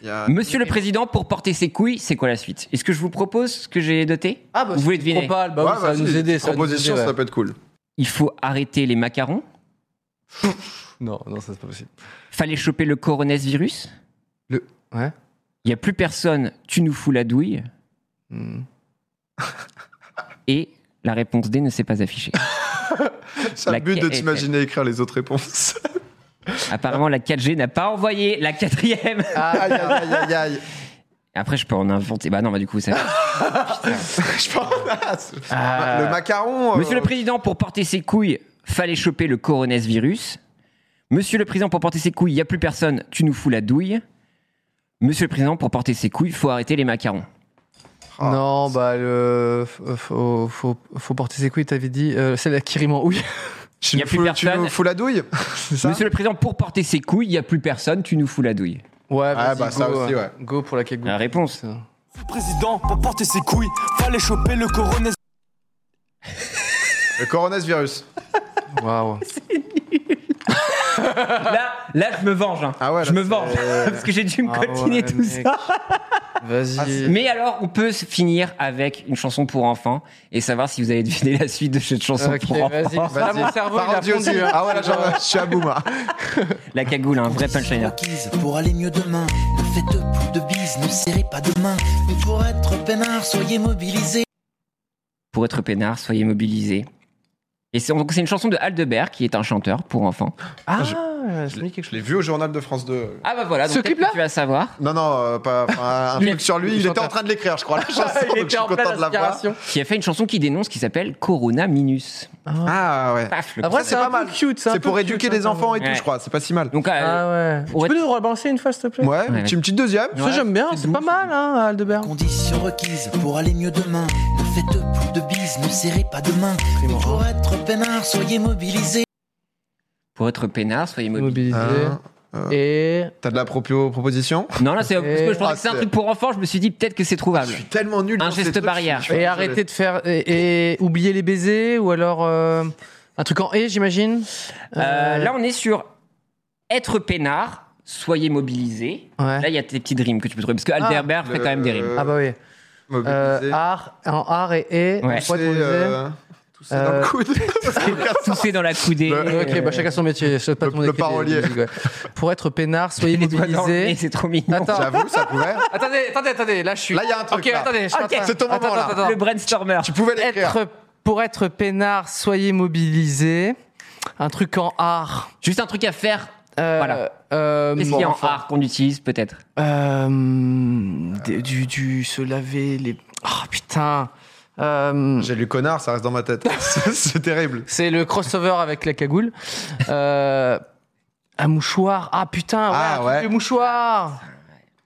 [SPEAKER 2] Il y a-
[SPEAKER 3] Monsieur le Président, pour porter ses couilles, c'est quoi la suite Est-ce que je vous propose ce que j'ai doté
[SPEAKER 1] Ah bah
[SPEAKER 3] Vous voulez
[SPEAKER 1] c'est
[SPEAKER 3] deviner
[SPEAKER 1] Propal, bah oui,
[SPEAKER 2] Ouais,
[SPEAKER 1] ça va
[SPEAKER 2] vas-y,
[SPEAKER 1] nous aider. Ça va nous
[SPEAKER 2] Proposition,
[SPEAKER 1] aider, ouais.
[SPEAKER 2] ça peut être cool.
[SPEAKER 3] Il faut arrêter les macarons.
[SPEAKER 1] Non non ça c'est pas possible.
[SPEAKER 3] Fallait choper le coronavirus.
[SPEAKER 1] Le ouais.
[SPEAKER 3] Il y a plus personne. Tu nous fous la douille.
[SPEAKER 1] Hmm.
[SPEAKER 3] Et la réponse D ne s'est pas affichée.
[SPEAKER 2] Ça
[SPEAKER 3] La
[SPEAKER 2] le but de
[SPEAKER 3] quai-
[SPEAKER 2] t'imaginer écrire les autres réponses.
[SPEAKER 3] Apparemment, la 4G n'a pas envoyé la quatrième.
[SPEAKER 2] aïe, aïe, aïe, aïe.
[SPEAKER 3] Après, je peux en inventer. Bah non, bah du coup, ça.
[SPEAKER 2] Je pense. Le
[SPEAKER 1] Oh
[SPEAKER 2] macaron. euh,
[SPEAKER 3] Monsieur Ah. le Président, pour porter ses couilles, fallait choper le coronavirus. Monsieur le Président, pour porter ses couilles, il n'y a plus personne, tu nous fous la douille. Monsieur le Président, pour porter ses couilles, faut arrêter les macarons.
[SPEAKER 2] Ah.
[SPEAKER 1] non bah le faut, faut, faut, faut porter ses couilles t'avais dit euh, c'est la qui rime en houille.
[SPEAKER 2] tu
[SPEAKER 3] y a
[SPEAKER 2] nous
[SPEAKER 3] plus
[SPEAKER 2] fous- Tu
[SPEAKER 3] personne.
[SPEAKER 2] nous fous la douille C'est ça
[SPEAKER 3] Monsieur le Président, pour porter ses couilles, il n'y a plus personne, tu nous fous la douille.
[SPEAKER 1] Ouais
[SPEAKER 2] Ah,
[SPEAKER 1] vas-y,
[SPEAKER 2] bah, ça
[SPEAKER 1] go,
[SPEAKER 2] aussi,
[SPEAKER 1] euh,
[SPEAKER 2] ouais.
[SPEAKER 1] Go pour la cake.
[SPEAKER 3] La réponse.
[SPEAKER 5] Monsieur le président, pour porter ses couilles. Fallait choper le corona.
[SPEAKER 2] Le coronavirus.
[SPEAKER 1] Waouh.
[SPEAKER 3] Là, là, je me venge. hein.
[SPEAKER 2] Ah ouais, là,
[SPEAKER 3] je me
[SPEAKER 2] c'est-
[SPEAKER 3] venge. Parce que j'ai dû me
[SPEAKER 1] Ah
[SPEAKER 3] coltiner
[SPEAKER 1] ouais,
[SPEAKER 3] tout
[SPEAKER 1] mec.
[SPEAKER 3] ça.
[SPEAKER 2] Ah,
[SPEAKER 1] Vas-y.
[SPEAKER 3] Mais alors, on peut se finir avec une chanson pour enfants et savoir si vous allez deviner la suite de cette chanson
[SPEAKER 1] Ok,
[SPEAKER 3] pour enfants.
[SPEAKER 1] vas-y. Là, mon cerveau, il a
[SPEAKER 2] Parodie aussi.
[SPEAKER 1] fondu. hein.
[SPEAKER 2] Ah ouais, là, genre, je suis à bout, moi.
[SPEAKER 3] La cagoule, un vrai punchliner.
[SPEAKER 7] requise pour aller mieux demain. Ne faites plus de bise, ne serrez pas de main. Mais pour être peinard, soyez mobilisés.
[SPEAKER 3] Pour être peinard, soyez mobilisés. Et c'est donc, c'est une chanson de Aldebert, qui est un chanteur pour enfants.
[SPEAKER 1] Ah, je me dis quelque
[SPEAKER 2] Je l'ai vu au journal de France 2.
[SPEAKER 3] Ah bah voilà, donc
[SPEAKER 1] Ce
[SPEAKER 3] peut-être
[SPEAKER 1] clip-là
[SPEAKER 3] que tu vas savoir.
[SPEAKER 2] Non, non, euh, pas enfin, un
[SPEAKER 3] Lui-
[SPEAKER 2] truc sur lui.
[SPEAKER 1] lui
[SPEAKER 2] Il était
[SPEAKER 1] chanteur.
[SPEAKER 2] en train de l'écrire, je crois. la
[SPEAKER 1] Ah,
[SPEAKER 2] chanson, donc je suis content de l'avoir.
[SPEAKER 3] Qui a fait une chanson qui dénonce, qui s'appelle Corona Minus.
[SPEAKER 2] Ah ouais.
[SPEAKER 3] Paf, le
[SPEAKER 1] Après,
[SPEAKER 3] corona.
[SPEAKER 1] c'est pas mal. Cute,
[SPEAKER 2] C'est pour éduquer les enfants et tout,
[SPEAKER 3] Ouais.
[SPEAKER 2] je crois. C'est pas si mal.
[SPEAKER 3] Donc, euh,
[SPEAKER 1] Ah ouais.
[SPEAKER 3] Pour
[SPEAKER 1] Tu peux nous rebalancer une fois, s'il te plaît
[SPEAKER 2] Ouais, une petite- une petite deuxième.
[SPEAKER 1] Ça, j'aime bien, c'est pas mal, hein, Aldebert.
[SPEAKER 7] Conditions requises pour aller mieux demain. Ne faites plus de bise, ne serrez pas de main. Mais pour être peinard, soyez mobilisés.
[SPEAKER 3] pour être peinard, soyez mobilisés.
[SPEAKER 1] Mobilisé.
[SPEAKER 2] Un,
[SPEAKER 1] Et.
[SPEAKER 2] Euh, T'as de la proprio- proposition
[SPEAKER 3] Non, là, c'est
[SPEAKER 1] Ok.
[SPEAKER 3] parce que je pensais
[SPEAKER 2] Ah,
[SPEAKER 3] que c'est un
[SPEAKER 2] c'est-
[SPEAKER 3] truc pour enfants, je me suis dit peut-être que c'est trouvable.
[SPEAKER 2] Tellement nul.
[SPEAKER 3] Un
[SPEAKER 2] dans ces
[SPEAKER 3] geste
[SPEAKER 2] trucs,
[SPEAKER 3] barrière.
[SPEAKER 2] je suis- je suis
[SPEAKER 1] Et
[SPEAKER 2] désolé.
[SPEAKER 1] arrêter de faire. Et, et oublier les baisers, ou alors. euh, un truc en et, j'imagine
[SPEAKER 3] Euh, là, on est sur être peinard, soyez mobilisés.
[SPEAKER 1] Ouais.
[SPEAKER 3] Là, il y a tes petites rimes que tu peux trouver. Parce que Alderbert fait
[SPEAKER 2] le-
[SPEAKER 3] quand même des
[SPEAKER 2] euh,
[SPEAKER 3] rimes.
[SPEAKER 1] Ah, bah oui.
[SPEAKER 2] Mobiliser.
[SPEAKER 1] Euh, art, en art et et.
[SPEAKER 3] Ouais.
[SPEAKER 1] on pourrait
[SPEAKER 2] Pousser,
[SPEAKER 1] trouver-
[SPEAKER 2] euh, tousser dans le
[SPEAKER 1] Euh,
[SPEAKER 2] coude.
[SPEAKER 3] Tousser dans la coudée.
[SPEAKER 2] Le-
[SPEAKER 1] Ok, bah chacun son métier. je sais pas
[SPEAKER 2] Euh, Le-
[SPEAKER 1] tout monde
[SPEAKER 2] le
[SPEAKER 1] écrit des-
[SPEAKER 2] parolier.
[SPEAKER 1] des musiques, ouais. Pour être peinard, soyez
[SPEAKER 3] Les doigts dans le nez,
[SPEAKER 1] mobilisés.
[SPEAKER 3] C'est trop mignon.
[SPEAKER 1] Attends.
[SPEAKER 2] J'avoue, ça pouvait.
[SPEAKER 1] Attendez, attendez, attendez, là je suis.
[SPEAKER 2] Là, il y a un truc,
[SPEAKER 1] Ok,
[SPEAKER 2] là.
[SPEAKER 1] attendez, je suis en
[SPEAKER 3] Ok.
[SPEAKER 1] train-
[SPEAKER 2] C'est ton moment,
[SPEAKER 1] Attends,
[SPEAKER 2] là.
[SPEAKER 1] attends, attends.
[SPEAKER 3] Le brainstormer.
[SPEAKER 2] Tu pouvais l'écrire.
[SPEAKER 1] Être- pour être peinard, soyez mobilisés. Un truc en art. Euh,
[SPEAKER 3] Juste un truc à faire Voilà. Qu'est-ce qu'il y a en art qu'on utilise peut-être
[SPEAKER 1] euh, du, du se laver les. Oh putain. Euh,
[SPEAKER 2] J'ai lu connard, ça reste dans ma tête. C'est- c'est terrible.
[SPEAKER 1] C'est le crossover avec la cagoule. Euh, un mouchoir. Ah putain, ouais,
[SPEAKER 2] Ah,
[SPEAKER 1] un truc
[SPEAKER 2] ouais.
[SPEAKER 1] de mouchoir.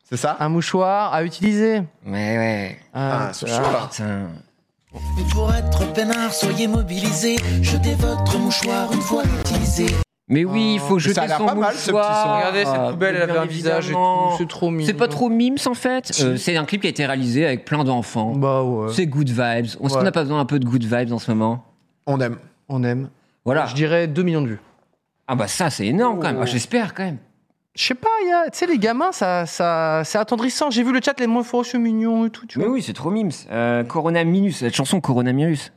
[SPEAKER 2] C'est ça
[SPEAKER 1] Un mouchoir à utiliser. Euh,
[SPEAKER 3] Mais ouais.
[SPEAKER 1] Ah,
[SPEAKER 2] ce choix-là.
[SPEAKER 3] Putain.
[SPEAKER 7] Pour être peinard, soyez mobilisés. Jetez votre mouchoir une fois utilisé.
[SPEAKER 3] Mais oui, il faut
[SPEAKER 2] Ah, Ça
[SPEAKER 3] jeter
[SPEAKER 2] a l'air
[SPEAKER 3] son
[SPEAKER 2] pas
[SPEAKER 3] mouchoir.
[SPEAKER 2] mal, ce petit son.
[SPEAKER 1] Regardez, cette poubelle, elle
[SPEAKER 3] bien
[SPEAKER 1] avait un visage et
[SPEAKER 3] évidemment.
[SPEAKER 1] tout. C'est trop mignon.
[SPEAKER 3] C'est pas trop mimes en fait.
[SPEAKER 1] Si.
[SPEAKER 3] Euh, c'est un clip qui a été réalisé avec plein d'enfants.
[SPEAKER 1] Bah ouais.
[SPEAKER 3] C'est good vibes. Est-ce qu'on
[SPEAKER 1] Ouais.
[SPEAKER 3] n'a pas besoin un peu de good vibes en ce moment
[SPEAKER 2] On aime.
[SPEAKER 1] On aime.
[SPEAKER 3] Voilà.
[SPEAKER 1] Je dirais 2 millions de vues.
[SPEAKER 3] Ah bah ça, c'est énorme quand même. Ah, J'espère quand même.
[SPEAKER 1] Je sais pas, il y a- tu sais, les gamins, ça, ça, c'est attendrissant. J'ai vu le chat, les moins forts, c'est mignon et tout, tu
[SPEAKER 3] Mais
[SPEAKER 1] vois.
[SPEAKER 3] oui, c'est trop mimes. Euh, Corona Minus, cette chanson Corona Minus.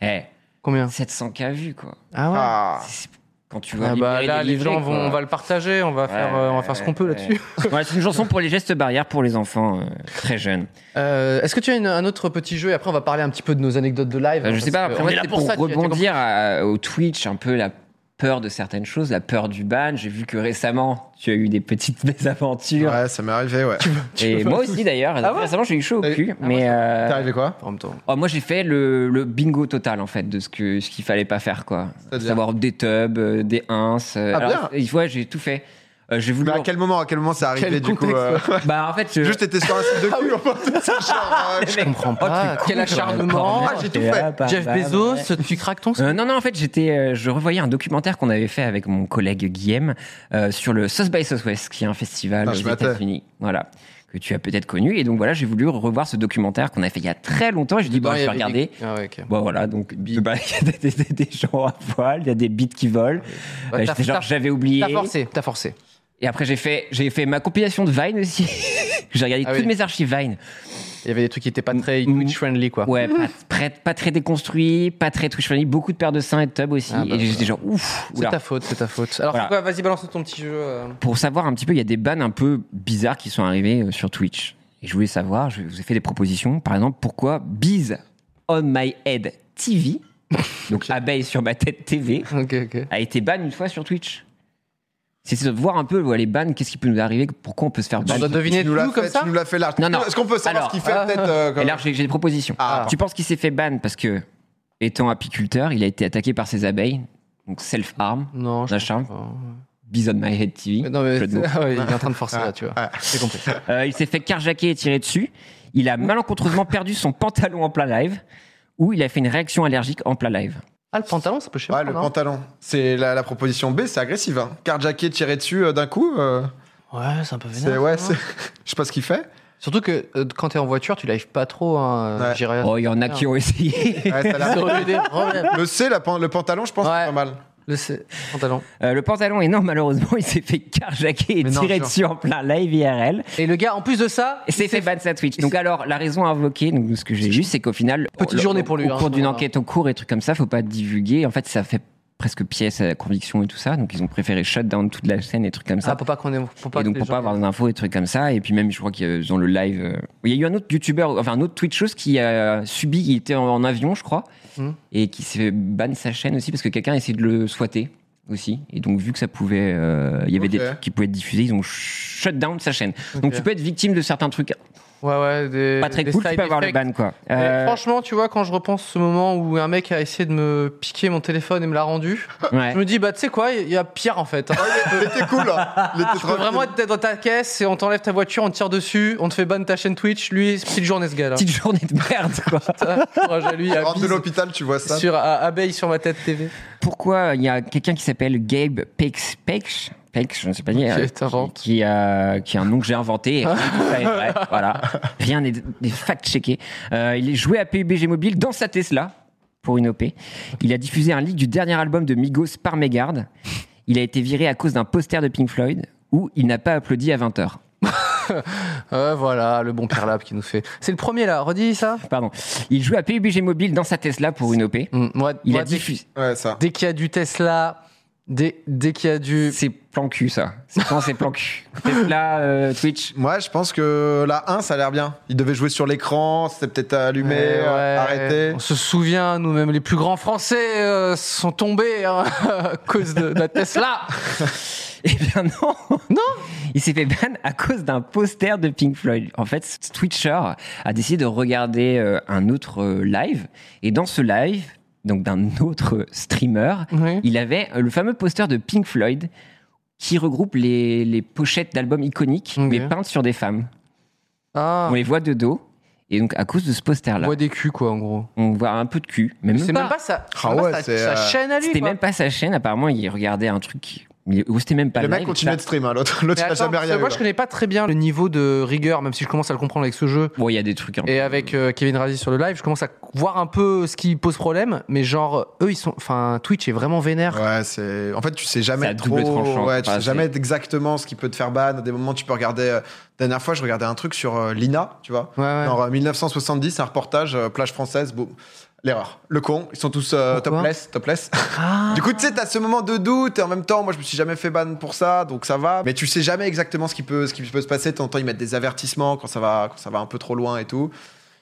[SPEAKER 3] Eh,
[SPEAKER 1] Combien
[SPEAKER 3] 700K vues quoi.
[SPEAKER 1] Ah ouais.
[SPEAKER 2] Ah.
[SPEAKER 3] C'est- Quand tu vas
[SPEAKER 1] Ah bah,
[SPEAKER 3] libérer
[SPEAKER 1] là,
[SPEAKER 3] des
[SPEAKER 1] les
[SPEAKER 3] livrets,
[SPEAKER 1] gens vont,
[SPEAKER 3] quoi.
[SPEAKER 1] on va le partager, on va faire,
[SPEAKER 3] Ouais,
[SPEAKER 1] euh, on va faire ce qu'on peut
[SPEAKER 3] ouais.
[SPEAKER 1] là-dessus.
[SPEAKER 3] Voilà, c'est une chanson pour les gestes barrières pour les enfants euh, très jeunes.
[SPEAKER 1] Euh, Est-ce que tu as une- un autre petit jeu et après on va parler un petit peu de nos anecdotes de live
[SPEAKER 3] Euh, je
[SPEAKER 1] parce
[SPEAKER 3] sais pas,
[SPEAKER 1] que
[SPEAKER 3] après,
[SPEAKER 1] on
[SPEAKER 3] moi,
[SPEAKER 1] est là
[SPEAKER 3] c'est
[SPEAKER 1] pour
[SPEAKER 3] pour,
[SPEAKER 1] ça, tu- tu comprends.
[SPEAKER 3] rebondir à- au Twitch, un peu la peur de certaines choses, la peur du ban. J'ai vu que récemment, tu as eu des petites mésaventures.
[SPEAKER 2] Ouais, ça m'est arrivé, ouais.
[SPEAKER 3] Et moi aussi d'ailleurs,
[SPEAKER 1] Ah ouais
[SPEAKER 3] récemment j'ai eu chaud au
[SPEAKER 2] ah T'as eu-
[SPEAKER 3] cul. mais euh,
[SPEAKER 2] T'es arrivé quoi
[SPEAKER 1] En même temps.
[SPEAKER 3] oh, moi j'ai fait le, le bingo total en fait de ce que ce qu'il fallait pas faire quoi.
[SPEAKER 2] C'est-à-dire
[SPEAKER 3] Savoir des tubs, euh, des uns.
[SPEAKER 2] Ah,
[SPEAKER 3] ouais, j'ai tout fait. Euh, j'ai voulu.
[SPEAKER 2] Mais à quel moment, à quel moment ça arrivé
[SPEAKER 1] Quel
[SPEAKER 2] du coup
[SPEAKER 1] contexte, Ah
[SPEAKER 2] euh,
[SPEAKER 3] Bah en fait, je...
[SPEAKER 2] Juste t'étais sur un site de cul en fait, c'est genre, euh,
[SPEAKER 3] je
[SPEAKER 1] oh,
[SPEAKER 3] comprends
[SPEAKER 1] pas. Quel acharnement.
[SPEAKER 2] Ah, j'ai tout fait.
[SPEAKER 1] Jeff
[SPEAKER 3] bah,
[SPEAKER 1] Bezos, tu craques ton
[SPEAKER 3] Euh, non, non, en fait, j'étais, euh, je revoyais un documentaire qu'on avait fait avec mon collègue Guillaume euh, sur le South by Southwest, qui est un festival
[SPEAKER 2] Ah,
[SPEAKER 3] aux
[SPEAKER 2] je m'attends.
[SPEAKER 3] États-Unis. Voilà. Que tu as peut-être connu. Et donc, voilà, j'ai voulu revoir ce documentaire qu'on a fait il y a très longtemps. Et j'ai dit, bon, je vais regarder.
[SPEAKER 1] Ah ouais, ok.
[SPEAKER 3] Bon, voilà, donc, bah, il y a des, des- des gens à poil, il y a des beats qui volent.
[SPEAKER 1] Bah,
[SPEAKER 3] Euh,
[SPEAKER 1] t'as-
[SPEAKER 3] j'étais genre,
[SPEAKER 1] t'as-
[SPEAKER 3] j'avais oublié.
[SPEAKER 1] T'as forcé, t'as forcé.
[SPEAKER 3] Et après, j'ai fait, j'ai fait ma compilation de Vine aussi. j'ai regardé
[SPEAKER 1] Ah
[SPEAKER 3] toutes
[SPEAKER 1] oui.
[SPEAKER 3] mes archives Vine.
[SPEAKER 1] Il y avait des trucs qui étaient pas très
[SPEAKER 3] Mm.
[SPEAKER 1] Twitch friendly quoi.
[SPEAKER 3] Ouais, pas, très- pas très déconstruit, pas très touch friendly, beaucoup de paires de seins et de tubs aussi.
[SPEAKER 1] Ah, bah,
[SPEAKER 3] et j'étais genre, ouf,
[SPEAKER 1] C'est
[SPEAKER 3] oula.
[SPEAKER 1] ta faute, c'est ta faute. Alors
[SPEAKER 3] Voilà.
[SPEAKER 1] c'est quoi Vas-y, balance ton petit jeu. euh.
[SPEAKER 3] pour savoir un petit peu, il y a des bans un peu bizarres qui sont arrivés euh, sur Twitch. Et je voulais savoir, je vous ai fait des propositions. Par exemple, pourquoi Bees on my head TV, donc abeille sur ma tête TV,
[SPEAKER 1] Ok, ok.
[SPEAKER 3] a été ban une fois sur Twitch C'est c'est de voir un peu voilà, les bans, qu'est-ce qui peut nous arriver, pourquoi on peut se faire ban.
[SPEAKER 1] doit deviner
[SPEAKER 2] tu nous l'as
[SPEAKER 1] tout comme
[SPEAKER 2] fait,
[SPEAKER 1] ça
[SPEAKER 2] Tu nous l'as fait large.
[SPEAKER 3] Non, non.
[SPEAKER 2] Est-ce qu'on peut savoir
[SPEAKER 3] Alors,
[SPEAKER 2] ce qu'il fait
[SPEAKER 1] ah,
[SPEAKER 2] peut-être euh,
[SPEAKER 3] Et
[SPEAKER 2] comme-
[SPEAKER 3] là, j'ai j'ai des propositions.
[SPEAKER 2] Ah.
[SPEAKER 3] Tu penses qu'il s'est fait ban parce que, étant apiculteur, il a été attaqué par ses abeilles, donc self-harm,
[SPEAKER 1] Non, je
[SPEAKER 3] la charme,
[SPEAKER 1] comprends pas.
[SPEAKER 3] Bees on my head TV.
[SPEAKER 1] Non mais
[SPEAKER 3] jeu de mots.
[SPEAKER 1] ah ouais, il est en train de forcer là, tu vois.
[SPEAKER 2] Ah,
[SPEAKER 1] J'ai compris.
[SPEAKER 3] Euh, il s'est fait carjacker et tirer dessus. Il a malencontreusement perdu son pantalon en plein live. Ou il a fait une réaction allergique en plein live.
[SPEAKER 1] Ah le pantalon, ça peut chez
[SPEAKER 2] Ouais,
[SPEAKER 1] moi.
[SPEAKER 2] le
[SPEAKER 1] non
[SPEAKER 2] pantalon. C'est la, la proposition B, c'est agressif. Hein. Carjacké, tiré dessus euh, d'un coup. euh,
[SPEAKER 1] Ouais, c'est un peu
[SPEAKER 2] c'est
[SPEAKER 1] vénère.
[SPEAKER 2] ouais,
[SPEAKER 1] ça,
[SPEAKER 2] c'est-
[SPEAKER 1] non
[SPEAKER 2] je sais pas ce qu'il fait.
[SPEAKER 1] hein. Surtout que euh, quand t'es en voiture, tu live pas trop. Hein.
[SPEAKER 2] Ouais.
[SPEAKER 1] J'irai-
[SPEAKER 3] Oh, il Oh, y en a qui ont essayé.
[SPEAKER 2] Ouais, ça l'a-
[SPEAKER 1] Ça aurait eu des problèmes.
[SPEAKER 2] le C, la pan- le pantalon, je pense,
[SPEAKER 1] Ouais.
[SPEAKER 2] c'est pas mal.
[SPEAKER 1] Le c- pantalon.
[SPEAKER 3] Euh, le pantalon est non, malheureusement, il s'est fait carjacker et
[SPEAKER 2] Mais non,
[SPEAKER 3] tirer
[SPEAKER 2] sûr.
[SPEAKER 3] dessus en plein live IRL.
[SPEAKER 1] Et le gars, en plus de ça,
[SPEAKER 3] Et s'est fait ban sa Twitch. Donc alors, la raison invoquée, donc, ce que j'ai lu, c'est qu'au final...
[SPEAKER 1] Petite
[SPEAKER 3] au-
[SPEAKER 1] journée
[SPEAKER 3] au-
[SPEAKER 1] pour lui,
[SPEAKER 3] Au
[SPEAKER 1] hein,
[SPEAKER 3] cours d'une
[SPEAKER 1] voilà.
[SPEAKER 3] enquête, au cours et trucs comme ça, faut pas divulguer. En fait, ça fait presque pièce à la conviction et tout ça. Donc ils ont préféré shut down toute la scène et trucs comme ça.
[SPEAKER 1] Ah, pour pas qu'on ait. Pour pas
[SPEAKER 3] et donc
[SPEAKER 1] que les
[SPEAKER 3] pour pas
[SPEAKER 1] gens-
[SPEAKER 3] avoir d'infos et trucs comme ça et puis même je crois qu'il y a dans le live euh, il y a eu un autre youtubeur enfin un autre twitchos qui a subi il était en, en avion je crois
[SPEAKER 1] Mhm.
[SPEAKER 3] et qui s'est ban sa chaîne aussi parce que quelqu'un a essayé de le swatter aussi et donc vu que ça pouvait euh, il y avait
[SPEAKER 2] Ok.
[SPEAKER 3] des trucs qui pouvaient être diffusés ils ont shut down sa chaîne donc
[SPEAKER 1] Ok.
[SPEAKER 3] tu peux être victime de certains trucs
[SPEAKER 1] Ouais, ouais, des.
[SPEAKER 3] pas très
[SPEAKER 1] des
[SPEAKER 3] cool tu
[SPEAKER 1] side
[SPEAKER 3] peux avoir le
[SPEAKER 1] effects.
[SPEAKER 3] ban quoi
[SPEAKER 1] Mais
[SPEAKER 3] Euh,
[SPEAKER 1] Franchement, tu vois, quand je repense ce moment où un mec a essayé de me piquer mon téléphone et me l'a rendu,
[SPEAKER 3] ouais.
[SPEAKER 1] je me dis, bah, tu sais quoi, il y a pire en fait. hein.
[SPEAKER 2] Il était cool. hein. Il était
[SPEAKER 1] Tu peux
[SPEAKER 2] tranquille.
[SPEAKER 1] vraiment être dans ta caisse et on t'enlève ta voiture, on te tire dessus, on te fait ban ta chaîne Twitch. Lui, c'est petite journée ce gars là.
[SPEAKER 3] petite journée de merde quoi
[SPEAKER 1] Courage à lui, à
[SPEAKER 2] Rentre de
[SPEAKER 1] bise
[SPEAKER 2] l'hôpital, tu vois ça.
[SPEAKER 1] sur à abeille sur ma tête TV.
[SPEAKER 3] pourquoi il y a quelqu'un qui s'appelle Gabe Pex Pex Pex, je ne sais pas dire,
[SPEAKER 1] Ok,
[SPEAKER 3] euh,
[SPEAKER 1] t'inventes.
[SPEAKER 3] qui, qui, euh, qui est un nom que j'ai inventé. et rien de tout ça est vrai, voilà, rien n'est n'est fact-checké. Euh, il est joué à PUBG Mobile dans sa Tesla pour une OP. Il a diffusé un leak du dernier album de Migos par mégarde. Il a été viré à cause d'un poster de Pink Floyd où il n'a pas applaudi à 20h.
[SPEAKER 1] Euh, voilà, le bon Pierre Lab qui nous fait. C'est le premier là, redis ça.
[SPEAKER 3] Pardon. Il joue à PUBG Mobile dans sa Tesla pour une OP.
[SPEAKER 1] Mm, moi,
[SPEAKER 3] Il
[SPEAKER 1] moi,
[SPEAKER 3] a
[SPEAKER 1] dès-
[SPEAKER 3] diffusé.
[SPEAKER 2] Ouais, ça.
[SPEAKER 1] Dès qu'il y a du Tesla, Dès, dès qu'il y a du.
[SPEAKER 3] C'est plan cul, ça. C'est quand c'est plan cul. Tesla, euh, Twitch.
[SPEAKER 2] Moi, je pense que la 1, ça a l'air bien. Il devait jouer sur l'écran, c'était peut-être allumé,
[SPEAKER 1] Ouais,
[SPEAKER 2] euh,
[SPEAKER 1] ouais.
[SPEAKER 2] arrêté.
[SPEAKER 1] On se souvient, nous-mêmes, les plus grands Français euh, sont tombés hein, à cause de la Tesla.
[SPEAKER 3] Eh bien non
[SPEAKER 1] Non
[SPEAKER 3] Il s'est fait ban à cause d'un poster de Pink Floyd. En fait, ce Twitcher a décidé de regarder euh, un autre euh, live. Et dans ce live, donc d'un autre streamer,
[SPEAKER 1] Oui.
[SPEAKER 3] il avait euh, le fameux poster de Pink Floyd qui regroupe les, les pochettes d'albums iconiques,
[SPEAKER 1] Ok.
[SPEAKER 3] mais peintes sur des femmes.
[SPEAKER 1] Ah,
[SPEAKER 3] On les voit de dos. Et donc, à cause de ce
[SPEAKER 1] on
[SPEAKER 3] poster-là,
[SPEAKER 1] voit des culs, quoi, en gros.
[SPEAKER 3] on voit un peu de cul. Mais même
[SPEAKER 1] C'est
[SPEAKER 3] pas.
[SPEAKER 1] même pas sa, c'est
[SPEAKER 2] Ah
[SPEAKER 1] même pas
[SPEAKER 2] ouais,
[SPEAKER 1] sa-
[SPEAKER 2] c'est,
[SPEAKER 1] sa
[SPEAKER 2] euh,
[SPEAKER 1] chaîne à lui.
[SPEAKER 3] C'était
[SPEAKER 1] quoi.
[SPEAKER 3] même pas sa chaîne. Apparemment, il regardait un truc. qui- Ou c'était même pas
[SPEAKER 2] Le mec
[SPEAKER 3] live,
[SPEAKER 2] continuait de stream, hein, l'autre
[SPEAKER 1] Mais
[SPEAKER 2] l'autre n'a
[SPEAKER 1] attends,
[SPEAKER 2] jamais
[SPEAKER 1] parce que
[SPEAKER 2] rien
[SPEAKER 1] moi,
[SPEAKER 2] eu,
[SPEAKER 1] je
[SPEAKER 2] là.
[SPEAKER 1] connais pas très bien le niveau de rigueur, même si je commence à le comprendre avec ce jeu.
[SPEAKER 3] Bon, il y a des trucs. un
[SPEAKER 1] Et
[SPEAKER 3] peu-
[SPEAKER 1] avec euh, Kevin Razi sur le live, je commence à voir un peu ce qui pose problème. Mais genre, eux, ils sont. Enfin, Twitch est vraiment vénère.
[SPEAKER 2] Ouais, c'est. En fait, tu sais
[SPEAKER 3] C'est à
[SPEAKER 2] jamais trop.
[SPEAKER 3] double tranchant,
[SPEAKER 2] ouais, tu
[SPEAKER 3] pas
[SPEAKER 2] sais
[SPEAKER 3] assez.
[SPEAKER 2] jamais exactement ce qui peut te faire ban. À des moments, tu peux regarder. euh, Dernière fois, je regardais un truc sur euh, Lina, tu vois.
[SPEAKER 1] Ouais, ouais.
[SPEAKER 2] Genre euh, 1970, un reportage euh, plage française. Boum. L'erreur. Le con. Ils sont tous euh,
[SPEAKER 1] Pourquoi
[SPEAKER 2] topless, topless. du coup, tu sais, t'as ce moment de doute. Et en même temps, moi, je me suis jamais fait ban pour ça, donc ça va. Mais tu sais jamais exactement ce qui peut, ce qui peut se passer. De temps en temps, ils mettent des avertissements quand ça va, quand ça va un peu trop loin et tout.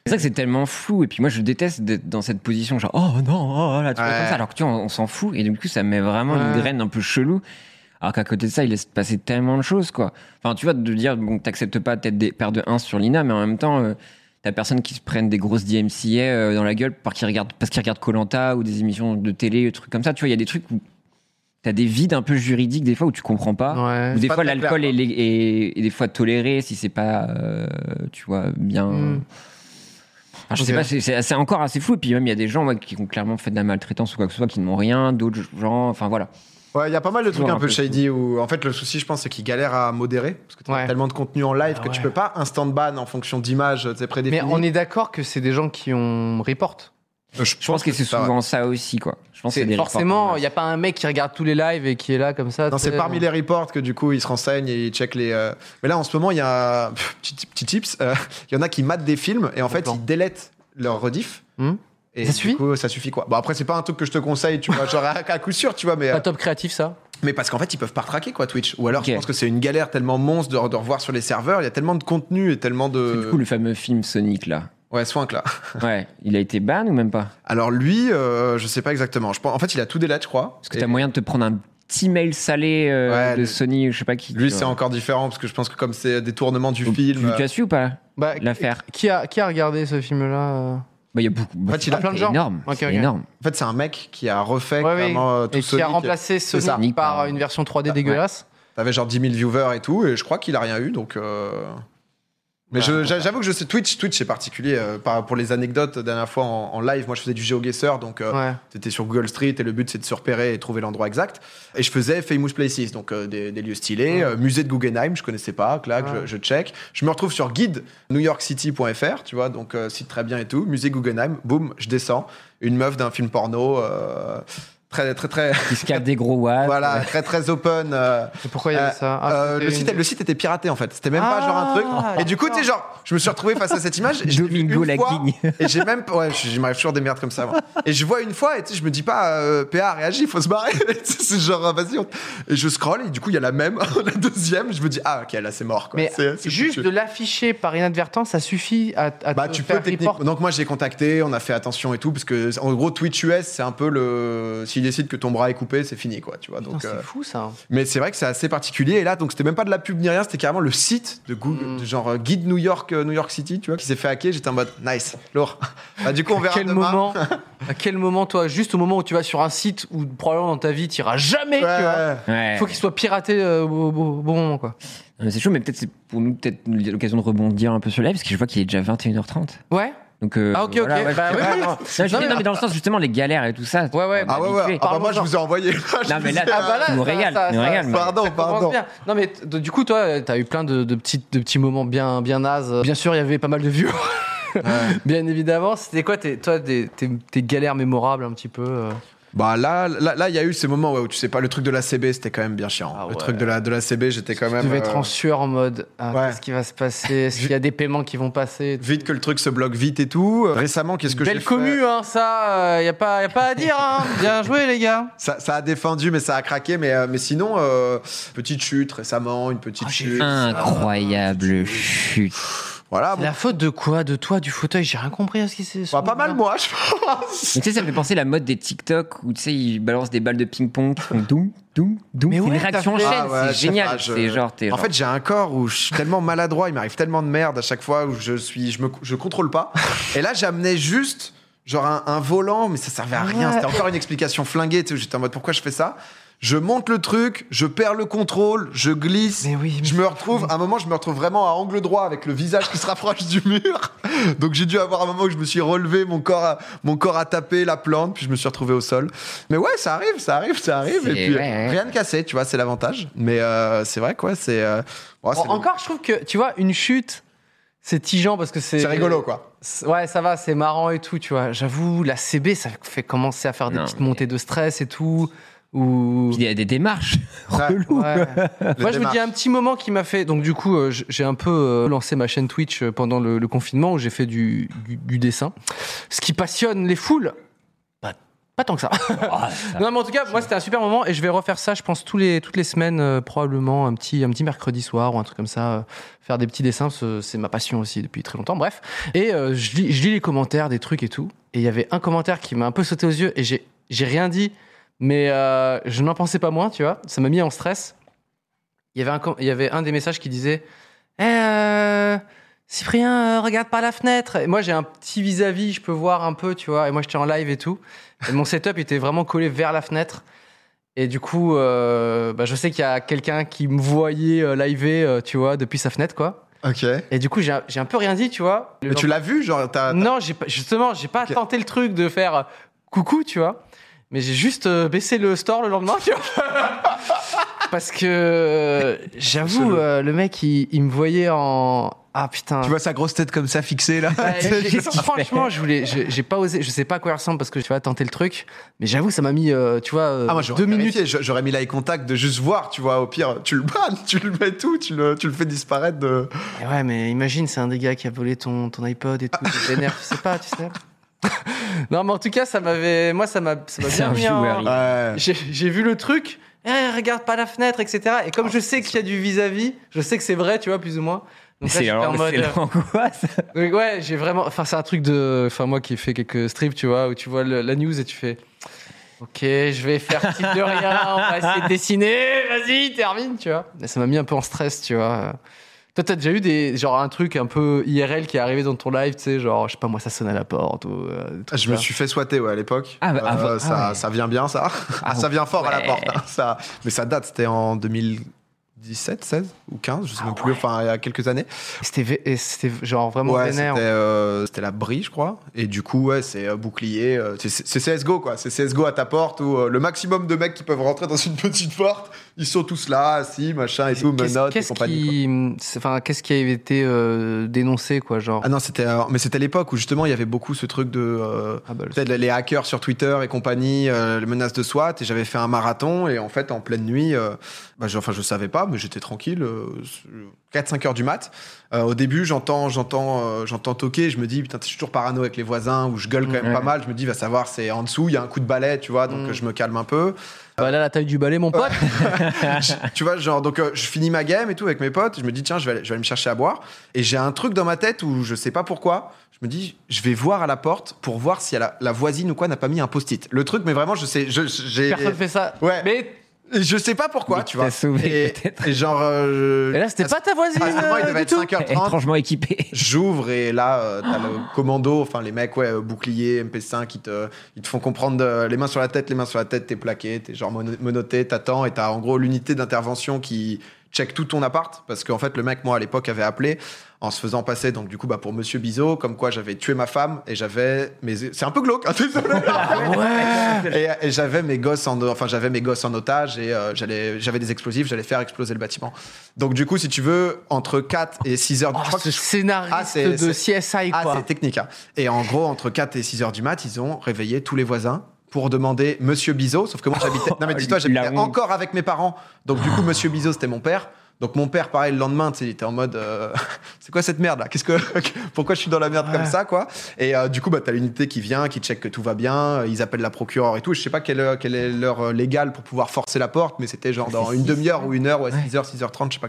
[SPEAKER 3] C'est vrai que c'est tellement flou. Et puis moi, je déteste d'être dans cette position, genre, oh non, oh là, tu vois,
[SPEAKER 2] Ouais.
[SPEAKER 3] comme ça. Alors que tu vois, on, on s'en fout. Et du coup, ça met vraiment
[SPEAKER 1] Ouais.
[SPEAKER 3] une graine un peu chelou. Alors qu'à côté de ça, il laisse passer tellement de choses, quoi. Enfin, tu vois, de dire, bon, t'acceptes pas peut-être des paires de 1 sur l'INA, mais en même temps, euh, t'as personne qui se prennent des grosses DMCA euh, dans la gueule parce qu'ils regardent parce qu'ils regardent Colanta ou des émissions de télé, des trucs comme ça. Tu vois, il y a des trucs où t'as des vides un peu juridiques des fois où tu comprends pas.
[SPEAKER 1] Ouais.
[SPEAKER 3] Ou des
[SPEAKER 2] pas
[SPEAKER 3] fois
[SPEAKER 2] très clair,
[SPEAKER 3] l'alcool
[SPEAKER 2] quoi.
[SPEAKER 3] est, lég- est- est des fois toléré si c'est pas, euh, tu vois, bien.
[SPEAKER 1] Mm.
[SPEAKER 3] Enfin, je sais
[SPEAKER 1] Ok.
[SPEAKER 3] pas, c'est- c'est c'est encore assez fou. Et puis même il y a des gens moi, qui ont clairement fait de la maltraitance ou quoi que ce soit, qui n'ont rien, d'autres gens, enfin voilà.
[SPEAKER 2] Ouais, il y a pas mal de trucs
[SPEAKER 3] Toujours
[SPEAKER 2] un
[SPEAKER 3] un
[SPEAKER 2] peu
[SPEAKER 3] peu
[SPEAKER 2] shady où, en fait, le souci, je pense, c'est qu'ils galèrent à modérer parce que t'as
[SPEAKER 1] Ouais.
[SPEAKER 2] tellement de contenu en live
[SPEAKER 1] Ah
[SPEAKER 2] que tu
[SPEAKER 1] ouais.
[SPEAKER 2] peux pas instant ban en fonction d'images euh, tu sais,
[SPEAKER 1] Mais
[SPEAKER 2] prédéfinies.
[SPEAKER 1] on est d'accord que c'est des gens qui ont report.
[SPEAKER 2] Euh, je,
[SPEAKER 3] Je pense que c'est
[SPEAKER 2] ça, ouais.
[SPEAKER 3] souvent ça aussi, quoi. Je pense que
[SPEAKER 1] C'est
[SPEAKER 3] des
[SPEAKER 1] forcément,
[SPEAKER 3] reports.
[SPEAKER 1] il n'y a pas un mec qui regarde tous les lives et qui est là comme ça. euh,
[SPEAKER 2] Non,
[SPEAKER 1] tu sais.
[SPEAKER 2] c'est parmi les reports que du coup ils se renseignent et ils checkent les. euh, Mais là en ce moment, il y a. pff, Petit, petit tips, euh, il y en a qui matent des films et en fait
[SPEAKER 1] plan.
[SPEAKER 2] ils délettent leur rediff.
[SPEAKER 1] Hmm.
[SPEAKER 2] Et
[SPEAKER 1] Ça
[SPEAKER 2] du
[SPEAKER 1] suffit
[SPEAKER 2] coup, ça suffit quoi. Bon, après, c'est pas un truc que je te conseille, tu vois, genre à, à coup sûr, tu vois, mais, euh,
[SPEAKER 1] Pas top créatif, ça.
[SPEAKER 2] mais parce qu'en fait, ils peuvent pas traquer quoi, Twitch. Ou alors,
[SPEAKER 3] Ok.
[SPEAKER 2] je pense que c'est une galère tellement monstre de, de revoir sur les serveurs, il y a tellement de contenu et tellement
[SPEAKER 3] C'est
[SPEAKER 2] de.
[SPEAKER 3] du coup le fameux film Sonic là.
[SPEAKER 2] Ouais, soin que là.
[SPEAKER 3] Ouais, il a été ban ou même pas
[SPEAKER 2] Alors lui, euh, je sais pas exactement. Je pense, en fait, il a tout délai, je crois.
[SPEAKER 3] Parce que
[SPEAKER 2] Et
[SPEAKER 3] t'as moyen de te prendre un petit mail salé euh,
[SPEAKER 2] Ouais,
[SPEAKER 3] de
[SPEAKER 2] le-
[SPEAKER 3] Sony, je sais pas qui. tu
[SPEAKER 2] Lui, c'est
[SPEAKER 3] vois.
[SPEAKER 2] encore différent parce que je pense que comme c'est des tournements du
[SPEAKER 3] Donc,
[SPEAKER 2] film. euh,
[SPEAKER 3] Tu, tu as su ou pas
[SPEAKER 1] Bah,
[SPEAKER 3] l'affaire
[SPEAKER 1] Qui a, qui a regardé ce film-là euh
[SPEAKER 3] Bah, il y a beaucoup.
[SPEAKER 2] En fait, il a
[SPEAKER 3] c'est
[SPEAKER 1] plein de gens.
[SPEAKER 3] Énorme.
[SPEAKER 1] Ok,
[SPEAKER 3] c'est
[SPEAKER 1] ok.
[SPEAKER 3] énorme.
[SPEAKER 2] En fait, c'est un mec qui a refait
[SPEAKER 1] Ouais, oui.
[SPEAKER 2] clairement, euh, tout
[SPEAKER 1] Et qui
[SPEAKER 2] Sonic.
[SPEAKER 1] a remplacé
[SPEAKER 2] C'est ça.
[SPEAKER 1] Sonic Bah, par une version 3D
[SPEAKER 2] Ouais.
[SPEAKER 1] dégueulasse.
[SPEAKER 2] T'avais genre 10 000 viewers et tout, et je crois qu'il a rien eu, donc. euh, Mais je- j'a- j'avoue que je sais Twitch, Twitch c'est particulier euh, par- pour les anecdotes. la Dernière fois en, en live, moi je faisais du GeoGuessr, donc euh,
[SPEAKER 1] Ouais.
[SPEAKER 2] C'était sur Google Street et le but c'est de se repérer et trouver l'endroit exact. Et je faisais Famous Places, donc euh, des, des lieux stylés, euh, musée de Guggenheim, je connaissais pas, clac,
[SPEAKER 1] Ouais.
[SPEAKER 2] je, je check. Je me retrouve sur guide newyorkcity.fr, tu vois, donc euh, site très bien et tout, musée Guggenheim, boum, je descends, une meuf d'un film porno, euh, très très très,
[SPEAKER 3] Qui se capte des gros watts.
[SPEAKER 2] voilà, très très open. euh,
[SPEAKER 1] Et pourquoi il y avait
[SPEAKER 2] euh,
[SPEAKER 1] ça
[SPEAKER 2] euh, le, site, le site était piraté en fait, c'était même pas
[SPEAKER 1] Ah,
[SPEAKER 2] genre un truc. Et du coup,
[SPEAKER 1] d'accord.
[SPEAKER 2] tu sais, genre, je me suis retrouvé face à cette image. et je l'ai vue
[SPEAKER 3] Domingo
[SPEAKER 2] une
[SPEAKER 3] la
[SPEAKER 2] fois,
[SPEAKER 3] guigne.
[SPEAKER 2] Et j'ai même. Ouais, je- je m'arrive toujours des merdes comme ça, moi. Et je vois une fois, et tu sais, je me dis pas, euh, PA, réagis, faut se barrer. Tu sais, c'est genre, vas-y. on- Et je scroll, et du coup, il y a la même, la deuxième, je me dis, ah, ok, là, c'est mort, quoi.
[SPEAKER 1] Mais
[SPEAKER 2] C'est- c'est
[SPEAKER 1] juste
[SPEAKER 2] foutu.
[SPEAKER 1] de l'afficher par inadvertance, ça suffit à, à
[SPEAKER 2] Bah,
[SPEAKER 1] te
[SPEAKER 2] tu peux
[SPEAKER 1] faire
[SPEAKER 2] techniquement.
[SPEAKER 1] report.
[SPEAKER 2] Donc, moi, j'ai contacté, on a fait attention et tout, parce que, en gros, Twitch US, c'est un peu le. S'il décide que ton bras est coupé, c'est fini, quoi, tu vois.
[SPEAKER 1] Putain,
[SPEAKER 2] Donc, euh,
[SPEAKER 1] C'est fou ça.
[SPEAKER 2] mais c'est vrai que c'est assez particulier. Et là, donc, c'était même pas de la pub ni rien, c'était carrément le site de Google, de genre euh, guide New York, euh, New York City, tu vois, qui s'est fait hacker. J'étais en mode nice, lourd. Bah, du coup, on
[SPEAKER 1] À
[SPEAKER 2] verra
[SPEAKER 1] quel,
[SPEAKER 2] demain.
[SPEAKER 1] moment, à quel moment, toi, juste au moment où tu vas sur un site où probablement dans ta vie, tu iras jamais,
[SPEAKER 2] Ouais,
[SPEAKER 1] tu vois.
[SPEAKER 2] ouais.
[SPEAKER 3] Ouais.
[SPEAKER 1] Faut qu'il soit piraté euh, au, au- au bon moment, quoi.
[SPEAKER 3] Non, mais C'est chaud, mais peut-être c'est pour nous peut-être l'occasion de rebondir un peu sur le live, parce que je vois qu'il est déjà 21h30.
[SPEAKER 1] Ouais
[SPEAKER 3] Donc, euh,
[SPEAKER 1] Ah, ok,
[SPEAKER 3] voilà,
[SPEAKER 1] ok.
[SPEAKER 3] ouais,
[SPEAKER 1] Bah,
[SPEAKER 3] je-
[SPEAKER 1] oui, oui.
[SPEAKER 3] non, je-
[SPEAKER 1] Non, mais-
[SPEAKER 3] non, mais dans le sens, justement, les galères et tout ça.
[SPEAKER 1] Ouais, ouais.
[SPEAKER 3] on est
[SPEAKER 2] Ah ouais,
[SPEAKER 3] habitué.
[SPEAKER 2] ouais. Ah, bah, moi, je
[SPEAKER 1] Parlons-en.
[SPEAKER 2] vous ai envoyé.
[SPEAKER 3] Non, mais là,
[SPEAKER 1] Ah bah là,
[SPEAKER 3] tu nous
[SPEAKER 1] ça-
[SPEAKER 3] régales,
[SPEAKER 1] ça-
[SPEAKER 3] tu nous
[SPEAKER 1] ça-
[SPEAKER 3] régales,
[SPEAKER 1] ça-
[SPEAKER 3] mec.
[SPEAKER 2] Pardon,
[SPEAKER 1] Ça commence
[SPEAKER 2] pardon.
[SPEAKER 1] bien. Non mais t- du coup toi t'as eu plein de, de petits de petits moments bien bien nazes. Bien sûr il y avait pas mal de vieux. bien évidemment. C'était quoi tes toi tes, tes- tes galères mémorables un petit peu. euh
[SPEAKER 2] Bah là, là, là, il y a eu ces moments ouais, où tu sais pas, le truc de la CB, c'était quand même bien chiant.
[SPEAKER 1] ouais.
[SPEAKER 2] Le truc de la, de la CB, j'étais quand même.
[SPEAKER 1] Tu devais
[SPEAKER 2] euh,
[SPEAKER 1] être en sueur en mode ah,
[SPEAKER 2] Ouais.
[SPEAKER 1] qu'est-ce qui va se passer Est-ce qu'il y a des paiements qui vont passer
[SPEAKER 2] Vite que le truc se bloque vite et tout. Euh, Récemment, qu'est-ce que j'ai
[SPEAKER 1] Belle
[SPEAKER 2] fait
[SPEAKER 1] commu, hein, ça, il n'y a, pas- y a pas à dire. hein. Bien joué, les gars.
[SPEAKER 2] ça, ça a défendu, mais ça a craqué. Mais, euh, mais sinon, euh, petite chute récemment, une petite
[SPEAKER 1] Ah,
[SPEAKER 2] chute.
[SPEAKER 3] Incroyable chute.
[SPEAKER 2] Voilà.
[SPEAKER 1] La faute de quoi De toi, du fauteuil J'ai rien compris à ce qui s'est.
[SPEAKER 2] Bah, pas mal, moi, je pense.
[SPEAKER 3] Mais tu sais, ça me fait penser à la mode des TikTok où tu sais, ils balancent des balles de ping-pong qui font doum, doum, doum.
[SPEAKER 1] Mais
[SPEAKER 3] C'est une
[SPEAKER 1] ouais, euh,
[SPEAKER 3] réaction en
[SPEAKER 1] t'as
[SPEAKER 3] chaîne,
[SPEAKER 1] fait-
[SPEAKER 2] Ah ouais,
[SPEAKER 3] c'est
[SPEAKER 2] je sais
[SPEAKER 3] génial.
[SPEAKER 2] pas, je-
[SPEAKER 3] C'est genre, t'es
[SPEAKER 2] En
[SPEAKER 3] genre-
[SPEAKER 2] fait, j'ai un corps où je suis tellement maladroit, il m'arrive tellement de merde à chaque fois où je suis, je me, je contrôle pas. Et là, j'amenais juste genre un, un volant, mais ça servait à rien.
[SPEAKER 1] Ouais.
[SPEAKER 2] C'était encore une explication flinguée. Tu sais, j'étais en mode pourquoi je fais ça. Je monte le truc, je perds le contrôle, je glisse.
[SPEAKER 1] Mais oui, mais
[SPEAKER 2] je me retrouve, à un moment, je me retrouve vraiment à angle droit avec le visage qui se rapproche du mur. Donc j'ai dû avoir un moment où je me suis relevé, mon corps, a, mon corps a tapé la plante, puis je me suis retrouvé au sol. Mais ouais, ça arrive, ça arrive, ça arrive. Et
[SPEAKER 3] C'est- hein.
[SPEAKER 2] puis
[SPEAKER 3] ouais, ouais.
[SPEAKER 2] rien de cassé, tu vois, c'est l'avantage. Mais euh, c'est vrai, quoi, c'est. euh, ouais, c'est
[SPEAKER 1] En- Encore, je trouve que, tu vois, une chute, c'est tigeant parce que c'est.
[SPEAKER 2] C'est rigolo, quoi.
[SPEAKER 1] C'est- Ouais, ça va, c'est marrant et tout, tu vois. J'avoue, la CB, ça fait commencer à faire des
[SPEAKER 3] Non,
[SPEAKER 1] petites
[SPEAKER 3] mais-
[SPEAKER 1] montées de stress et tout. Ou.
[SPEAKER 3] il y a des démarches.
[SPEAKER 1] Ouais. Moi, je vous
[SPEAKER 2] démarche.
[SPEAKER 1] dis un petit moment qui m'a fait. Donc, du coup, euh, j- j'ai un peu euh, lancé ma chaîne Twitch euh, pendant le, le confinement où j'ai fait du, du- du dessin. Ce qui passionne les foules. Pas, pas tant que ça. non, mais en tout cas, moi, c'était un super moment et je vais refaire ça, je pense, tous les, toutes les semaines, euh, probablement un petit, un petit mercredi soir ou un truc comme ça. euh, faire des petits dessins, ce- c'est ma passion aussi depuis très longtemps. Bref. Et euh, je, lis, je lis les commentaires des trucs et tout. Et il y avait un commentaire qui m'a un peu sauté aux yeux et j'ai j'ai rien dit. Mais euh, je n'en pensais pas moins, tu vois. Ça m'a mis en stress il y avait un, com- il y avait un des messages qui disait Eh, euh, Cyprien, euh, regarde par la fenêtre. Et moi, j'ai un petit vis-à-vis, je peux voir un peu, tu vois. Et moi, j'étais en live et tout. Et mon setup était vraiment collé vers la fenêtre. Et du coup, euh, bah, je sais qu'il y a quelqu'un qui me voyait euh, liver, euh, tu vois, depuis sa fenêtre, quoi.
[SPEAKER 2] Ok.
[SPEAKER 1] Et du coup, j'ai un- j'ai un peu rien dit, tu vois.
[SPEAKER 2] Mais tu l'as vu, genre, Ah, t'as.
[SPEAKER 1] Non, j'ai pas, justement, j'ai pas
[SPEAKER 2] Ok.
[SPEAKER 1] tenté le truc de faire euh, coucou, tu vois. Mais j'ai juste euh, baissé le store le lendemain, tu vois. Parce que euh, j'avoue, euh, le mec, il, il me voyait en. Ah putain.
[SPEAKER 2] Tu vois sa grosse tête comme ça fixée, là.
[SPEAKER 1] Ouais, j'ai- franchement, je voulais, je- j'ai pas osé, je sais pas à quoi il ressemble parce que tu vois tenter le truc, mais j'avoue, ça m'a mis, euh, tu vois, euh,
[SPEAKER 2] Ah, moi,
[SPEAKER 1] deux minutes.
[SPEAKER 2] J'aurais mis l'eye contact de juste voir, tu vois. Au pire, tu le bannes, tu le mets tout, tu le, tu le fais disparaître de.
[SPEAKER 1] Et ouais, mais imagine, c'est un des gars qui a volé ton, ton iPod et tout, tu t'énerves, tu sais pas, tu sais. non, mais en tout cas, ça m'avait, moi, ça m'a, ça m'a
[SPEAKER 3] C'est
[SPEAKER 1] bien
[SPEAKER 3] un
[SPEAKER 1] mis en-
[SPEAKER 3] viewer, il-
[SPEAKER 2] Ouais.
[SPEAKER 1] J'ai j'ai vu le truc, Eh, regarde pas la fenêtre, etc. Et comme
[SPEAKER 2] Ah,
[SPEAKER 1] je sais qu'il y a du vis-à-vis, je sais que c'est vrai, tu vois, plus ou moins.
[SPEAKER 3] Mais
[SPEAKER 1] Donc là,
[SPEAKER 3] C'est
[SPEAKER 1] j'étais en
[SPEAKER 3] l'an-
[SPEAKER 1] mode.
[SPEAKER 3] c'est l'angoisse.
[SPEAKER 1] euh, donc ouais, j'ai vraiment. Enfin, c'est un truc de. Enfin, moi qui ai fait quelques strips, tu vois, où tu vois le- la news et tu fais. Ok, je vais faire type de rien, on va essayer de dessiner, vas-y, termine, tu vois. Et ça m'a mis un peu en stress, tu vois. Toi, t'as déjà eu des, genre un truc un peu IRL qui est arrivé dans ton live, tu sais, genre, je sais pas, moi, ça sonne à la porte ou. euh, des trucs
[SPEAKER 2] Ah, Je me
[SPEAKER 1] comme ça.
[SPEAKER 2] suis fait swatter ouais, à l'époque.
[SPEAKER 3] Ah, bah,
[SPEAKER 2] Euh,
[SPEAKER 3] ah, bah, ah,
[SPEAKER 2] ça,
[SPEAKER 3] ouais.
[SPEAKER 2] ça vient bien, ça. Ah, ça vient fort à la
[SPEAKER 3] ouais.
[SPEAKER 2] porte. hein, ça. Mais ça date, c'était en 2017, 16 ou 15, je sais même plus, enfin, il y a quelques années.
[SPEAKER 1] C'était vé- et c'était genre vraiment
[SPEAKER 2] Ouais, c'était
[SPEAKER 1] vénère.
[SPEAKER 2] euh, c'était la brie, je crois. Et du coup, ouais, c'est euh, bouclier. euh, c'est- c'est c'est CSGO, quoi. C'est CSGO à ta porte où euh, le maximum de mecs qui peuvent rentrer dans une petite porte, ils sont tous là, assis, machin et tout,
[SPEAKER 1] Qu'est-ce-
[SPEAKER 2] menottes et
[SPEAKER 1] Qu'est-ce
[SPEAKER 2] compagnie. quoi.
[SPEAKER 1] qui, hum, c'est- enfin, qu'est-ce qui a été euh, dénoncé, quoi, genre
[SPEAKER 2] Ah non, c'était, euh, mais c'était l'époque où justement il y avait beaucoup ce truc de euh,
[SPEAKER 1] Ah bah, le-
[SPEAKER 2] peut-être les hackers sur Twitter et compagnie, euh, les menaces de SWAT. Et j'avais fait un marathon et en fait en pleine nuit, euh, bah, je, enfin je savais pas, mais j'étais tranquille, euh, 4-5 heures du mat. Euh, au début, j'entends, j'entends, euh, j'entends toquer. Je me dis putain, je suis toujours parano avec les voisins ou je gueule quand même
[SPEAKER 3] Ouais.
[SPEAKER 2] pas mal. Je me dis va savoir, c'est en dessous, il y a un coup de balai, tu vois, donc
[SPEAKER 1] Mm.
[SPEAKER 2] euh, je me calme un peu.
[SPEAKER 1] Voilà Bah, la taille du balai, mon pote.
[SPEAKER 2] Je- tu vois, genre, donc euh, je finis ma game et tout avec mes potes. Je me dis, tiens, je vais, aller- je vais aller me chercher à boire. Et j'ai un truc dans ma tête où je sais pas pourquoi. Je me dis, je vais voir à la porte pour voir si elle a- la voisine ou quoi n'a pas mis un post-it. Le truc, mais vraiment, je sais, je, j'ai.
[SPEAKER 1] Personne fait ça.
[SPEAKER 2] Ouais.
[SPEAKER 1] Mais
[SPEAKER 2] Et Je sais pas pourquoi,
[SPEAKER 3] Mais
[SPEAKER 2] tu
[SPEAKER 3] t'as
[SPEAKER 2] vois.
[SPEAKER 3] sauvé,
[SPEAKER 2] et,
[SPEAKER 3] peut-être.
[SPEAKER 2] et genre. euh, je-
[SPEAKER 1] et là, c'était pas ta voisine.
[SPEAKER 2] à ce moment, il
[SPEAKER 1] euh,
[SPEAKER 2] devait
[SPEAKER 1] du
[SPEAKER 2] être
[SPEAKER 1] tout.
[SPEAKER 2] 5h30.
[SPEAKER 3] Étrangement équipé.
[SPEAKER 2] J'ouvre et là, euh, t'as le commando, enfin les mecs, ouais, euh, bouclier, MP5, ils te, ils te font comprendre euh, les mains sur la tête, les mains sur la tête, t'es plaqué, t'es genre mono- menotté, t'attends et t'as en gros l'unité d'intervention qui check tout ton appart parce qu'en fait le mec moi à l'époque avait appelé en se faisant passer donc du coup bah pour Monsieur Bizot comme quoi j'avais tué ma femme et j'avais mes c'est un peu glauque hein, désolé et, et j'avais mes gosses en enfin j'avais mes gosses en otage et euh, j'allais j'avais des explosifs j'allais faire exploser le bâtiment donc du coup si tu veux entre 4 et 6 heures
[SPEAKER 1] Oh,
[SPEAKER 2] je crois que
[SPEAKER 1] ce scénariste
[SPEAKER 2] Ah, c'est-
[SPEAKER 1] de
[SPEAKER 2] c'est-
[SPEAKER 1] CSI,
[SPEAKER 2] ah,
[SPEAKER 1] quoi.
[SPEAKER 2] c'est technique. hein. Et en gros, entre 4 et 6 heures du mat, ils ont réveillé tous les voisins pour demander Monsieur Bizot. Sauf que moi, j'habitais.
[SPEAKER 1] Oh,
[SPEAKER 2] Non, mais dis-toi, j'habitais encore avec mes parents. Donc, du
[SPEAKER 1] Ah.
[SPEAKER 2] coup, Monsieur Bizot, c'était mon père. Donc, mon père, pareil, le lendemain, tu sais, il était en mode euh, C'est quoi cette merde là Qu'est-ce que Pourquoi je suis dans la merde comme ça, quoi Et euh, du coup, bah, t'as l'unité qui vient, qui check que tout va bien. euh, Ils appellent la procureure et tout. Je sais pas quelle, heure- quelle est l'heure euh, légale pour pouvoir forcer la porte, mais c'était genre dans une demi-heure ou une heure, ouais, 6h, 6h30, je sais pas.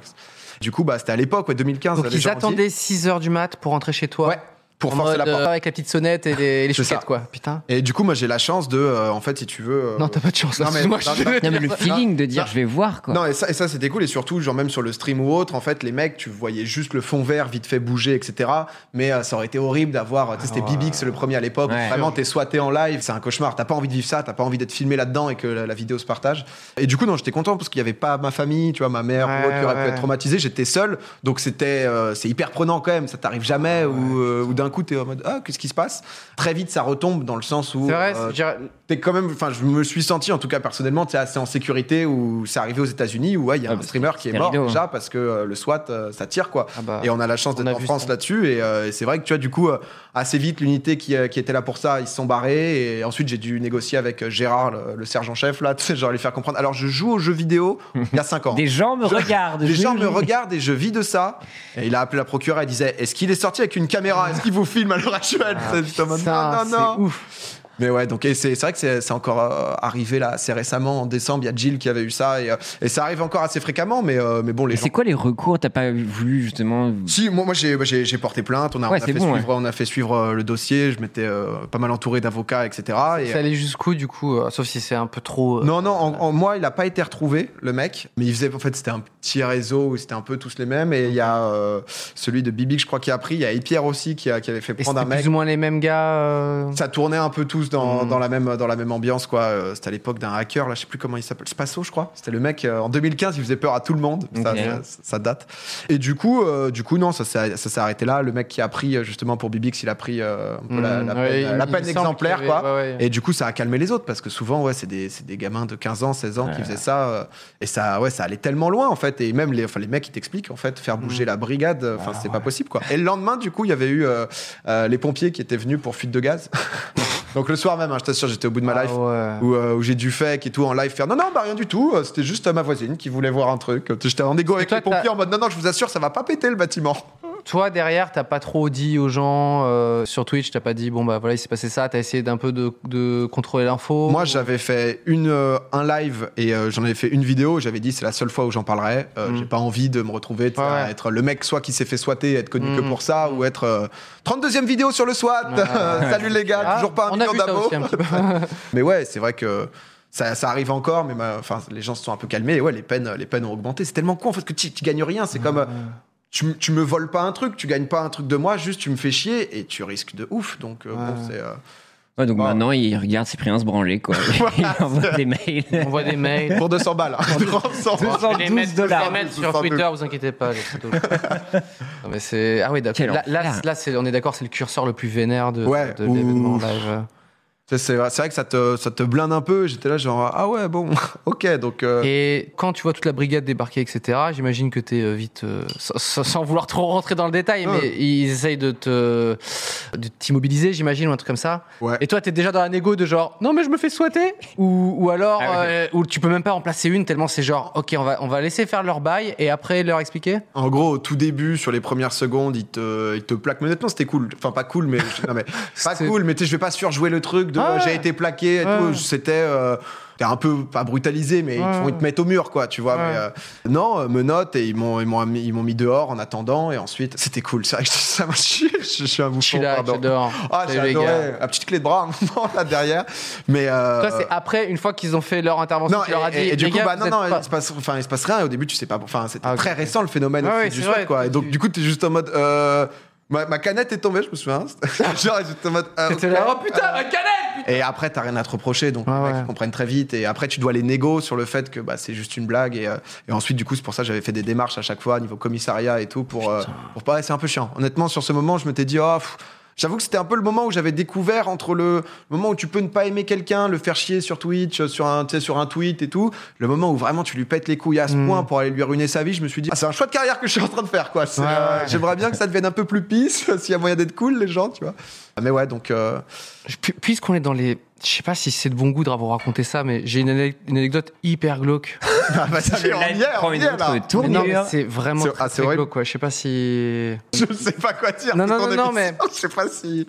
[SPEAKER 2] Du coup, bah, c'était à l'époque, ouais, 2015.
[SPEAKER 1] Donc
[SPEAKER 2] les
[SPEAKER 1] ils
[SPEAKER 2] gens ont dit-
[SPEAKER 1] attendaient 6 heures du mat pour rentrer chez toi.
[SPEAKER 2] pour
[SPEAKER 1] En
[SPEAKER 2] forcer la
[SPEAKER 1] mode, euh,
[SPEAKER 2] porte.
[SPEAKER 1] Avec la petite sonnette et les, les
[SPEAKER 2] C'est
[SPEAKER 1] chouquettes,
[SPEAKER 2] ça.
[SPEAKER 1] quoi. Putain.
[SPEAKER 2] Et du coup, moi, j'ai la chance de, euh, en fait, si tu veux. euh,
[SPEAKER 1] Non, t'as pas de chance,
[SPEAKER 2] Non, mais,
[SPEAKER 1] excuse-moi, je suis désolé. Non, mais le feeling
[SPEAKER 3] de dire, je vais voir, quoi.
[SPEAKER 2] Non, et ça, et ça c'était cool. Et surtout, genre, même sur le stream ou autre, en fait, les mecs, tu voyais juste le fond vert vite fait bouger, etc. Mais euh, ça aurait été horrible d'avoir. Tu sais, c'était Bibix le premier à l'époque.
[SPEAKER 3] Ah. Ouais.
[SPEAKER 2] Vraiment, t'es soité en live, c'est un cauchemar. T'as pas envie de vivre ça, t'as pas envie d'être filmé là-dedans et que la, la vidéo se partage. Et du coup, non, j'étais content parce qu'il y avait pas ma famille, tu vois, ma mère
[SPEAKER 1] Ouais,
[SPEAKER 2] ou autre qui aurait
[SPEAKER 1] ouais.
[SPEAKER 2] pu être traumatisée. J'étais seul. Donc, c'était. euh, c'est hyper prenant quand même. Ça t'arrive
[SPEAKER 3] Ah
[SPEAKER 2] jamais ou euh, ou d'un coup, t'es en mode, ah, qu'est-ce qui se passe Très vite, ça retombe dans le sens où.
[SPEAKER 1] C'est vrai,
[SPEAKER 2] euh,
[SPEAKER 1] c'est- j'ai-
[SPEAKER 2] T'es quand même, enfin, je me suis senti, en tout cas personnellement, t'es assez en sécurité ou c'est arrivé aux États-Unis où ouais, il
[SPEAKER 1] Ah
[SPEAKER 2] y a un streamer qui est
[SPEAKER 3] c'est
[SPEAKER 2] mort
[SPEAKER 3] rideau, hein.
[SPEAKER 2] déjà parce que euh, le SWAT euh, ça tire quoi.
[SPEAKER 1] bah,
[SPEAKER 2] et on a la chance
[SPEAKER 1] on
[SPEAKER 2] d'être
[SPEAKER 1] a
[SPEAKER 2] en
[SPEAKER 1] vu
[SPEAKER 2] France
[SPEAKER 1] ça.
[SPEAKER 2] là-dessus et, euh, et c'est vrai que tu vois du coup euh, assez vite l'unité qui, euh, qui était là pour ça ils se sont barrés et ensuite j'ai dû négocier avec euh, Gérard le, le sergent chef là, tu sais, genre lui faire comprendre. Alors je joue aux jeux vidéo il y a 5 ans.
[SPEAKER 3] Des gens me
[SPEAKER 2] Je-
[SPEAKER 3] regardent.
[SPEAKER 2] Les
[SPEAKER 3] je-
[SPEAKER 2] gens me regardent et je vis de ça. Et il a appelé la procureure et disait Est-ce qu'il est sorti avec une caméra Est-ce qu'il vous filme à l'heure actuelle C'est juste en mode,
[SPEAKER 1] Ah, Putain,
[SPEAKER 2] Non,
[SPEAKER 1] c'est
[SPEAKER 2] non, non.
[SPEAKER 1] ouf.
[SPEAKER 2] Mais ouais, donc et c'est c'est vrai que c'est c'est encore euh, arrivé là, c'est récemment en décembre, il y a Jill qui avait eu ça et, euh, et ça arrive encore assez fréquemment, mais euh, mais bon les
[SPEAKER 3] Et
[SPEAKER 2] gens.
[SPEAKER 3] C'est quoi les recours T'as pas voulu, justement.
[SPEAKER 2] Si moi, moi j'ai- bah, j'ai j'ai porté plainte, on a,
[SPEAKER 3] Ouais,
[SPEAKER 2] on a
[SPEAKER 3] c'est
[SPEAKER 2] fait
[SPEAKER 3] bon,
[SPEAKER 2] suivre, on a fait suivre euh, le dossier, je m'étais euh, pas mal entouré d'avocats, etc.
[SPEAKER 1] Ça
[SPEAKER 2] Et, euh,
[SPEAKER 1] allait jusqu'où, du coup euh, Sauf si c'est un peu trop. euh,
[SPEAKER 2] non non, en, en moi il a pas été retrouvé le mec, mais il faisait en fait c'était un petit réseau où c'était un peu tous les mêmes et il y a euh, celui de Bibi que je crois qui a pris, il y a Epierre aussi qui, a- qui avait fait
[SPEAKER 1] Et
[SPEAKER 2] prendre
[SPEAKER 1] c'était
[SPEAKER 2] un mec.
[SPEAKER 1] plus ou moins les mêmes gars. euh,
[SPEAKER 2] Ça tournait un peu tous dans,
[SPEAKER 1] Mm.
[SPEAKER 2] dans la, même, dans la même ambiance, quoi. Euh, C'était à l'époque d'un hacker, là, je sais plus comment il s'appelle, Spasso, je crois. C'était le mec, euh, en 2015, il faisait peur à tout le monde. Ça,
[SPEAKER 3] Ok.
[SPEAKER 2] ça- ça date. Et du coup, euh, du coup non, ça, s'est- ça s'est arrêté là. Le mec qui a pris, euh, justement, pour Bibix, il a pris euh, un peu la, la
[SPEAKER 1] ouais,
[SPEAKER 2] peine,
[SPEAKER 1] il-
[SPEAKER 2] la
[SPEAKER 1] il me
[SPEAKER 2] peine
[SPEAKER 1] semble
[SPEAKER 2] exemplaire,
[SPEAKER 1] qu'il y
[SPEAKER 2] quoi.
[SPEAKER 1] avait- ouais, ouais.
[SPEAKER 2] Et du coup, ça a calmé les autres, parce que souvent, ouais, c'est des, c'est des gamins de 15 ans, 16 ans qui faisaient ça. euh, et ça, ouais, ça allait tellement loin, en fait. Et même les, enfin, les mecs, ils t'expliquent, en fait, faire bouger la brigade, euh, enfin, c'est pas possible, quoi. Et le lendemain, du coup, il y avait eu euh, euh, les pompiers qui étaient venus pour fuite de gaz. Donc le soir même, hein, je t'assure, j'étais au bout de ma
[SPEAKER 1] Ah
[SPEAKER 2] life.
[SPEAKER 1] ouais.
[SPEAKER 2] Où, euh, où j'ai du fake et tout en live faire non non bah rien du tout euh, c'était juste euh, ma voisine qui voulait voir un truc j'étais en égo avec
[SPEAKER 1] toi,
[SPEAKER 2] les pompiers
[SPEAKER 1] t'as-
[SPEAKER 2] en mode non non je vous assure ça va pas péter le bâtiment
[SPEAKER 1] Toi, derrière, t'as pas trop dit aux gens euh, sur Twitch, t'as pas dit, bon, bah voilà, il s'est passé ça, t'as essayé d'un peu de, de contrôler l'info.
[SPEAKER 2] Moi, j'avais fait une, euh, un live et euh, j'en avais fait une vidéo. J'avais dit, c'est la seule fois où j'en parlerai. Euh, J'ai pas envie de me retrouver tu sais,
[SPEAKER 1] Mm. Ouais, Mm.
[SPEAKER 2] à
[SPEAKER 1] ouais.
[SPEAKER 2] être le mec soit qui s'est fait swatter, être connu que pour ça, ou être euh, 32e vidéo sur le SWAT. Salut les gars,
[SPEAKER 1] Ah,
[SPEAKER 2] toujours pas un
[SPEAKER 1] on a
[SPEAKER 2] million
[SPEAKER 1] vu ça
[SPEAKER 2] d'abos.
[SPEAKER 1] aussi un petit peu.
[SPEAKER 2] mais ouais, c'est vrai que. Ça, ça arrive encore, mais ma- enfin, les gens se sont un peu calmés. Et ouais, les peines, les peines ont augmenté. C'est tellement con en fait que tu tu gagnes rien. C'est
[SPEAKER 1] Mm.
[SPEAKER 2] comme euh, tu, m- tu me voles pas un truc, tu gagnes pas un truc de moi, juste tu me fais chier et tu risques de ouf. Donc euh, bon, c'est euh,
[SPEAKER 3] Ouais, donc
[SPEAKER 1] Bah.
[SPEAKER 2] Ah.
[SPEAKER 3] maintenant, il regarde Cyprien se branler, quoi. il envoie des mails.
[SPEAKER 1] On voit des mails.
[SPEAKER 2] pour 200 balles. hein. 200 balles.
[SPEAKER 1] Je vais les mettre, je vais les mettre sur
[SPEAKER 2] 212.
[SPEAKER 1] Twitter, vous inquiétez pas. les photos. Non, mais c'est... Ah oui, d'accord.
[SPEAKER 3] Quel
[SPEAKER 1] Là, là,
[SPEAKER 3] enfer.
[SPEAKER 1] là, c'est- on est d'accord, c'est le curseur le plus vénère de,
[SPEAKER 2] Ouais,
[SPEAKER 1] de l'événement
[SPEAKER 2] ouf.
[SPEAKER 1] live.
[SPEAKER 2] Ça, C'est vrai, c'est vrai que ça te, ça te blinde un peu. J'étais là, genre, ah ouais, bon, ok, donc. euh,
[SPEAKER 1] Et quand tu vois toute la brigade débarquer, etc., j'imagine que t'es euh, vite, euh, sans- sans, sans vouloir trop rentrer dans le détail,
[SPEAKER 2] Ouais.
[SPEAKER 1] mais ils essayent de te de t'immobiliser, j'imagine, ou un truc comme ça.
[SPEAKER 2] Ouais.
[SPEAKER 1] Et toi, t'es déjà dans la négo de genre, non mais je me fais souhaiter, ou, ou alors,
[SPEAKER 3] Ah, ok.
[SPEAKER 1] euh, ou tu peux même pas en placer une tellement c'est genre, ok, on va on va laisser faire leur bail et après leur expliquer.
[SPEAKER 2] En gros, au tout début, sur les premières secondes, ils te, ils te plaquent. Mais honnêtement, c'était cool. Enfin, pas cool, mais. je- non, mais pas
[SPEAKER 1] C'est-
[SPEAKER 2] cool, mais tu sais, je vais pas surjouer le truc de
[SPEAKER 1] Ouais.
[SPEAKER 2] j'ai été plaqué et
[SPEAKER 1] Ouais.
[SPEAKER 2] tout. C'était. euh, T'es un peu pas brutalisé, mais ils, te font- ils te mettent au mur, quoi, tu vois.
[SPEAKER 1] Ouais.
[SPEAKER 2] Mais, euh, non, euh, me note et ils m'ont ils m'ont mis, ils m'ont mis dehors en attendant. Et ensuite, c'était cool. C'est vrai que ça m'a chié. Je, je suis un bouffon.
[SPEAKER 1] Je suis là,
[SPEAKER 2] Oh, pardon.
[SPEAKER 1] j'adore.
[SPEAKER 2] Ah, j'ai
[SPEAKER 1] Salut, les gars.
[SPEAKER 2] adoré. La petite clé de bras, un moment, là, derrière. Mais. euh,
[SPEAKER 1] Toi, c'est après, une fois qu'ils ont fait leur intervention,
[SPEAKER 2] Non,
[SPEAKER 1] tu leur as
[SPEAKER 2] et-
[SPEAKER 1] dit.
[SPEAKER 2] et, et du
[SPEAKER 1] les
[SPEAKER 2] coup,
[SPEAKER 1] gars,
[SPEAKER 2] bah,
[SPEAKER 1] vous
[SPEAKER 2] non,
[SPEAKER 1] êtes
[SPEAKER 2] non,
[SPEAKER 1] pas-
[SPEAKER 2] il se passe, enfin, il se passe rien. Et au début, tu sais pas. Enfin, c'était
[SPEAKER 1] Ah, ok,
[SPEAKER 2] très
[SPEAKER 1] ok.
[SPEAKER 2] récent le phénomène au
[SPEAKER 1] Ah
[SPEAKER 2] fil
[SPEAKER 1] ouais,
[SPEAKER 2] du
[SPEAKER 1] c'est
[SPEAKER 2] squat,
[SPEAKER 1] vrai,
[SPEAKER 2] quoi. Et donc,
[SPEAKER 1] tu-
[SPEAKER 2] du coup, t'es juste en mode. euh, Ma, ma canette est tombée, je me souviens. Genre, j'étais en mode. euh,
[SPEAKER 1] T'étais
[SPEAKER 2] ok.
[SPEAKER 1] là, oh putain, ma canette
[SPEAKER 2] Et après, t'as rien à te reprocher, donc
[SPEAKER 1] Ouais,
[SPEAKER 2] les mecs
[SPEAKER 1] ouais.
[SPEAKER 2] ils comprennent très vite. Et après, tu dois les négo sur le fait que bah, c'est juste une blague. Et, euh, et ensuite, du coup, c'est pour ça que j'avais fait des démarches à chaque fois, niveau commissariat et tout, pour, euh, pour pas. C'est un peu chiant. Honnêtement, sur ce moment, je m'étais dit, oh, pff, j'avoue que c'était un peu le moment où j'avais découvert entre le moment où tu peux ne pas aimer quelqu'un, le faire chier sur Twitch, euh, sur un, tu sais, sur un tweet et tout, le moment où vraiment tu lui pètes les couilles à
[SPEAKER 1] Mm.
[SPEAKER 2] ce point pour aller lui ruiner sa vie, je me suis dit, ah, c'est un choix de carrière que je suis en train de faire, quoi. C'est,
[SPEAKER 1] Ouais,
[SPEAKER 2] euh,
[SPEAKER 1] ouais.
[SPEAKER 2] J'aimerais bien que ça devienne un peu plus pisse, s'il y a moyen d'être cool, les gens, tu vois. Mais ouais, donc. euh,
[SPEAKER 1] Je- pu- Puisqu'on est dans les Je sais pas si c'est de bon goût de vous raconter ça, mais j'ai une, ane- une anecdote hyper glauque.
[SPEAKER 2] Ah, bah, ça, mais on y est, on y est, là.
[SPEAKER 1] Mais non, mais c'est vraiment
[SPEAKER 2] C'est- ah,
[SPEAKER 1] très,
[SPEAKER 2] c'est
[SPEAKER 1] très
[SPEAKER 2] horrible.
[SPEAKER 1] glauque, quoi. Je sais pas si.
[SPEAKER 2] Je sais pas quoi dire.
[SPEAKER 1] Non, non,
[SPEAKER 2] tout
[SPEAKER 1] non,
[SPEAKER 2] en
[SPEAKER 1] non,
[SPEAKER 2] émission. Je sais pas si.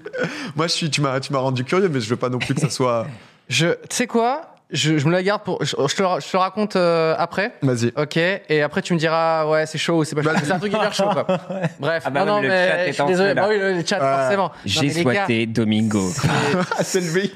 [SPEAKER 2] Moi, je suis. Tu m'as, tu m'as rendu curieux, mais je veux pas non plus que ça soit.
[SPEAKER 1] Je, tu sais quoi je, je me la garde pour. Je, je te, le ra- je te le raconte euh, après.
[SPEAKER 2] Vas-y.
[SPEAKER 1] Ok. Et après tu me diras ouais c'est chaud ou c'est pas chaud. C'est un truc hyper chaud quoi. Bref.
[SPEAKER 3] Ah bah
[SPEAKER 1] non non
[SPEAKER 3] oui, le
[SPEAKER 1] mais
[SPEAKER 3] chat est
[SPEAKER 1] je suis
[SPEAKER 3] en feu,
[SPEAKER 1] désolé.
[SPEAKER 3] là.
[SPEAKER 1] Bah oui le, le chat
[SPEAKER 3] Ah.
[SPEAKER 1] forcément.
[SPEAKER 3] J'ai
[SPEAKER 1] Non, mais les gars,
[SPEAKER 3] souhaité Domingo.
[SPEAKER 1] Ah,
[SPEAKER 2] C'est levé.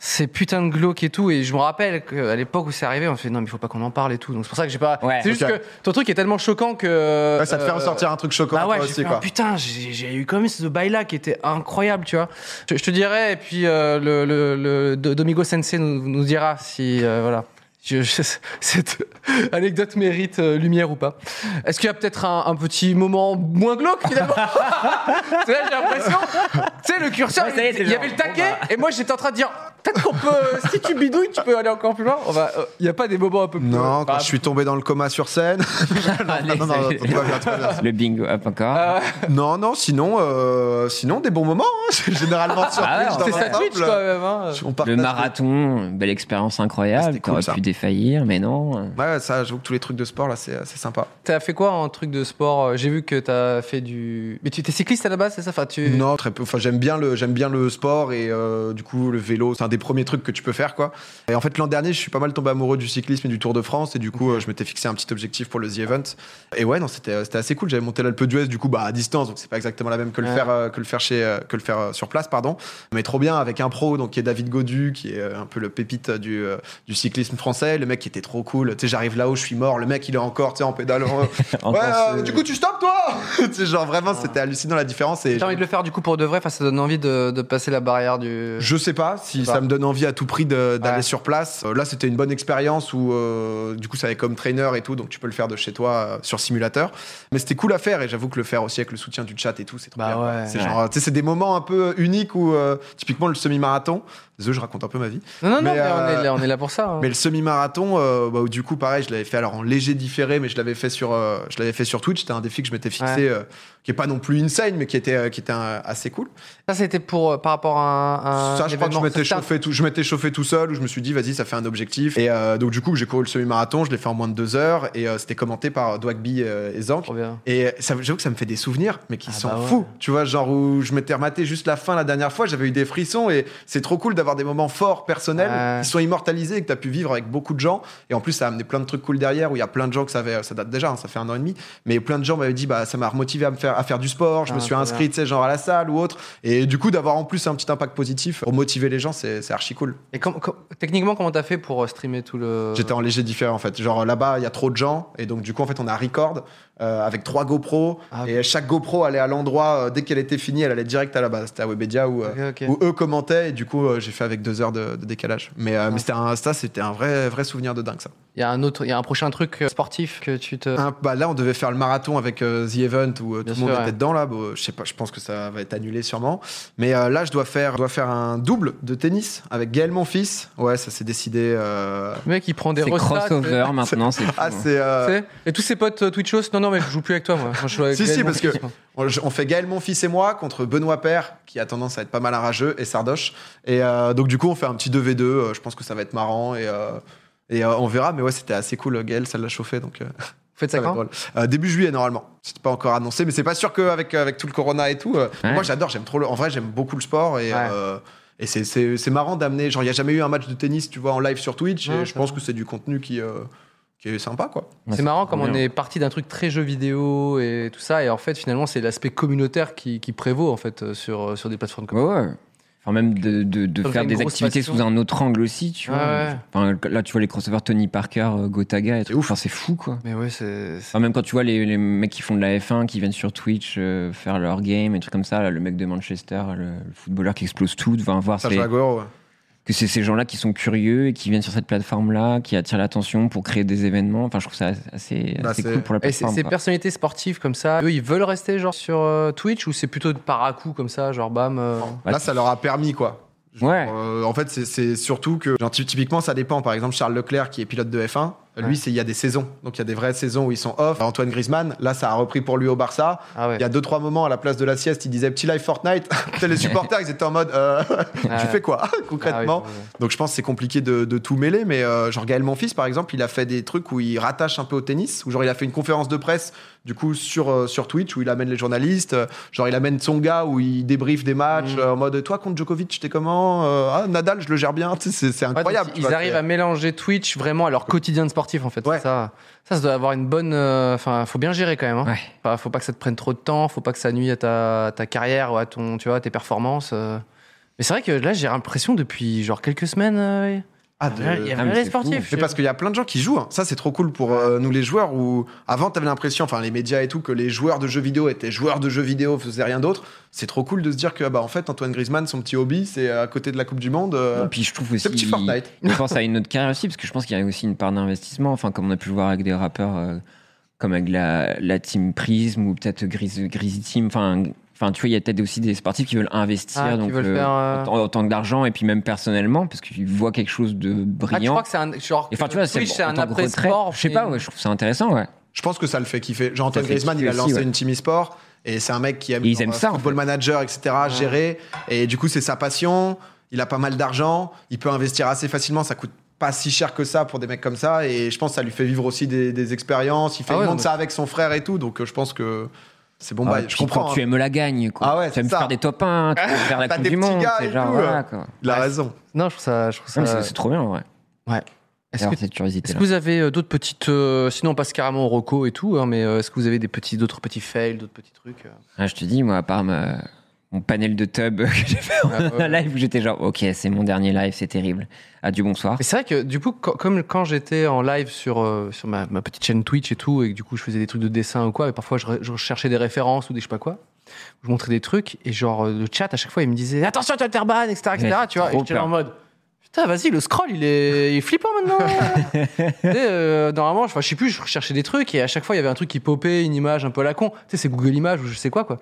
[SPEAKER 1] C'est putain de glauque et tout. Et je me rappelle qu'à l'époque où c'est arrivé, on fait non, mais il faut pas qu'on en parle et tout. Donc c'est pour ça que j'ai pas.
[SPEAKER 3] Ouais.
[SPEAKER 1] c'est juste
[SPEAKER 2] Ok.
[SPEAKER 1] que ton truc est tellement choquant que.
[SPEAKER 2] Ouais, ça te fait ressortir un truc choquant
[SPEAKER 1] Bah
[SPEAKER 2] à
[SPEAKER 1] ouais,
[SPEAKER 2] toi
[SPEAKER 1] j'ai
[SPEAKER 2] aussi,
[SPEAKER 1] fait,
[SPEAKER 2] quoi.
[SPEAKER 1] ah, putain, j'ai j'ai eu quand même ce bail-là qui était incroyable, tu vois. Je, je te dirais, et puis euh, le, le- le- Do- Domingo Sensei nous, nous dira si. euh, voilà. Je- je- cette anecdote mérite euh, lumière ou pas. Est-ce qu'il y a peut-être un, un petit moment moins glauque finalement Tu sais, j'ai l'impression. Tu sais, le curseur,
[SPEAKER 3] Ouais, ça y est, c'est
[SPEAKER 1] il y
[SPEAKER 3] genre,
[SPEAKER 1] avait le
[SPEAKER 3] bon,
[SPEAKER 1] taquet,
[SPEAKER 3] bah.
[SPEAKER 1] et moi j'étais en train de dire peut-être qu'on peut, euh, si tu bidouilles, tu peux aller encore plus loin. Il va n'y a pas des moments un peu plus.
[SPEAKER 2] Non, quand
[SPEAKER 1] Enfin,
[SPEAKER 2] je suis tombé dans le coma sur scène. non, non, non, non, tout va bien, tout va bien.
[SPEAKER 3] Le bingo, hop encore.
[SPEAKER 2] Ah Non, non, sinon, euh, sinon des bons moments. hein. C'est généralement sur
[SPEAKER 3] Ah ouais,
[SPEAKER 2] Twitch, dans
[SPEAKER 1] C'est
[SPEAKER 2] un
[SPEAKER 1] ça Twitch
[SPEAKER 2] temple.
[SPEAKER 1] quand même. hein.
[SPEAKER 2] On partage
[SPEAKER 3] le
[SPEAKER 2] des-
[SPEAKER 3] marathon, belle expérience
[SPEAKER 2] Ah,
[SPEAKER 3] incroyable.
[SPEAKER 2] c'était cool,
[SPEAKER 3] T'aurais
[SPEAKER 2] ça.
[SPEAKER 3] pu défaillir, mais non.
[SPEAKER 2] Ouais, ça, j'avoue que tous les trucs de sport, là, c'est c'est sympa.
[SPEAKER 1] T'as fait quoi en truc de sport euh, J'ai vu que t'as fait du. Mais tu t'es cycliste à la base, c'est ça enfin, tu...
[SPEAKER 2] Non, très peu. Enfin, j'aime bien le, j'aime bien le sport et euh, du coup le vélo, c'est un des premiers trucs que tu peux faire, quoi. Et en fait, l'an dernier, je suis pas mal tombé amoureux du cyclisme et du Tour de France et du coup, euh, je m'étais fixé un petit objectif pour le The Event. Et ouais, non, c'était, euh, c'était assez cool. J'avais monté l'Alpe d'Huez, du coup, bah à distance, donc c'est pas exactement la même que le
[SPEAKER 1] Ouais.
[SPEAKER 2] faire, euh, que le faire chez, euh, que le faire euh, sur place, pardon. Mais trop bien avec un pro, donc qui est David Godu, qui est euh, un peu le pépite euh, du, euh, du cyclisme français. Le mec qui était trop cool. Tu sais, j'arrive là-haut, je suis mort. Le mec, il est encore, tu sais, en pédalant. ouais,
[SPEAKER 3] Encore
[SPEAKER 2] euh,
[SPEAKER 3] ce-
[SPEAKER 2] du coup, tu stoppes toi. tu sais, genre vraiment, c'était hallucinant la différence. Et
[SPEAKER 1] Ah. T'as envie de le faire du coup pour de vrai Enfin, ça donne envie de, de passer la barrière du.
[SPEAKER 2] je sais pas si
[SPEAKER 1] Je sais pas.
[SPEAKER 2] ça me donne envie à tout prix de- d'aller
[SPEAKER 1] Ouais.
[SPEAKER 2] sur place. Euh, là, c'était une bonne expérience où, euh, du coup, ça avait comme trainer et tout, donc tu peux le faire de chez toi euh, sur simulateur. Mais c'était cool à faire et j'avoue que le faire aussi avec le soutien du chat et tout, c'est trop
[SPEAKER 1] Bah
[SPEAKER 2] bien, quoi.
[SPEAKER 1] ouais.
[SPEAKER 2] C'est genre, tu sais, c'est des moments un peu uniques où, euh, typiquement, le semi-marathon. Désolé, je raconte un peu ma vie.
[SPEAKER 1] Non, non, non,
[SPEAKER 2] Mais,
[SPEAKER 1] mais on,
[SPEAKER 2] euh,
[SPEAKER 1] est là, on est là pour ça. hein.
[SPEAKER 2] Mais le semi-marathon, euh, bah, du coup, pareil, je l'avais fait alors en léger différé, mais je l'avais fait sur, euh, je l'avais fait sur Twitch. C'était un défi que je m'étais fixé,
[SPEAKER 1] Ouais.
[SPEAKER 2] euh, qui est pas non plus insane, mais qui était, euh, qui était euh, assez cool.
[SPEAKER 1] Ça, c'était pour euh, par rapport à un. un
[SPEAKER 2] Ça, je crois que je
[SPEAKER 1] Euh, événement.
[SPEAKER 2] m'étais
[SPEAKER 1] C'était un-
[SPEAKER 2] chauffé tout, je m'étais chauffé tout seul où je me suis dit, vas-y, ça fait un objectif. Et euh, donc, du coup, j'ai couru le semi-marathon, je l'ai fait en moins de deux heures et euh, c'était commenté par Dwagby euh, et Zank.
[SPEAKER 1] Trop bien.
[SPEAKER 2] Et ça- j'avoue que ça me fait des souvenirs, mais qui
[SPEAKER 1] Ah
[SPEAKER 2] s'en
[SPEAKER 1] bah ouais.
[SPEAKER 2] fout. Tu vois, genre où je m'étais rematé juste la fin la dernière fois, j'avais eu des frissons et c'est trop cool d'avoir des moments forts, personnels,
[SPEAKER 1] Ouais.
[SPEAKER 2] qui sont immortalisés et que tu as pu vivre avec beaucoup de gens. Et en plus, ça a amené plein de trucs cool derrière où il y a plein de gens que ça, avait, ça date déjà, hein, ça fait un an et demi, mais plein de gens m'avaient dit, bah, ça m'a remotivé à, me faire, à faire du sport, je
[SPEAKER 1] Ah,
[SPEAKER 2] me suis
[SPEAKER 1] trop bien.
[SPEAKER 2] inscrit, tu sais, genre à la salle ou autre. Et du coup, d'avoir en plus un petit impact positif pour motiver les gens, c'est c'est archi cool.
[SPEAKER 1] Et com- com- techniquement, comment t'as fait pour euh, streamer tout le.
[SPEAKER 2] J'étais en léger différent en fait. Genre là-bas, il y a trop de gens et donc du coup en fait on a record euh, avec trois GoPro
[SPEAKER 1] Ah, ok.
[SPEAKER 2] et chaque GoPro allait à l'endroit euh, dès qu'elle était finie, elle allait direct à la base. C'était à Webedia où, euh,
[SPEAKER 1] Ok, ok.
[SPEAKER 2] où eux commentaient et du coup euh, j'ai fait avec deux heures de, de décalage. Mais, euh, mais c'était un, ça c'était un vrai vrai souvenir de dingue ça.
[SPEAKER 1] Il y a un autre, il y a un prochain truc euh, sportif que tu te.
[SPEAKER 2] Un- bah, là on devait faire le marathon avec euh, The Event où euh,
[SPEAKER 1] Bien
[SPEAKER 2] tout le monde
[SPEAKER 1] sûr,
[SPEAKER 2] était
[SPEAKER 1] ouais.
[SPEAKER 2] dedans là. Bon, je sais pas, je pense que ça va être annulé sûrement. Mais euh, là je dois faire je dois faire un double de tennis avec Gaël mon fils. Ouais ça s'est décidé. euh,
[SPEAKER 1] Le mec, il prend des euh,
[SPEAKER 3] C'est
[SPEAKER 1] restats,
[SPEAKER 3] crossover maintenant, c'est fou.
[SPEAKER 2] Ah c'est euh,
[SPEAKER 1] tu sais. Et tous ses potes euh, Twitchos, non, non, mais je joue plus avec toi, moi. Moi, je joue avec
[SPEAKER 2] Si,
[SPEAKER 1] Gaël,
[SPEAKER 2] si,
[SPEAKER 1] mon
[SPEAKER 2] parce
[SPEAKER 1] fils,
[SPEAKER 2] que-
[SPEAKER 1] moi.
[SPEAKER 2] On, je- on fait Gaël, mon fils et moi contre Benoît Père, qui a tendance à être pas mal arrageux, et Sardoche. Et euh, donc, du coup, on fait un petit 2v2. euh, je pense que ça va être marrant et, euh, et euh, on verra. Mais ouais, c'était assez cool. Gaël, ça l'a chauffé. Donc, euh,
[SPEAKER 1] Vous faites
[SPEAKER 2] ça
[SPEAKER 1] ça
[SPEAKER 2] va être
[SPEAKER 1] quand
[SPEAKER 2] drôle. Euh, début juillet, normalement. C'était pas encore annoncé, mais c'est pas sûr qu'avec avec tout le corona et tout. euh,
[SPEAKER 3] Ouais.
[SPEAKER 2] Moi, j'adore. J'aime trop le. En vrai, j'aime beaucoup le sport et.
[SPEAKER 1] Ouais.
[SPEAKER 2] euh, et c'est- c'est c'est marrant d'amener. Genre, il n'y a jamais eu un match de tennis, tu vois, en live sur Twitch.
[SPEAKER 1] Ouais,
[SPEAKER 2] et
[SPEAKER 1] c'est
[SPEAKER 2] je pense
[SPEAKER 1] vrai.
[SPEAKER 2] que c'est du contenu qui, euh, qui est sympa, quoi.
[SPEAKER 1] C'est marrant comme on
[SPEAKER 3] bien.
[SPEAKER 1] est parti d'un truc très jeu vidéo et tout ça, et en fait finalement c'est l'aspect communautaire qui, qui prévaut en fait euh, sur, euh, sur des plateformes comme
[SPEAKER 3] Ouais, ouais. Enfin, même de, de- de
[SPEAKER 1] Ça fait
[SPEAKER 3] faire
[SPEAKER 1] une
[SPEAKER 3] des
[SPEAKER 1] grosse
[SPEAKER 3] activités
[SPEAKER 1] passion.
[SPEAKER 3] sous un autre angle aussi, tu vois.
[SPEAKER 1] Ouais, ouais.
[SPEAKER 3] Enfin, là, tu vois les crossovers Tony Parker, euh, Gotaga et tout.
[SPEAKER 2] ouf.
[SPEAKER 3] Enfin, c'est fou, quoi.
[SPEAKER 1] Mais ouais, c'est. c'est-
[SPEAKER 3] Enfin, même quand tu vois les, les mecs qui font de la F1, qui viennent sur Twitch euh, faire leur game et trucs comme ça, là, le mec de Manchester, le, le footballeur qui explose tout, enfin, voir
[SPEAKER 2] Serge
[SPEAKER 3] c'est-
[SPEAKER 2] Aguero, ouais.
[SPEAKER 3] que c'est ces gens-là qui sont curieux et qui viennent sur cette plateforme-là, qui attirent l'attention pour créer des événements. Enfin, je trouve ça assez,
[SPEAKER 2] Bah,
[SPEAKER 3] assez
[SPEAKER 2] c'est-
[SPEAKER 3] cool pour la
[SPEAKER 1] Et Ah, Eh, c'est- hein.
[SPEAKER 3] plateforme.
[SPEAKER 1] ces
[SPEAKER 3] quoi.
[SPEAKER 1] personnalités sportives comme ça, eux ils veulent rester genre sur euh, Twitch ou c'est plutôt de par à coup comme ça, genre bam. euh,
[SPEAKER 2] Là, ça leur a permis, quoi.
[SPEAKER 3] Ouais.
[SPEAKER 1] hein.
[SPEAKER 2] Euh, en fait, c'est- c'est surtout que, genre, ty- typiquement, ça dépend. Par exemple, Charles Leclerc, qui est pilote de F1, Lui, c'est il y a des saisons. Donc il y a des vraies saisons où ils sont off. Antoine Griezmann, là, ça a repris pour lui au Barça.
[SPEAKER 1] ah
[SPEAKER 2] Il y a deux trois moments à la place de la sieste, il disait petit live Fortnite. Putain, les supporters, ils étaient en mode, euh, tu fais quoi concrètement
[SPEAKER 1] Ah oui,
[SPEAKER 2] Donc je pense que c'est compliqué de, de tout mêler. Mais euh, genre Gaël Monfils, par exemple, il a fait des trucs où il rattache un peu au tennis. Où genre il a fait une conférence de presse du coup sur euh, sur Twitch où il amène les journalistes. Euh, Genre il amène son gars où il débriefe des matchs
[SPEAKER 1] Mm.
[SPEAKER 2] euh, en mode toi contre Djokovic, t'es comment Euh, Ah Nadal, je le gère bien. Tu sais, C'est c'est
[SPEAKER 1] Ouais, donc,
[SPEAKER 2] incroyable. tu
[SPEAKER 1] ils
[SPEAKER 2] vois,
[SPEAKER 1] arrivent
[SPEAKER 2] c'est-
[SPEAKER 1] à mélanger Twitch vraiment à leur quotidien de sportif en fait. Ça, ça, ça doit avoir une bonne. euh, Enfin, faut bien gérer quand même. Hein. Enfin, faut pas que ça te prenne trop de temps. Faut pas que ça nuit à ta, à ta carrière ou à ton, tu vois, à tes performances. euh. Mais c'est vrai que là, j'ai l'impression depuis genre quelques semaines. euh,
[SPEAKER 2] Ah,
[SPEAKER 1] il y a- il y a
[SPEAKER 2] Ah, mais
[SPEAKER 1] vraiment les
[SPEAKER 2] c'est
[SPEAKER 1] sportifs.
[SPEAKER 2] fou. Mais parce qu'il y a plein de gens qui jouent. hein. Ça, c'est trop cool pour euh, nous les joueurs où avant, t'avais l'impression, enfin les médias et tout, que les joueurs de jeux vidéo étaient joueurs de jeux vidéo, faisaient rien d'autre. C'est trop cool de se dire que bah en fait Antoine Griezmann, son petit hobby, c'est euh, à côté de la Coupe du Monde. euh,
[SPEAKER 3] Et puis je trouve aussi.
[SPEAKER 2] ce petit Fortnite.
[SPEAKER 3] il pense à une autre carrière aussi, parce que je pense qu'il y a aussi une part d'investissement. Enfin, comme on a pu le voir avec des rappeurs, euh, comme avec la, la team Prism ou peut-être Gris- Greasy Team. Enfin, enfin, tu vois, il y a peut-être aussi des sportifs qui veulent investir
[SPEAKER 1] Ah, qui
[SPEAKER 3] donc,
[SPEAKER 1] veulent faire, euh,
[SPEAKER 3] autant, autant que d'argent et puis même personnellement, parce qu'ils voient quelque chose de
[SPEAKER 1] Ah, tu
[SPEAKER 3] brillant.
[SPEAKER 1] crois que c'est un genre
[SPEAKER 3] Et enfin, tu vois,
[SPEAKER 1] Twitch, c'est
[SPEAKER 3] en
[SPEAKER 1] un
[SPEAKER 3] tant que
[SPEAKER 1] après
[SPEAKER 3] retrait,
[SPEAKER 1] sport.
[SPEAKER 3] Je sais pas, ouais, je trouve ça intéressant, ouais.
[SPEAKER 2] Je pense que ça le fait kiffer. Jean-Antoine
[SPEAKER 3] Ça fait
[SPEAKER 2] Griezmann, il
[SPEAKER 3] kiffer
[SPEAKER 2] a lancé
[SPEAKER 3] aussi, ouais.
[SPEAKER 2] une team e-sport et c'est un mec qui aime
[SPEAKER 3] Et ils
[SPEAKER 2] genre,
[SPEAKER 3] aiment ça, en
[SPEAKER 2] football manager, etc., gérer. Et du coup, c'est sa passion. Il a pas mal d'argent. Il peut investir assez facilement. Ça coûte pas si cher que ça pour des mecs comme ça. Et je pense que ça lui fait vivre aussi des, des expériences. Il fait
[SPEAKER 1] Ah ouais,
[SPEAKER 2] il monte
[SPEAKER 1] non, mais-
[SPEAKER 2] ça avec son frère et tout. Donc euh, je pense que c'est bon.
[SPEAKER 3] Ah,
[SPEAKER 2] bah,
[SPEAKER 3] puis
[SPEAKER 2] je comprends.
[SPEAKER 3] Quand
[SPEAKER 2] hein.
[SPEAKER 3] tu aimes la gagne, quoi.
[SPEAKER 2] Ah ouais,
[SPEAKER 3] tu aimes
[SPEAKER 2] c'est ça.
[SPEAKER 3] faire des top 1, tu aimes faire la
[SPEAKER 2] T'as
[SPEAKER 3] Coupe
[SPEAKER 2] des
[SPEAKER 3] du
[SPEAKER 2] petits
[SPEAKER 3] Monde.
[SPEAKER 2] gars
[SPEAKER 3] c'est
[SPEAKER 2] et
[SPEAKER 3] genre,
[SPEAKER 2] tout,
[SPEAKER 3] voilà,
[SPEAKER 2] euh.
[SPEAKER 3] quoi.
[SPEAKER 2] Il a raison.
[SPEAKER 1] Non, je trouve ça, je trouve
[SPEAKER 3] Non, Ah, mais
[SPEAKER 1] ça.
[SPEAKER 3] c'est- C'est trop bien, ouais.
[SPEAKER 1] Ouais. Est-ce
[SPEAKER 3] Alors,
[SPEAKER 1] que-
[SPEAKER 3] cette curiosité.
[SPEAKER 1] Est-ce que vous avez euh, d'autres petites. euh, sinon, on passe carrément au Rocco et tout, hein, mais euh, est-ce que vous avez des petits, d'autres petits fails, d'autres petits trucs euh
[SPEAKER 3] Ah, je te dis, moi, à part ma- mon panel de tub que j'ai fait en
[SPEAKER 1] Ah, ouais.
[SPEAKER 3] live, où j'étais genre, ok, c'est mon dernier live, c'est terrible. Adieu, bonsoir.
[SPEAKER 1] Mais c'est vrai que du coup, co- comme quand j'étais en live sur, euh, sur ma, ma petite chaîne Twitch et tout, et que du coup je faisais des trucs de dessin ou quoi, et parfois je, re- je cherchais des références ou des je sais pas quoi, je montrais des trucs, et genre euh, le chat à chaque fois il me disait attention, tu Alterban, etc. etc.
[SPEAKER 3] Ouais,
[SPEAKER 1] tu vois, et
[SPEAKER 3] trop
[SPEAKER 1] j'étais là en
[SPEAKER 3] peur.
[SPEAKER 1] mode putain, vas-y, le scroll il est, il est flippant maintenant. Tu sais, euh, normalement, je enfin, je sais plus, je recherchais des trucs, et à chaque fois il y avait un truc qui popait, une image un peu à la con. Tu sais, c'est Google Images ou je sais quoi, quoi.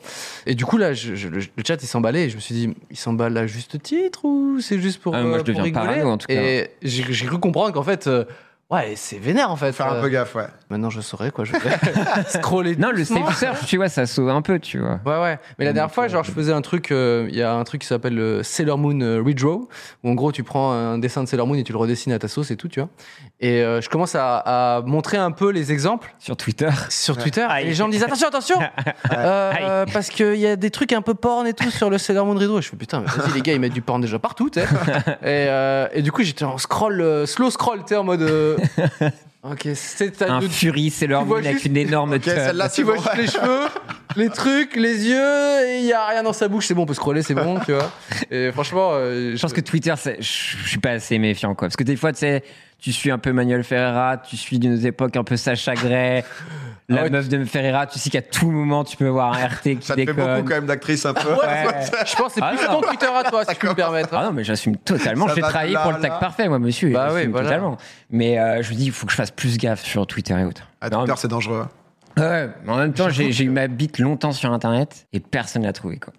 [SPEAKER 1] Et du coup là, je- je- le, le chat il s'emballait, et je me suis dit, il s'emballe à juste titre ou c'est juste pour.
[SPEAKER 3] Ah, moi,
[SPEAKER 1] euh,
[SPEAKER 3] je
[SPEAKER 1] pour
[SPEAKER 3] deviens
[SPEAKER 1] rigoler
[SPEAKER 3] parano, en tout cas.
[SPEAKER 1] Et- j'ai j'ai cru comprendre qu'en fait, euh, ouais, c'est vénère en fait.
[SPEAKER 2] Faire un
[SPEAKER 1] Euh,
[SPEAKER 2] peu gaffe, ouais.
[SPEAKER 1] Maintenant, je saurais quoi. Je scroller.
[SPEAKER 3] Non, le
[SPEAKER 1] doucement.
[SPEAKER 3] save search, tu vois, ça sauve un peu, tu vois.
[SPEAKER 1] Ouais, ouais. Mais la dernière fois, genre, je faisais un truc. euh, Il y a un truc qui s'appelle le Sailor Moon euh, Redraw, où en gros, tu prends un dessin de Sailor Moon et tu le redessines à ta sauce et tout, tu vois. Et euh, je commence à, à montrer un peu les exemples
[SPEAKER 3] Sur Twitter.
[SPEAKER 1] sur Twitter. Et les gens me disent attention, attention, euh, parce qu'il y a des trucs un peu porn et tout sur le Sailor Moon Redraw. Et je fais putain, mais vas-y les gars, ils mettent du porn déjà partout, tu sais. et, euh, et du coup, j'étais en scroll, euh, slow scroll, tu sais, en mode. euh, ok, c'est t'as
[SPEAKER 3] Un
[SPEAKER 1] deux-
[SPEAKER 3] Fury, c'est leur
[SPEAKER 1] Tu vois
[SPEAKER 3] moon avec
[SPEAKER 1] juste-
[SPEAKER 3] une énorme
[SPEAKER 2] Ok,
[SPEAKER 3] tub.
[SPEAKER 2] celle-là,
[SPEAKER 1] tu
[SPEAKER 2] c'est bon.
[SPEAKER 1] vois juste les cheveux, les trucs, les yeux, et il y a rien dans sa bouche. C'est bon, on peut scroller, c'est bon, tu vois. Et franchement, euh,
[SPEAKER 3] Je pense que Twitter, c'est- je je suis pas assez méfiant, quoi. Parce que des fois, tu sais, tu suis un peu Manuel Ferreira, tu suis d'une époque un peu Sacha Gray, la
[SPEAKER 1] Ah ouais,
[SPEAKER 3] meuf de Ferreira, tu sais qu'à tout moment, tu peux avoir un RT qui
[SPEAKER 2] Ça te fait
[SPEAKER 3] déconne.
[SPEAKER 2] beaucoup quand même d'actrices un peu.
[SPEAKER 3] Ouais.
[SPEAKER 1] je pense que c'est
[SPEAKER 3] Ah
[SPEAKER 1] plus
[SPEAKER 3] non.
[SPEAKER 1] ton Twitter à toi, si tu peux me permettre. hein.
[SPEAKER 3] Ah non, mais j'assume totalement.
[SPEAKER 2] Ça
[SPEAKER 3] J'ai
[SPEAKER 2] va de
[SPEAKER 3] travaillé
[SPEAKER 2] là
[SPEAKER 3] pour
[SPEAKER 2] à
[SPEAKER 3] le
[SPEAKER 2] là.
[SPEAKER 3] tag parfait, moi, monsieur.
[SPEAKER 1] Bah
[SPEAKER 3] J'assume
[SPEAKER 1] oui, voilà.
[SPEAKER 3] totalement. Mais euh, je me dis, il faut que je fasse plus gaffe sur Twitter et autres.
[SPEAKER 2] À
[SPEAKER 3] Non,
[SPEAKER 2] Twitter, c'est dangereux.
[SPEAKER 3] mais- Ouais, mais en même temps, j'ai j'ai eu ma bite longtemps sur Internet et personne l'a trouvé, quoi.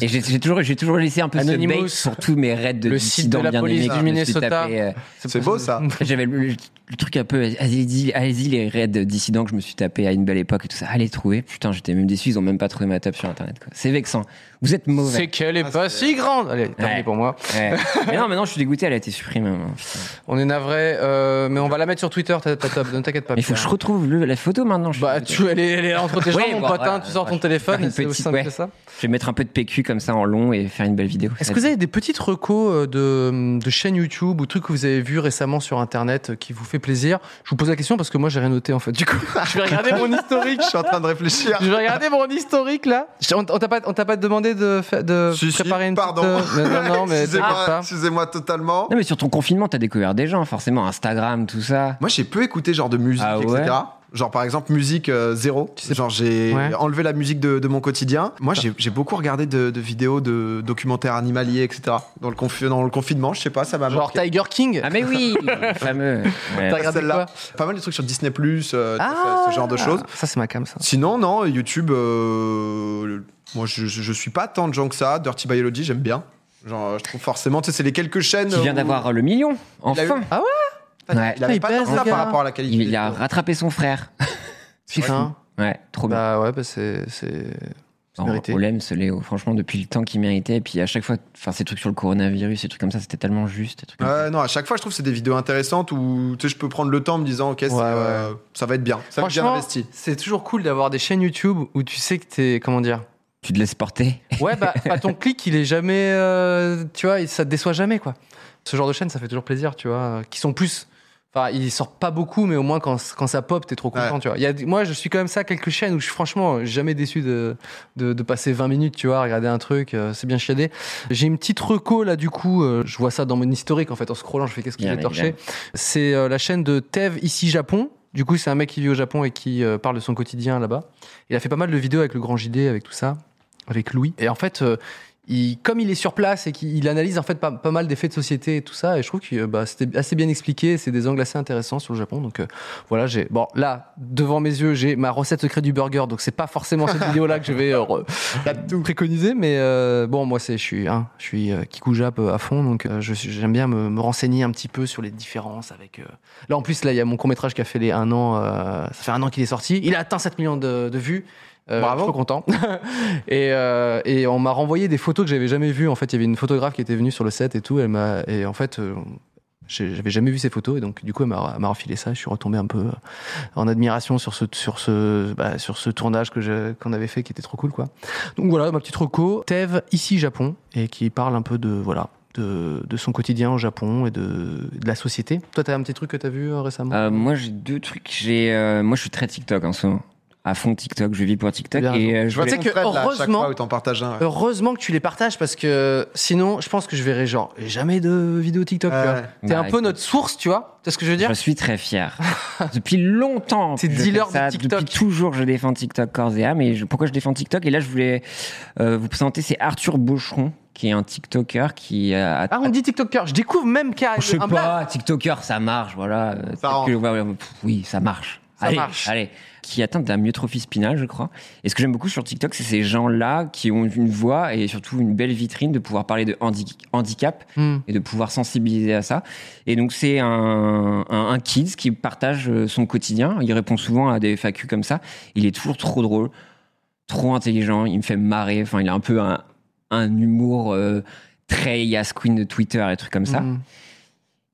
[SPEAKER 3] Et j'ai j'ai toujours, j'ai toujours laissé un peu
[SPEAKER 1] Anonymous.
[SPEAKER 3] ce bait pour tous mes raids de
[SPEAKER 1] Le site
[SPEAKER 3] dissidents
[SPEAKER 1] de la
[SPEAKER 3] bien
[SPEAKER 1] police
[SPEAKER 3] aimés
[SPEAKER 1] du
[SPEAKER 3] que je me suis
[SPEAKER 1] Minnesota.
[SPEAKER 3] tapé, euh,
[SPEAKER 2] C'est beau ça.
[SPEAKER 3] J'avais le, le- le truc un peu, allez-y, allez-y, les raids dissidents que je me suis tapé à une belle époque et tout ça. Allez trouver. Putain, j'étais même déçu, ils ont même pas trouvé ma table sur Internet, quoi. C'est vexant. Vous êtes
[SPEAKER 1] C'est
[SPEAKER 3] mauvais.
[SPEAKER 1] qu'elle
[SPEAKER 2] Ah,
[SPEAKER 1] est pas si grande. Allez, terminé
[SPEAKER 3] Ouais.
[SPEAKER 1] pour moi.
[SPEAKER 3] Ouais. Mais non, maintenant, je suis dégoûté, elle a été supprimée. hein, putain.
[SPEAKER 1] On est navré, euh, mais on va la mettre sur Twitter, ta, ta top, ne t'inquiète pas.
[SPEAKER 3] Mais il faut que je
[SPEAKER 1] Pierre.
[SPEAKER 3] retrouve le- la photo maintenant. Je,
[SPEAKER 1] Bah,
[SPEAKER 3] suis-
[SPEAKER 1] tu, elle est, elle est entre tes jambes,
[SPEAKER 3] Ouais,
[SPEAKER 1] mon
[SPEAKER 3] bon,
[SPEAKER 1] potin,
[SPEAKER 3] voilà.
[SPEAKER 1] tu sors ton
[SPEAKER 3] Ouais,
[SPEAKER 1] téléphone,
[SPEAKER 3] une
[SPEAKER 1] c'est aussi
[SPEAKER 3] petite,
[SPEAKER 1] simple
[SPEAKER 3] ouais.
[SPEAKER 1] que ça.
[SPEAKER 3] je vais mettre un peu de PQ comme ça en long et faire une belle vidéo.
[SPEAKER 1] Est-ce que vous avez des petites recos euh, de, de chaînes YouTube ou trucs que vous avez vus récemment sur Internet euh, qui vous fait plaisir Je vous pose la question parce que moi, j'ai rien noté en fait. Du coup, je vais regarder mon historique.
[SPEAKER 2] Je suis en train de réfléchir.
[SPEAKER 1] Je vais regarder mon historique là. Je- On, on t'a pas, on t'a pas demandé de, fa- de
[SPEAKER 2] Si, si,
[SPEAKER 1] Euh, préparer une
[SPEAKER 2] pardon.
[SPEAKER 1] petite, euh, Non, non, non, mais t'inquiète
[SPEAKER 2] excusez-moi,
[SPEAKER 1] pas.
[SPEAKER 2] excusez-moi totalement.
[SPEAKER 3] Non, mais sur ton confinement, t'as découvert des gens, forcément. Instagram, tout ça.
[SPEAKER 2] Moi, j'ai peu écouté genre de musique,
[SPEAKER 3] Ah ouais
[SPEAKER 2] etc. Genre par exemple musique euh, zéro. genre j'ai
[SPEAKER 1] Ouais.
[SPEAKER 2] enlevé la musique de, de mon quotidien. Moi, j'ai j'ai beaucoup regardé de, de vidéos de documentaires animaliers, etc. Dans le, confi- dans le confinement, je sais pas, ça m'a
[SPEAKER 1] Genre
[SPEAKER 2] marqué.
[SPEAKER 1] Tiger King.
[SPEAKER 3] Ah, mais oui, le fameux. Ouais.
[SPEAKER 1] T'as regardé
[SPEAKER 2] Celle-là.
[SPEAKER 1] quoi
[SPEAKER 2] Pas mal de trucs sur Disney euh,
[SPEAKER 1] Ah,
[SPEAKER 2] ce genre de choses.
[SPEAKER 1] Ça, c'est ma cam, ça.
[SPEAKER 2] Sinon, non, YouTube, euh, le- moi je, je- je suis pas tant de gens que ça. Dirty Biology, j'aime bien. Genre, je trouve forcément, tu sais, c'est les quelques chaînes.
[SPEAKER 3] Qui vient
[SPEAKER 2] où-
[SPEAKER 3] d'avoir le million,
[SPEAKER 2] Il a eu-
[SPEAKER 3] enfin.
[SPEAKER 1] Ah ouais
[SPEAKER 2] Putain, fait. Il avait pas tant que ça par rapport à la qualité.
[SPEAKER 3] Il, il a rattrapé son frère.
[SPEAKER 1] Putain.
[SPEAKER 3] Ouais, trop bien.
[SPEAKER 1] Bah ouais, bah c'est. c'est- c'est
[SPEAKER 3] On-
[SPEAKER 1] mérité.
[SPEAKER 3] On l'aime ce Léo, franchement, depuis le temps qu'il méritait. Et puis à chaque fois, enfin, ces trucs sur le coronavirus, ces trucs comme ça, c'était tellement juste. Ces trucs
[SPEAKER 2] Ouais, non, à chaque fois, je trouve que c'est des vidéos intéressantes où tu sais, je peux prendre le temps en me disant, ok, c'est, euh, ça va être bien, ça va être bien
[SPEAKER 1] Franchement,
[SPEAKER 2] investi.
[SPEAKER 1] C'est toujours cool d'avoir des chaînes YouTube où tu sais que t'es. Comment dire
[SPEAKER 3] Tu te laisses porter.
[SPEAKER 1] Ouais, bah, bah, ton clic, il est jamais. euh, tu vois, il- ça te déçoit jamais, quoi. Ce genre de chaîne, ça fait toujours plaisir, tu vois. euh, Qui sont plus. Enfin, ils sortent pas beaucoup, mais au moins quand, quand ça pop, t'es trop content, tu vois. Il y a, moi, je suis quand même ça, à quelques chaînes où je suis franchement euh, jamais déçu de, de, de passer 20 minutes, tu vois, à regarder un truc, euh, c'est bien chiadé. J'ai une petite reco, là, du coup, euh, je vois ça dans mon historique, en fait, en scrollant, je fais qu'est-ce que
[SPEAKER 3] Bien,
[SPEAKER 1] j'ai torché.
[SPEAKER 3] bien.
[SPEAKER 1] C'est euh, la chaîne de Tev ici Japon. Du coup, c'est un mec qui vit au Japon et qui euh, parle de son quotidien là-bas. Il a fait pas mal de vidéos avec le Grand JD, avec tout ça, avec Louis. Et en fait, euh, il, comme il est sur place et qu'il il analyse en fait pas, pas mal d'effets de société et tout ça, et je trouve que euh, bah, c'était assez bien expliqué. C'est des angles assez intéressants sur le Japon. Donc euh, voilà, j'ai bon là devant mes yeux, j'ai ma recette secrète du burger. Donc c'est pas forcément cette vidéo là que je vais euh, re- préconiser, mais euh, bon moi c'est je suis hein, je suis euh, Kikujap à fond, donc euh, je suis- j'aime bien me, me renseigner un petit peu sur les différences avec. euh, Là en plus là il y a mon court métrage qui a fait les un an, euh, ça fait un an qu'il est sorti. Il a atteint 7 millions de, de vues. Euh, Je suis trop content. et, euh, et on m'a renvoyé des photos que j'avais jamais vues. En fait, il y avait une photographe qui était venue sur le set et tout. Elle m'a et en fait, euh, j'ai- j'avais jamais vu ces photos et donc du coup, elle m'a elle m'a refilé ça. Je suis retombé un peu euh, en admiration sur ce sur ce bah, sur ce tournage que je- qu'on avait fait, qui était trop cool quoi. Donc voilà, ma petite reco, Tev ici Japon et qui parle un peu de voilà. De, de son quotidien au Japon et de, de la société. Toi, t'as un petit truc que t'as vu euh, récemment
[SPEAKER 3] Euh, moi, j'ai deux trucs. J'ai, euh, moi, je suis très TikTok en ce moment. À fond TikTok, je vis pour TikTok.
[SPEAKER 1] Bien
[SPEAKER 3] Et
[SPEAKER 1] raison.
[SPEAKER 3] euh,
[SPEAKER 1] Je
[SPEAKER 3] je
[SPEAKER 1] vois
[SPEAKER 3] voulais-
[SPEAKER 1] que heureusement-
[SPEAKER 2] où t'en partages un. ouais.
[SPEAKER 1] Heureusement que tu les partages parce que sinon, je pense que je verrai genre jamais de vidéos TikTok. tu vois.
[SPEAKER 3] Ouais.
[SPEAKER 1] T'es un
[SPEAKER 3] Bah,
[SPEAKER 1] peu
[SPEAKER 3] écoute.
[SPEAKER 1] notre source, tu vois. Tu vois ce que je veux dire
[SPEAKER 3] Je suis très fier. Depuis longtemps.
[SPEAKER 1] T'es
[SPEAKER 3] que je fais
[SPEAKER 1] dealer de
[SPEAKER 3] ça.
[SPEAKER 1] TikTok.
[SPEAKER 3] Depuis toujours, je défends TikTok corps et âme. Et je- pourquoi je défends TikTok Et là, je voulais euh, vous présenter, c'est Arthur Beaucheron, qui est un TikToker qui euh, a.
[SPEAKER 1] Ah, on dit TikToker. Je découvre même qu'il y a
[SPEAKER 3] je sais pas,
[SPEAKER 1] un blague.
[SPEAKER 3] TikToker, ça marche, voilà. Euh, peut-être
[SPEAKER 1] rentre.
[SPEAKER 3] que- ouais, ouais, pff, oui, ça marche.
[SPEAKER 1] Ça
[SPEAKER 3] allez,
[SPEAKER 1] marche.
[SPEAKER 3] Allez. Qui atteint de la myotrophie spinale, je crois. Et ce que j'aime beaucoup sur TikTok, c'est ces gens-là qui ont une voix et surtout une belle vitrine de pouvoir parler de handi- handicap
[SPEAKER 1] Hmm.
[SPEAKER 3] et de pouvoir sensibiliser à ça. Et donc c'est un, un, un kids qui partage euh, son quotidien. Il répond souvent à des FAQ comme ça. Il est toujours trop drôle, trop intelligent. Il me fait marrer. Enfin, il a un peu un, un humour euh, très Yas Queen de Twitter et trucs comme ça.
[SPEAKER 1] Hmm.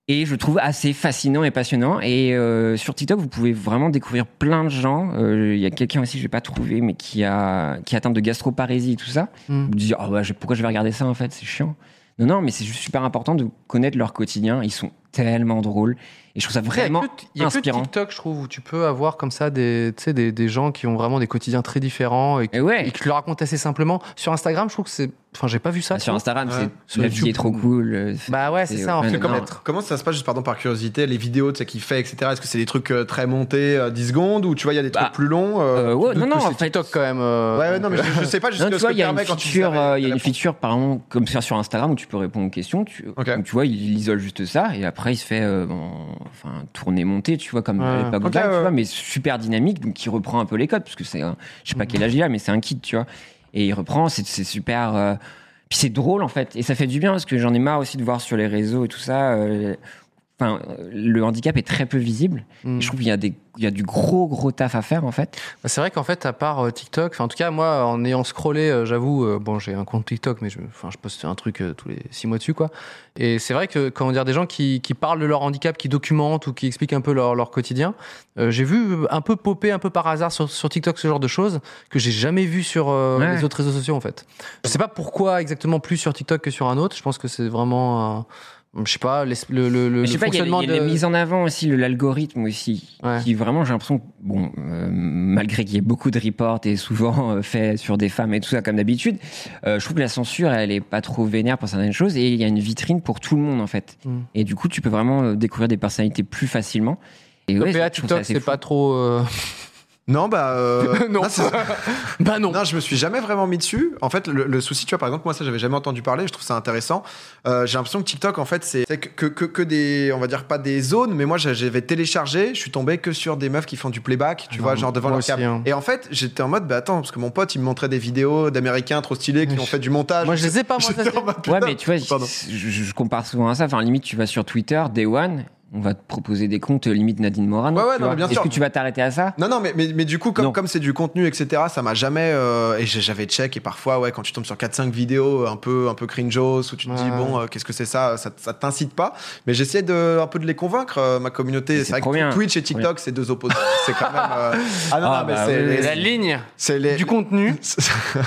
[SPEAKER 3] Et je trouve assez fascinant et passionnant. Et euh, sur TikTok, vous pouvez vraiment découvrir plein de gens. Euh, Il y a quelqu'un aussi, je n'ai pas trouvé, mais qui a qui est atteint de gastroparésie et tout ça.
[SPEAKER 1] Mm.
[SPEAKER 3] Vous dites, Ah bah, je- pourquoi je vais regarder ça en fait C'est chiant. Non, non, mais c'est juste super important de connaître leur quotidien. Ils sont tellement drôles. Et je trouve ça vraiment
[SPEAKER 1] Il y a que
[SPEAKER 3] inspirant.
[SPEAKER 1] TikTok, je trouve, où tu peux avoir comme ça des, tu sais, des, des gens qui ont vraiment des quotidiens très différents et, qui-
[SPEAKER 3] Et Eh ouais.
[SPEAKER 1] et qui le racontent assez simplement. Sur Instagram, je trouve que c'est. Enfin, j'ai pas vu ça.
[SPEAKER 3] Sur Instagram, c'est
[SPEAKER 1] Sur
[SPEAKER 3] la vie
[SPEAKER 1] YouTube.
[SPEAKER 3] est trop cool. euh, c'est-
[SPEAKER 1] Bah ouais, c'est ça, en
[SPEAKER 3] ouais,
[SPEAKER 1] fait,
[SPEAKER 3] non,
[SPEAKER 2] Comment,
[SPEAKER 3] non.
[SPEAKER 2] comment ça se passe, juste pardon, par curiosité, les vidéos tu sais, qu'il fait, etc. Est-ce que c'est des trucs euh, très montés, euh, 10 secondes, ou tu vois, il y a des
[SPEAKER 3] Bah,
[SPEAKER 2] trucs plus longs euh,
[SPEAKER 3] ouais,
[SPEAKER 2] tu doutes
[SPEAKER 3] non, non,
[SPEAKER 2] que
[SPEAKER 3] en
[SPEAKER 2] c'est-
[SPEAKER 3] fait-
[SPEAKER 1] TikTok, quand même. euh,
[SPEAKER 2] Ouais, ouais, non, mais
[SPEAKER 1] donc,
[SPEAKER 2] je, je sais pas juste
[SPEAKER 3] Non,
[SPEAKER 2] ce
[SPEAKER 3] tu
[SPEAKER 2] que
[SPEAKER 3] vois, il y a
[SPEAKER 2] permet
[SPEAKER 3] une
[SPEAKER 2] quand tu
[SPEAKER 3] feature,
[SPEAKER 2] fais la-
[SPEAKER 3] euh, il y a
[SPEAKER 2] la
[SPEAKER 3] une
[SPEAKER 2] réponse.
[SPEAKER 3] feature, par exemple, comme ça sur Instagram où tu peux répondre aux questions. Tu,
[SPEAKER 2] Ok.
[SPEAKER 3] donc, tu vois, il, il isole juste ça et après il se fait, euh, bon, enfin, tourner monter, tu vois, comme
[SPEAKER 1] Ouais.
[SPEAKER 3] à l'époque
[SPEAKER 1] Ok,
[SPEAKER 3] Vine, tu
[SPEAKER 1] ouais.
[SPEAKER 3] vois, mais super dynamique, donc qui reprend un peu les codes parce que c'est, un- je sais pas quel âge il a, mais c'est un kid, tu vois. Et il reprend, c'est c'est super. euh, puis c'est drôle en fait, et ça fait du bien parce que j'en ai marre aussi de voir sur les réseaux et tout ça. euh, Enfin, euh, le handicap est très peu visible.
[SPEAKER 1] Mm.
[SPEAKER 3] Et je trouve qu'il y a des, il y a du gros gros taf à faire en fait.
[SPEAKER 1] Bah, C'est vrai qu'en fait, à part euh, TikTok, enfin, en tout cas, moi, en ayant scrollé, euh, j'avoue, euh, bon, j'ai un compte TikTok, mais je, enfin, je poste un truc euh, tous les six mois dessus, quoi. Et c'est vrai que, comment dire, des gens qui, qui parlent de leur handicap, qui documentent ou qui expliquent un peu leur, leur quotidien, euh, j'ai vu un peu popper, un peu par hasard sur, sur TikTok ce genre de choses que j'ai jamais vu sur euh,
[SPEAKER 3] Ouais.
[SPEAKER 1] les autres réseaux sociaux, en fait. Je sais pas pourquoi exactement plus sur TikTok que sur un autre. Je pense que c'est vraiment, un- je sais pas, les- le, le, le,
[SPEAKER 3] Mais je sais
[SPEAKER 1] le
[SPEAKER 3] pas, il y a,
[SPEAKER 1] fonctionnement
[SPEAKER 3] il y a
[SPEAKER 1] de-
[SPEAKER 3] la mise en avant aussi, le- l'algorithme aussi,
[SPEAKER 1] Ouais.
[SPEAKER 3] qui vraiment, j'ai l'impression, que, bon, euh, malgré qu'il y ait beaucoup de reports et souvent euh, fait sur des femmes et tout ça comme d'habitude, euh, je trouve que la censure, elle est pas trop vénère pour certaines choses et il y a une vitrine pour tout le monde en fait.
[SPEAKER 1] Mm.
[SPEAKER 3] Et du coup, tu peux vraiment euh, découvrir des personnalités plus facilement. Et ouais, je
[SPEAKER 1] Le PA
[SPEAKER 3] trouve ça
[SPEAKER 1] TikTok,
[SPEAKER 3] assez
[SPEAKER 1] c'est
[SPEAKER 3] fou.
[SPEAKER 1] pas trop. euh,
[SPEAKER 2] Non, bah. euh,
[SPEAKER 1] Non.
[SPEAKER 2] c'est-
[SPEAKER 1] Bah non.
[SPEAKER 2] Non, je me suis jamais vraiment mis dessus. En fait, le, le souci, tu vois, par exemple, moi, ça, j'avais jamais entendu parler. Je trouve ça intéressant. Euh, j'ai l'impression que TikTok, en fait, c'est c'est que, que, que des, on va dire, pas des zones, mais moi, j'a- j'avais téléchargé. Je suis tombé que sur des meufs qui font du playback, tu
[SPEAKER 1] Ah
[SPEAKER 2] vois,
[SPEAKER 1] non,
[SPEAKER 2] genre devant
[SPEAKER 1] moi
[SPEAKER 2] leur cam.
[SPEAKER 1] aussi, hein.
[SPEAKER 2] Et en fait, j'étais en mode, bah attends, parce que mon pote, il me montrait des vidéos d'américains trop stylés qui ont fait du montage.
[SPEAKER 1] Moi, je les ai pas, moi, ça,
[SPEAKER 2] J'étais
[SPEAKER 1] c'est-
[SPEAKER 2] en mode,
[SPEAKER 3] Ouais,
[SPEAKER 2] putain.
[SPEAKER 3] mais tu vois,
[SPEAKER 2] Pardon.
[SPEAKER 3] je, je- je compare souvent à ça. Enfin, limite, tu vas sur Twitter, Day One, on va te proposer des comptes, euh, limite Nadine Morin.
[SPEAKER 2] Ouais, ouais, non, mais bien
[SPEAKER 3] Est-ce
[SPEAKER 2] sûr.
[SPEAKER 3] que tu vas t'arrêter à ça
[SPEAKER 2] Non, non, mais, mais, mais du coup, comme comme c'est du contenu, etc., ça m'a jamais. euh, et j'ai- j'avais check, et parfois, ouais, quand tu tombes sur 4-5 vidéos euh, un peu, un peu cringeos, où tu te dis,
[SPEAKER 3] Ouais.
[SPEAKER 2] bon, euh, qu'est-ce que c'est ça Ça, ça t'incite pas. Mais j'essayais de, un peu de les convaincre, euh, ma communauté. C'est vrai que
[SPEAKER 3] trop bien.
[SPEAKER 2] Twitch et
[SPEAKER 3] Trop
[SPEAKER 2] TikTok, c'est deux opposés. c'est quand même. euh, ah non,
[SPEAKER 3] Ah,
[SPEAKER 2] non, mais
[SPEAKER 3] bah
[SPEAKER 2] c'est.
[SPEAKER 3] oui,
[SPEAKER 2] les-
[SPEAKER 3] oui. La
[SPEAKER 1] ligne
[SPEAKER 2] c'est les,
[SPEAKER 1] du contenu.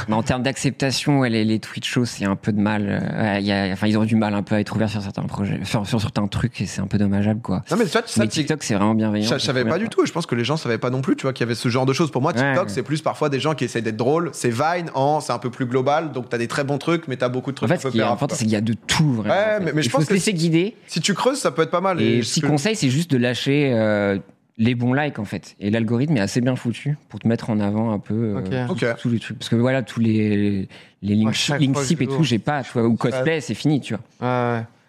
[SPEAKER 3] Mais en termes d'acceptation, ouais, les, les Twitch shows, c'est un peu de mal. euh, ouais, il y a- enfin, ils ont du mal un peu à être ouverts sur certains projets, sur, sur certains trucs, et c'est un peu dommageable, quoi.
[SPEAKER 2] Non, mais toi, tu sais,
[SPEAKER 3] TikTok, c'est vraiment bienveillant.
[SPEAKER 2] Je, je
[SPEAKER 3] c'est
[SPEAKER 2] savais
[SPEAKER 3] trop
[SPEAKER 2] pas
[SPEAKER 3] bien.
[SPEAKER 2] du tout. et Je pense que les gens savaient pas non plus, tu vois, qu'il y avait ce genre de choses. Pour moi, TikTok,
[SPEAKER 3] Ouais.
[SPEAKER 2] c'est plus parfois des gens qui essayent d'être drôles. C'est Vine, en, c'est un peu plus global. Donc, t'as des très bons trucs, mais t'as beaucoup de
[SPEAKER 3] En
[SPEAKER 2] trucs.
[SPEAKER 3] fait,
[SPEAKER 2] un
[SPEAKER 3] ce
[SPEAKER 2] peu
[SPEAKER 3] qui est
[SPEAKER 2] pérables,
[SPEAKER 3] important,
[SPEAKER 2] quoi.
[SPEAKER 3] c'est qu'il y a de tout, vraiment.
[SPEAKER 2] Ouais,
[SPEAKER 3] en fait.
[SPEAKER 2] mais- mais je
[SPEAKER 3] Il faut
[SPEAKER 2] pense
[SPEAKER 3] se
[SPEAKER 2] que
[SPEAKER 3] laisser guider.
[SPEAKER 2] Si tu creuses, ça peut être pas mal.
[SPEAKER 3] Et
[SPEAKER 2] Et
[SPEAKER 3] le
[SPEAKER 2] ce
[SPEAKER 3] petit
[SPEAKER 2] que-
[SPEAKER 3] conseil, c'est juste de lâcher euh, les bons likes en fait. Et l'algorithme est assez bien foutu pour te mettre en avant un peu euh,
[SPEAKER 2] Ok.
[SPEAKER 3] tous- tous les trucs. Parce que voilà, tous les, les links,
[SPEAKER 1] chaque
[SPEAKER 3] links
[SPEAKER 1] fois que
[SPEAKER 3] zip
[SPEAKER 1] je
[SPEAKER 3] et tout,
[SPEAKER 1] vois.
[SPEAKER 3] j'ai pas, tu vois, ou cosplay, c'est fini, tu vois.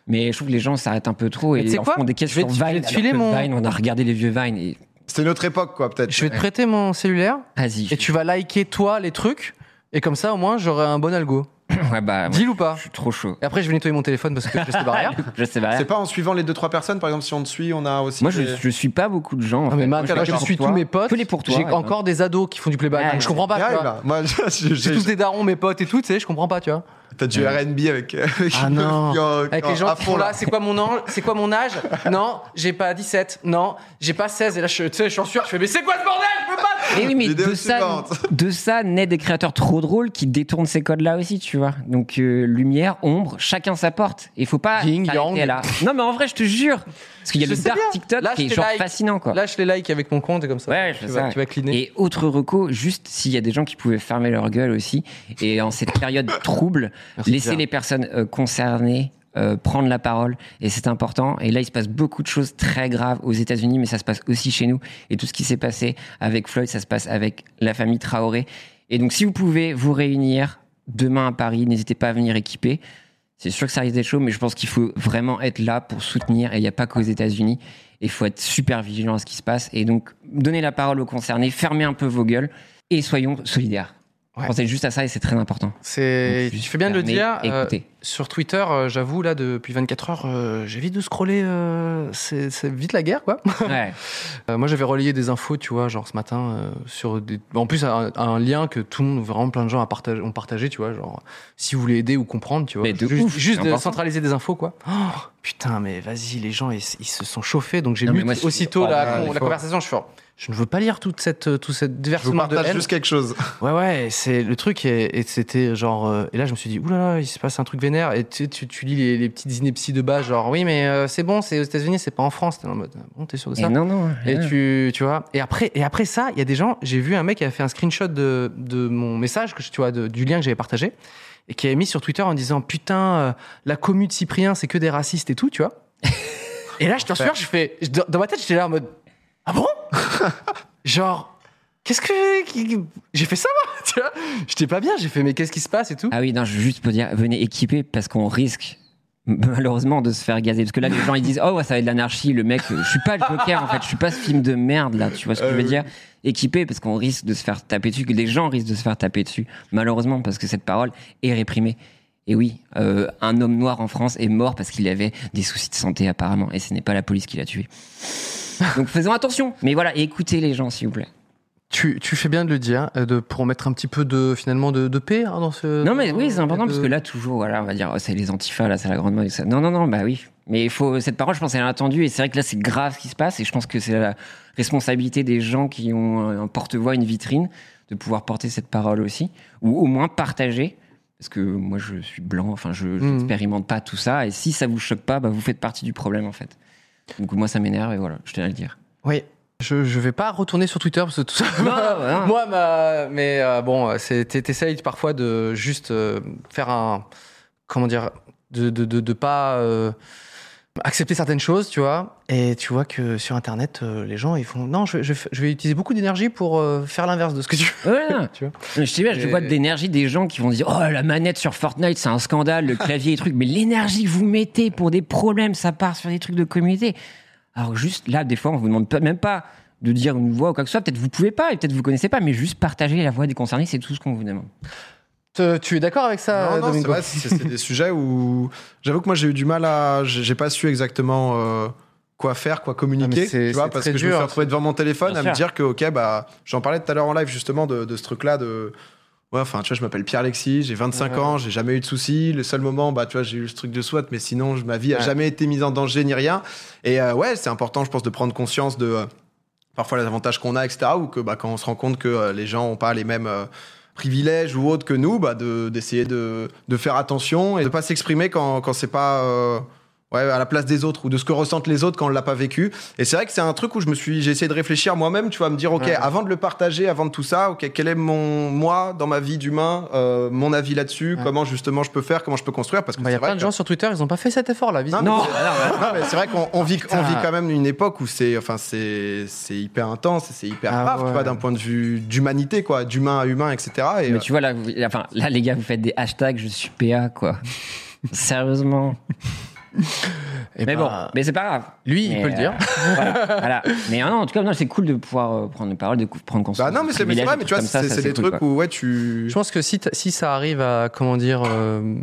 [SPEAKER 3] Mais je trouve que les gens s'arrêtent un peu trop
[SPEAKER 1] Mais tu
[SPEAKER 3] et
[SPEAKER 1] sais
[SPEAKER 3] en
[SPEAKER 1] quoi
[SPEAKER 3] font des caisses
[SPEAKER 1] Je vais
[SPEAKER 3] sur
[SPEAKER 1] te- je
[SPEAKER 3] Vine.
[SPEAKER 1] vais te
[SPEAKER 3] alors
[SPEAKER 1] filer
[SPEAKER 3] que
[SPEAKER 1] mon-
[SPEAKER 3] Vine, on a regardé les vieux Vine et
[SPEAKER 2] C'était notre époque, quoi, peut-être.
[SPEAKER 1] Je vais te prêter mon cellulaire
[SPEAKER 3] vas-y.
[SPEAKER 1] et tu vas liker toi les trucs et comme ça au moins j'aurai un bon algo.
[SPEAKER 3] Ouais, bah, moi,
[SPEAKER 1] Deal ou pas
[SPEAKER 3] je suis trop chaud.
[SPEAKER 1] Et après je vais nettoyer mon téléphone parce que je sais pas rien.
[SPEAKER 3] Je sais pas.
[SPEAKER 2] C'est pas en suivant les deux trois personnes, par exemple, si on te suit, on a aussi.
[SPEAKER 3] Moi,
[SPEAKER 2] des-
[SPEAKER 3] je, je suis pas beaucoup de gens. en
[SPEAKER 1] Ah, mais
[SPEAKER 3] fait.
[SPEAKER 1] man,
[SPEAKER 3] Moi,
[SPEAKER 1] moi, je
[SPEAKER 3] suis
[SPEAKER 1] suis tous mes potes.
[SPEAKER 3] Que les pour toi.
[SPEAKER 1] J'ai
[SPEAKER 3] ouais.
[SPEAKER 1] encore des ados qui font du playback.
[SPEAKER 3] Ouais.
[SPEAKER 1] donc je comprends pas. tu
[SPEAKER 2] Regarde,
[SPEAKER 1] vois.
[SPEAKER 2] là. Moi, je-
[SPEAKER 1] C'est
[SPEAKER 2] je-
[SPEAKER 1] tous des darons, mes potes et tout, tu sais, je comprends pas, tu vois.
[SPEAKER 2] T'as du RB avec. avec
[SPEAKER 1] Ah
[SPEAKER 2] une meuf
[SPEAKER 1] non.
[SPEAKER 2] qui en-
[SPEAKER 1] Avec
[SPEAKER 2] en-
[SPEAKER 1] les gens
[SPEAKER 2] à
[SPEAKER 1] qui
[SPEAKER 2] fond,
[SPEAKER 1] font là, c'est quoi mon ange C'est quoi mon âge Non, j'ai pas 17. Non, j'ai pas 16. Et là, je, tu sais, je suis en sueur, je fais, mais c'est quoi ce bordel Je peux pas
[SPEAKER 3] Mais oui, mais
[SPEAKER 2] Vidéo
[SPEAKER 3] de ça,
[SPEAKER 2] suivante.
[SPEAKER 3] de ça naît des créateurs trop drôles qui détournent ces codes-là aussi, tu vois. Donc euh, lumière, ombre, chacun sa porte. Et faut pas
[SPEAKER 1] Yin,
[SPEAKER 3] s'arrêter
[SPEAKER 1] yang.
[SPEAKER 3] là. Non, mais en vrai, je te jure, parce qu'il y a
[SPEAKER 1] Je
[SPEAKER 3] le
[SPEAKER 1] sais
[SPEAKER 3] dark
[SPEAKER 1] bien.
[SPEAKER 3] TikTok
[SPEAKER 1] Lâche
[SPEAKER 3] qui est
[SPEAKER 1] tes
[SPEAKER 3] genre
[SPEAKER 1] likes.
[SPEAKER 3] fascinant, quoi.
[SPEAKER 1] Lâche les likes avec mon compte et comme ça.
[SPEAKER 3] Ouais, je
[SPEAKER 1] tu,
[SPEAKER 3] fais
[SPEAKER 1] vas,
[SPEAKER 3] ça.
[SPEAKER 1] tu vas cliner.
[SPEAKER 3] Et autre reco, juste s'il y a des gens qui pouvaient fermer leur gueule aussi, et en cette période trouble,
[SPEAKER 1] Merci,
[SPEAKER 3] laisser
[SPEAKER 1] Pierre.
[SPEAKER 3] les personnes euh, concernées euh, prendre la parole, et c'est important. Et là, il se passe beaucoup de choses très graves aux États-Unis, mais ça se passe aussi chez nous. Et tout ce qui s'est passé avec Floyd, ça se passe avec la famille Traoré. Et donc, si vous pouvez vous réunir demain à Paris, n'hésitez pas à venir équiper. C'est sûr que ça risque d'être chaud, mais je pense qu'il faut vraiment être là pour soutenir. Et il n'y a pas qu'aux États-Unis. Et il faut être super vigilant à ce qui se passe. Et donc, donnez la parole aux concernés, fermez un peu vos gueules et soyons solidaires.
[SPEAKER 1] Ouais.
[SPEAKER 3] Pensez juste à ça et c'est très important.
[SPEAKER 1] C'est,
[SPEAKER 3] Donc,
[SPEAKER 1] tu fais bien de le
[SPEAKER 3] fermez,
[SPEAKER 1] dire. euh,
[SPEAKER 3] écoutez.
[SPEAKER 1] sur Twitter, euh, j'avoue, là, depuis 24 heures, euh, j'ai vite de scroller. euh, c'est, c'est vite la guerre, quoi.
[SPEAKER 3] Ouais.
[SPEAKER 1] Euh, moi, j'avais relayé des infos, tu vois, genre ce matin, euh, sur des... en plus un, un lien que tout le monde, vraiment plein de gens a partagé- ont partagé, tu vois, genre si vous voulez aider ou comprendre, tu vois,
[SPEAKER 3] Mais de
[SPEAKER 1] juste,
[SPEAKER 3] ouf,
[SPEAKER 1] juste
[SPEAKER 3] c'est
[SPEAKER 1] de
[SPEAKER 3] important.
[SPEAKER 1] centraliser des infos, quoi. Oh, putain, mais vas-y, les gens, ils, ils se sont chauffés, donc j'ai
[SPEAKER 3] Non, mais
[SPEAKER 1] lu
[SPEAKER 3] moi, je suis-
[SPEAKER 1] aussitôt
[SPEAKER 3] oh,
[SPEAKER 1] la,
[SPEAKER 3] ouais,
[SPEAKER 1] con-
[SPEAKER 3] il
[SPEAKER 1] la
[SPEAKER 3] faut-
[SPEAKER 1] conversation. Je suis, genre, je ne veux pas lire toute cette, euh, tout cette
[SPEAKER 2] Je vous
[SPEAKER 1] déversement de
[SPEAKER 2] partage
[SPEAKER 1] haine.
[SPEAKER 2] juste quelque chose.
[SPEAKER 1] Ouais, ouais, c'est le truc, et, et c'était genre. euh, et là, je me suis dit, oulala, il se passe un truc vénère, et tu, sais, tu, tu lis les, les petites inepties de bas, genre, oui, mais euh, c'est bon, c'est aux États-Unis, c'est pas en France. T'es en mode, ah bon, t'es sûr de
[SPEAKER 3] Et
[SPEAKER 1] ça
[SPEAKER 3] non, non.
[SPEAKER 1] et
[SPEAKER 3] ouais.
[SPEAKER 1] tu, tu vois. Et après, et après ça, il y a des gens. J'ai vu un mec qui a fait un screenshot de, de mon message, que je- tu vois, de- du lien que j'avais partagé, et qui avait mis sur Twitter en disant Putain, euh, la commu de Cyprien, c'est que des racistes et tout, tu vois. et là, je te jure, je fais. je- Dans, dans ma tête, j'étais là en mode Ah bon Genre, qu'est-ce que. qui- J'ai fait ça, moi Tu vois J'étais pas bien, j'ai fait Mais qu'est-ce qui se passe et tout.
[SPEAKER 3] Ah oui, non, je veux juste pour dire, venez équiper parce qu'on risque malheureusement de se faire gazer parce que là les gens ils disent oh ouais, ça va être de l'anarchie le mec euh, je suis pas le Joker en fait je suis pas ce film de merde là tu vois ce que je veux dire équiper parce qu'on risque de se faire taper dessus que les gens risquent de se faire taper dessus malheureusement parce que cette parole est réprimée et oui euh, un homme noir en France est mort parce qu'il avait des soucis de santé apparemment et ce n'est pas la police qui l'a tué donc faisons attention mais voilà et écoutez les gens s'il vous plaît
[SPEAKER 1] Tu, tu fais bien de le dire, euh, de, pour mettre un petit peu de, finalement, de, de paix hein, dans ce.
[SPEAKER 3] Non, mais oui, c'est important
[SPEAKER 1] de-
[SPEAKER 3] parce que là, toujours, voilà, on va dire, oh, c'est les antifas, là, c'est la grande mode. et ça. Non, non, non, bah oui. Mais il faut, cette parole, je pense, elle est attendue. Et c'est vrai que là, c'est grave ce qui se passe. Et je pense que c'est la responsabilité des gens qui ont un porte-voix, une vitrine, de pouvoir porter cette parole aussi. Ou au moins partager. Parce que moi, je suis blanc, enfin, je
[SPEAKER 1] Mhm.
[SPEAKER 3] n'expérimente pas tout ça. Et si ça vous choque pas, bah, vous faites partie du problème, en fait. Donc, moi, ça m'énerve. Et voilà, je tenais à le dire.
[SPEAKER 1] Oui. Je, je vais pas retourner sur Twitter parce que tout ça.
[SPEAKER 3] Non, non, non.
[SPEAKER 1] Moi, ma- mais euh, bon, c'est- t'es- t'essayes parfois de juste euh, faire un. Comment dire De, de, de- de pas euh, accepter certaines choses, tu vois. Et tu vois que sur Internet, euh, les gens, ils font. Non, je, vais- je vais- je vais utiliser beaucoup d'énergie pour euh, faire l'inverse de ce que tu veux.
[SPEAKER 3] Ouais, non.
[SPEAKER 1] Tu vois.
[SPEAKER 3] Mais Je sais bien, je
[SPEAKER 1] Et-
[SPEAKER 3] vois de l'énergie des gens qui vont dire Oh, la manette sur Fortnite, c'est un scandale, le clavier et truc. Mais l'énergie que vous mettez pour des problèmes, ça part sur des trucs de communauté. Alors, juste là, des fois, on vous demande pas- même pas de dire une voix ou quoi que ce soit. Peut-être vous pouvez pas et peut-être vous connaissez pas, mais juste partager la voix des concernés, c'est tout ce qu'on vous demande.
[SPEAKER 1] Te- tu es d'accord avec ça,
[SPEAKER 2] non, non, c'est
[SPEAKER 1] Domingo
[SPEAKER 2] vrai, c'est c'est des sujets où j'avoue que moi j'ai eu du mal à, j'ai j'ai pas su exactement euh, quoi faire, quoi communiquer,
[SPEAKER 1] Ah, mais c'est-
[SPEAKER 2] tu vois,
[SPEAKER 1] c'est
[SPEAKER 2] parce
[SPEAKER 1] très
[SPEAKER 2] que je me
[SPEAKER 1] dur.
[SPEAKER 2] suis retrouvé devant mon téléphone
[SPEAKER 1] Bien
[SPEAKER 2] à
[SPEAKER 1] sûr.
[SPEAKER 2] me dire que, ok, bah, j'en parlais tout à l'heure en live justement de, de ce truc-là de. Ouais, enfin, tu vois, je m'appelle Pierre Alexis, j'ai 25
[SPEAKER 1] Ouais.
[SPEAKER 2] ans, j'ai jamais eu de soucis. Le seul moment, bah, tu vois, j'ai eu ce truc de SWAT, mais sinon, je- ma vie a
[SPEAKER 1] Ouais.
[SPEAKER 2] jamais été mise en danger ni rien. Et euh, ouais, c'est important, je pense, de prendre conscience de euh, parfois les avantages qu'on a, etc. Ou que bah, quand on se rend compte que euh, les gens n'ont pas les mêmes euh, privilèges ou autres que nous, bah, de- d'essayer de, de faire attention et de pas s'exprimer quand, quand c'est pas euh, ouais, à la place des autres ou de ce que ressentent les autres quand on l'a pas vécu. Et c'est vrai que c'est un truc où je me suis, j'ai essayé de réfléchir moi-même, tu vois, à me dire, ok,
[SPEAKER 1] Ouais.
[SPEAKER 2] avant de le partager, avant de tout ça, ok, quel est mon moi dans ma vie d'humain, euh, mon avis là-dessus, comment justement je peux faire, comment je peux construire, parce que
[SPEAKER 1] Il Bah, y
[SPEAKER 2] c'est
[SPEAKER 1] a
[SPEAKER 2] vrai
[SPEAKER 1] plein de
[SPEAKER 2] que-
[SPEAKER 1] gens sur Twitter, ils ont pas fait cet effort là.
[SPEAKER 2] non, mais c'est-
[SPEAKER 3] Ah,
[SPEAKER 2] non, mais c'est vrai qu'on on vit, on
[SPEAKER 1] Putain.
[SPEAKER 2] vit quand même une époque où c'est enfin, c'est c'est hyper intense, et c'est hyper
[SPEAKER 1] Ah
[SPEAKER 2] grave, tu
[SPEAKER 1] ouais.
[SPEAKER 2] vois, d'un point de vue d'humanité, quoi, d'humain à humain, etc. Et, euh,
[SPEAKER 3] Mais tu vois, là, vous- enfin, là, les gars, vous faites des hashtags, je suis PA, quoi. Sérieusement. mais
[SPEAKER 1] bah,
[SPEAKER 3] bon, mais c'est pas grave.
[SPEAKER 1] Eh ben, Lui, il
[SPEAKER 3] Mais,
[SPEAKER 1] peut le dire.
[SPEAKER 3] euh, voilà, voilà. Mais euh, non, en tout cas, non, c'est cool de pouvoir euh, prendre une parole, de cou- prendre conscience.
[SPEAKER 2] Bah non,
[SPEAKER 3] de
[SPEAKER 2] mais
[SPEAKER 3] ce
[SPEAKER 2] c'est mais c'est
[SPEAKER 3] privilège,
[SPEAKER 2] vrai, mais tu vois,
[SPEAKER 3] comme ça,
[SPEAKER 2] c'est
[SPEAKER 3] ça,
[SPEAKER 2] c'est des
[SPEAKER 3] cool,
[SPEAKER 2] trucs
[SPEAKER 3] quoi.
[SPEAKER 2] où, ouais, tu.
[SPEAKER 1] Je pense que si, t- si ça arrive à, comment dire, euh,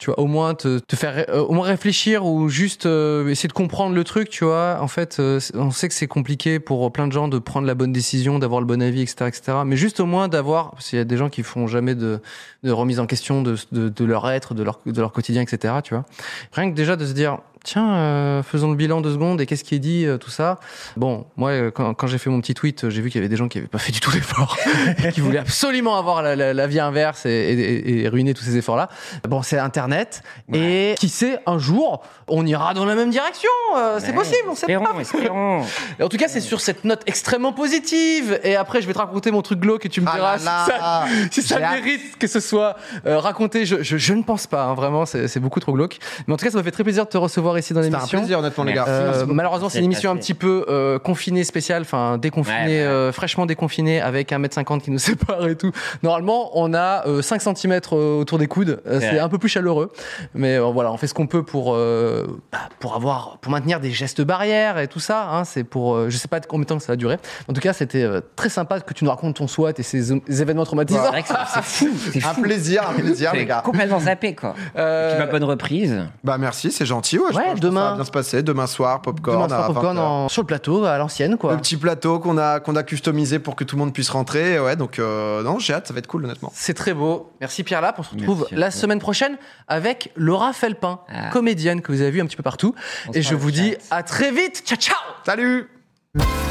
[SPEAKER 1] tu vois, au moins te, te faire ré- euh, au moins réfléchir ou juste euh, essayer de comprendre le truc, tu vois, en fait, euh, c- on sait que c'est compliqué pour plein de gens de prendre la bonne décision, d'avoir le bon avis, etc., etc. Mais juste au moins d'avoir, parce qu'il y a des gens qui font jamais de, de remise en question de, de, de leur être, de leur, de leur quotidien, etc., tu vois. Rien que déjà de se dire, tiens, euh, faisons le bilan deux secondes et qu'est-ce qui est dit, euh, tout ça. Bon, moi, euh, quand, quand j'ai fait mon petit tweet, euh, j'ai vu qu'il y avait des gens qui n'avaient pas fait du tout l'effort, et qui voulaient absolument avoir la, la- la vie inverse et, et- et ruiner tous ces efforts-là. Bon, c'est Internet, et qui sait, un jour, on ira dans la même direction. euh, c'est
[SPEAKER 3] Ouais,
[SPEAKER 1] possible, on sait pas.
[SPEAKER 3] Espérons, espérons.
[SPEAKER 1] Et En tout cas, c'est sur cette note extrêmement positive. Et après, je vais te raconter mon truc glauque et tu me
[SPEAKER 2] Ah
[SPEAKER 1] diras
[SPEAKER 2] là là,
[SPEAKER 1] si ça, si ça
[SPEAKER 2] j'ai hâte.
[SPEAKER 1] mérite que ce soit euh, raconté. Je, je, je ne pense pas, hein, vraiment, c'est c'est beaucoup trop glauque. Mais en tout cas, ça m'a fait très plaisir de te recevoir ici dans
[SPEAKER 2] C'était un
[SPEAKER 1] l'émission.
[SPEAKER 2] plaisir, honnêtement, les gars.
[SPEAKER 1] Euh,
[SPEAKER 2] Merci beaucoup.
[SPEAKER 1] malheureusement, c'est une émission un petit peu euh, confinée spéciale, enfin déconfinée,
[SPEAKER 3] Ouais, ouais, ouais.
[SPEAKER 1] euh, fraîchement déconfinée, avec 1m50 qui nous sépare et tout. Normalement, on a euh, 5 cm autour des coudes, Euh,
[SPEAKER 3] C'est
[SPEAKER 1] c'est
[SPEAKER 3] vrai.
[SPEAKER 1] un peu plus chaleureux, mais euh, voilà, on fait ce qu'on peut pour euh, bah, pour avoir, pour maintenir des gestes barrières et tout ça. hein, c'est pour, euh, je sais pas de combien de temps ça va durer. En tout cas, c'était euh, très sympa que tu nous racontes ton SWAT et ces euh, événements
[SPEAKER 3] C'est
[SPEAKER 1] traumatisants.
[SPEAKER 3] vrai que c'est c'est fou. C'est
[SPEAKER 2] Un
[SPEAKER 3] fou.
[SPEAKER 2] plaisir, un plaisir, les
[SPEAKER 3] C'est
[SPEAKER 2] gars.
[SPEAKER 3] complètement zappé, quoi.
[SPEAKER 1] Euh,
[SPEAKER 3] Et puis ma bonne reprise.
[SPEAKER 2] Bah merci, c'est gentil. Ouais, je
[SPEAKER 1] Ouais,
[SPEAKER 2] pense- je pense que
[SPEAKER 1] demain-
[SPEAKER 2] ça va bien se passer. Demain soir, popcorn.
[SPEAKER 1] demain soir,
[SPEAKER 2] à
[SPEAKER 1] popcorn
[SPEAKER 2] 20 heures.
[SPEAKER 1] en- sur le plateau à l'ancienne, quoi.
[SPEAKER 2] Le petit plateau qu'on a, qu'on a customisé pour que tout le monde puisse rentrer. Ouais, donc euh, non, j'ai hâte, ça va être cool, honnêtement.
[SPEAKER 1] C'est très beau. Merci Pierre Lap. On se retrouve
[SPEAKER 3] Merci à
[SPEAKER 1] la
[SPEAKER 3] toi.
[SPEAKER 1] semaine prochaine avec Laura Felpin,
[SPEAKER 3] Ah.
[SPEAKER 1] comédienne que vous avez vue un petit peu partout.
[SPEAKER 3] On
[SPEAKER 1] Et
[SPEAKER 3] sera
[SPEAKER 1] je
[SPEAKER 3] le
[SPEAKER 1] vous dis
[SPEAKER 3] chat.
[SPEAKER 1] à très vite. Ciao, ciao
[SPEAKER 2] Salut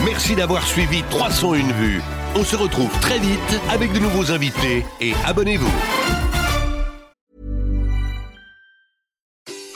[SPEAKER 4] Merci d'avoir suivi 301 vues. On se retrouve très vite avec de nouveaux invités et abonnez-vous.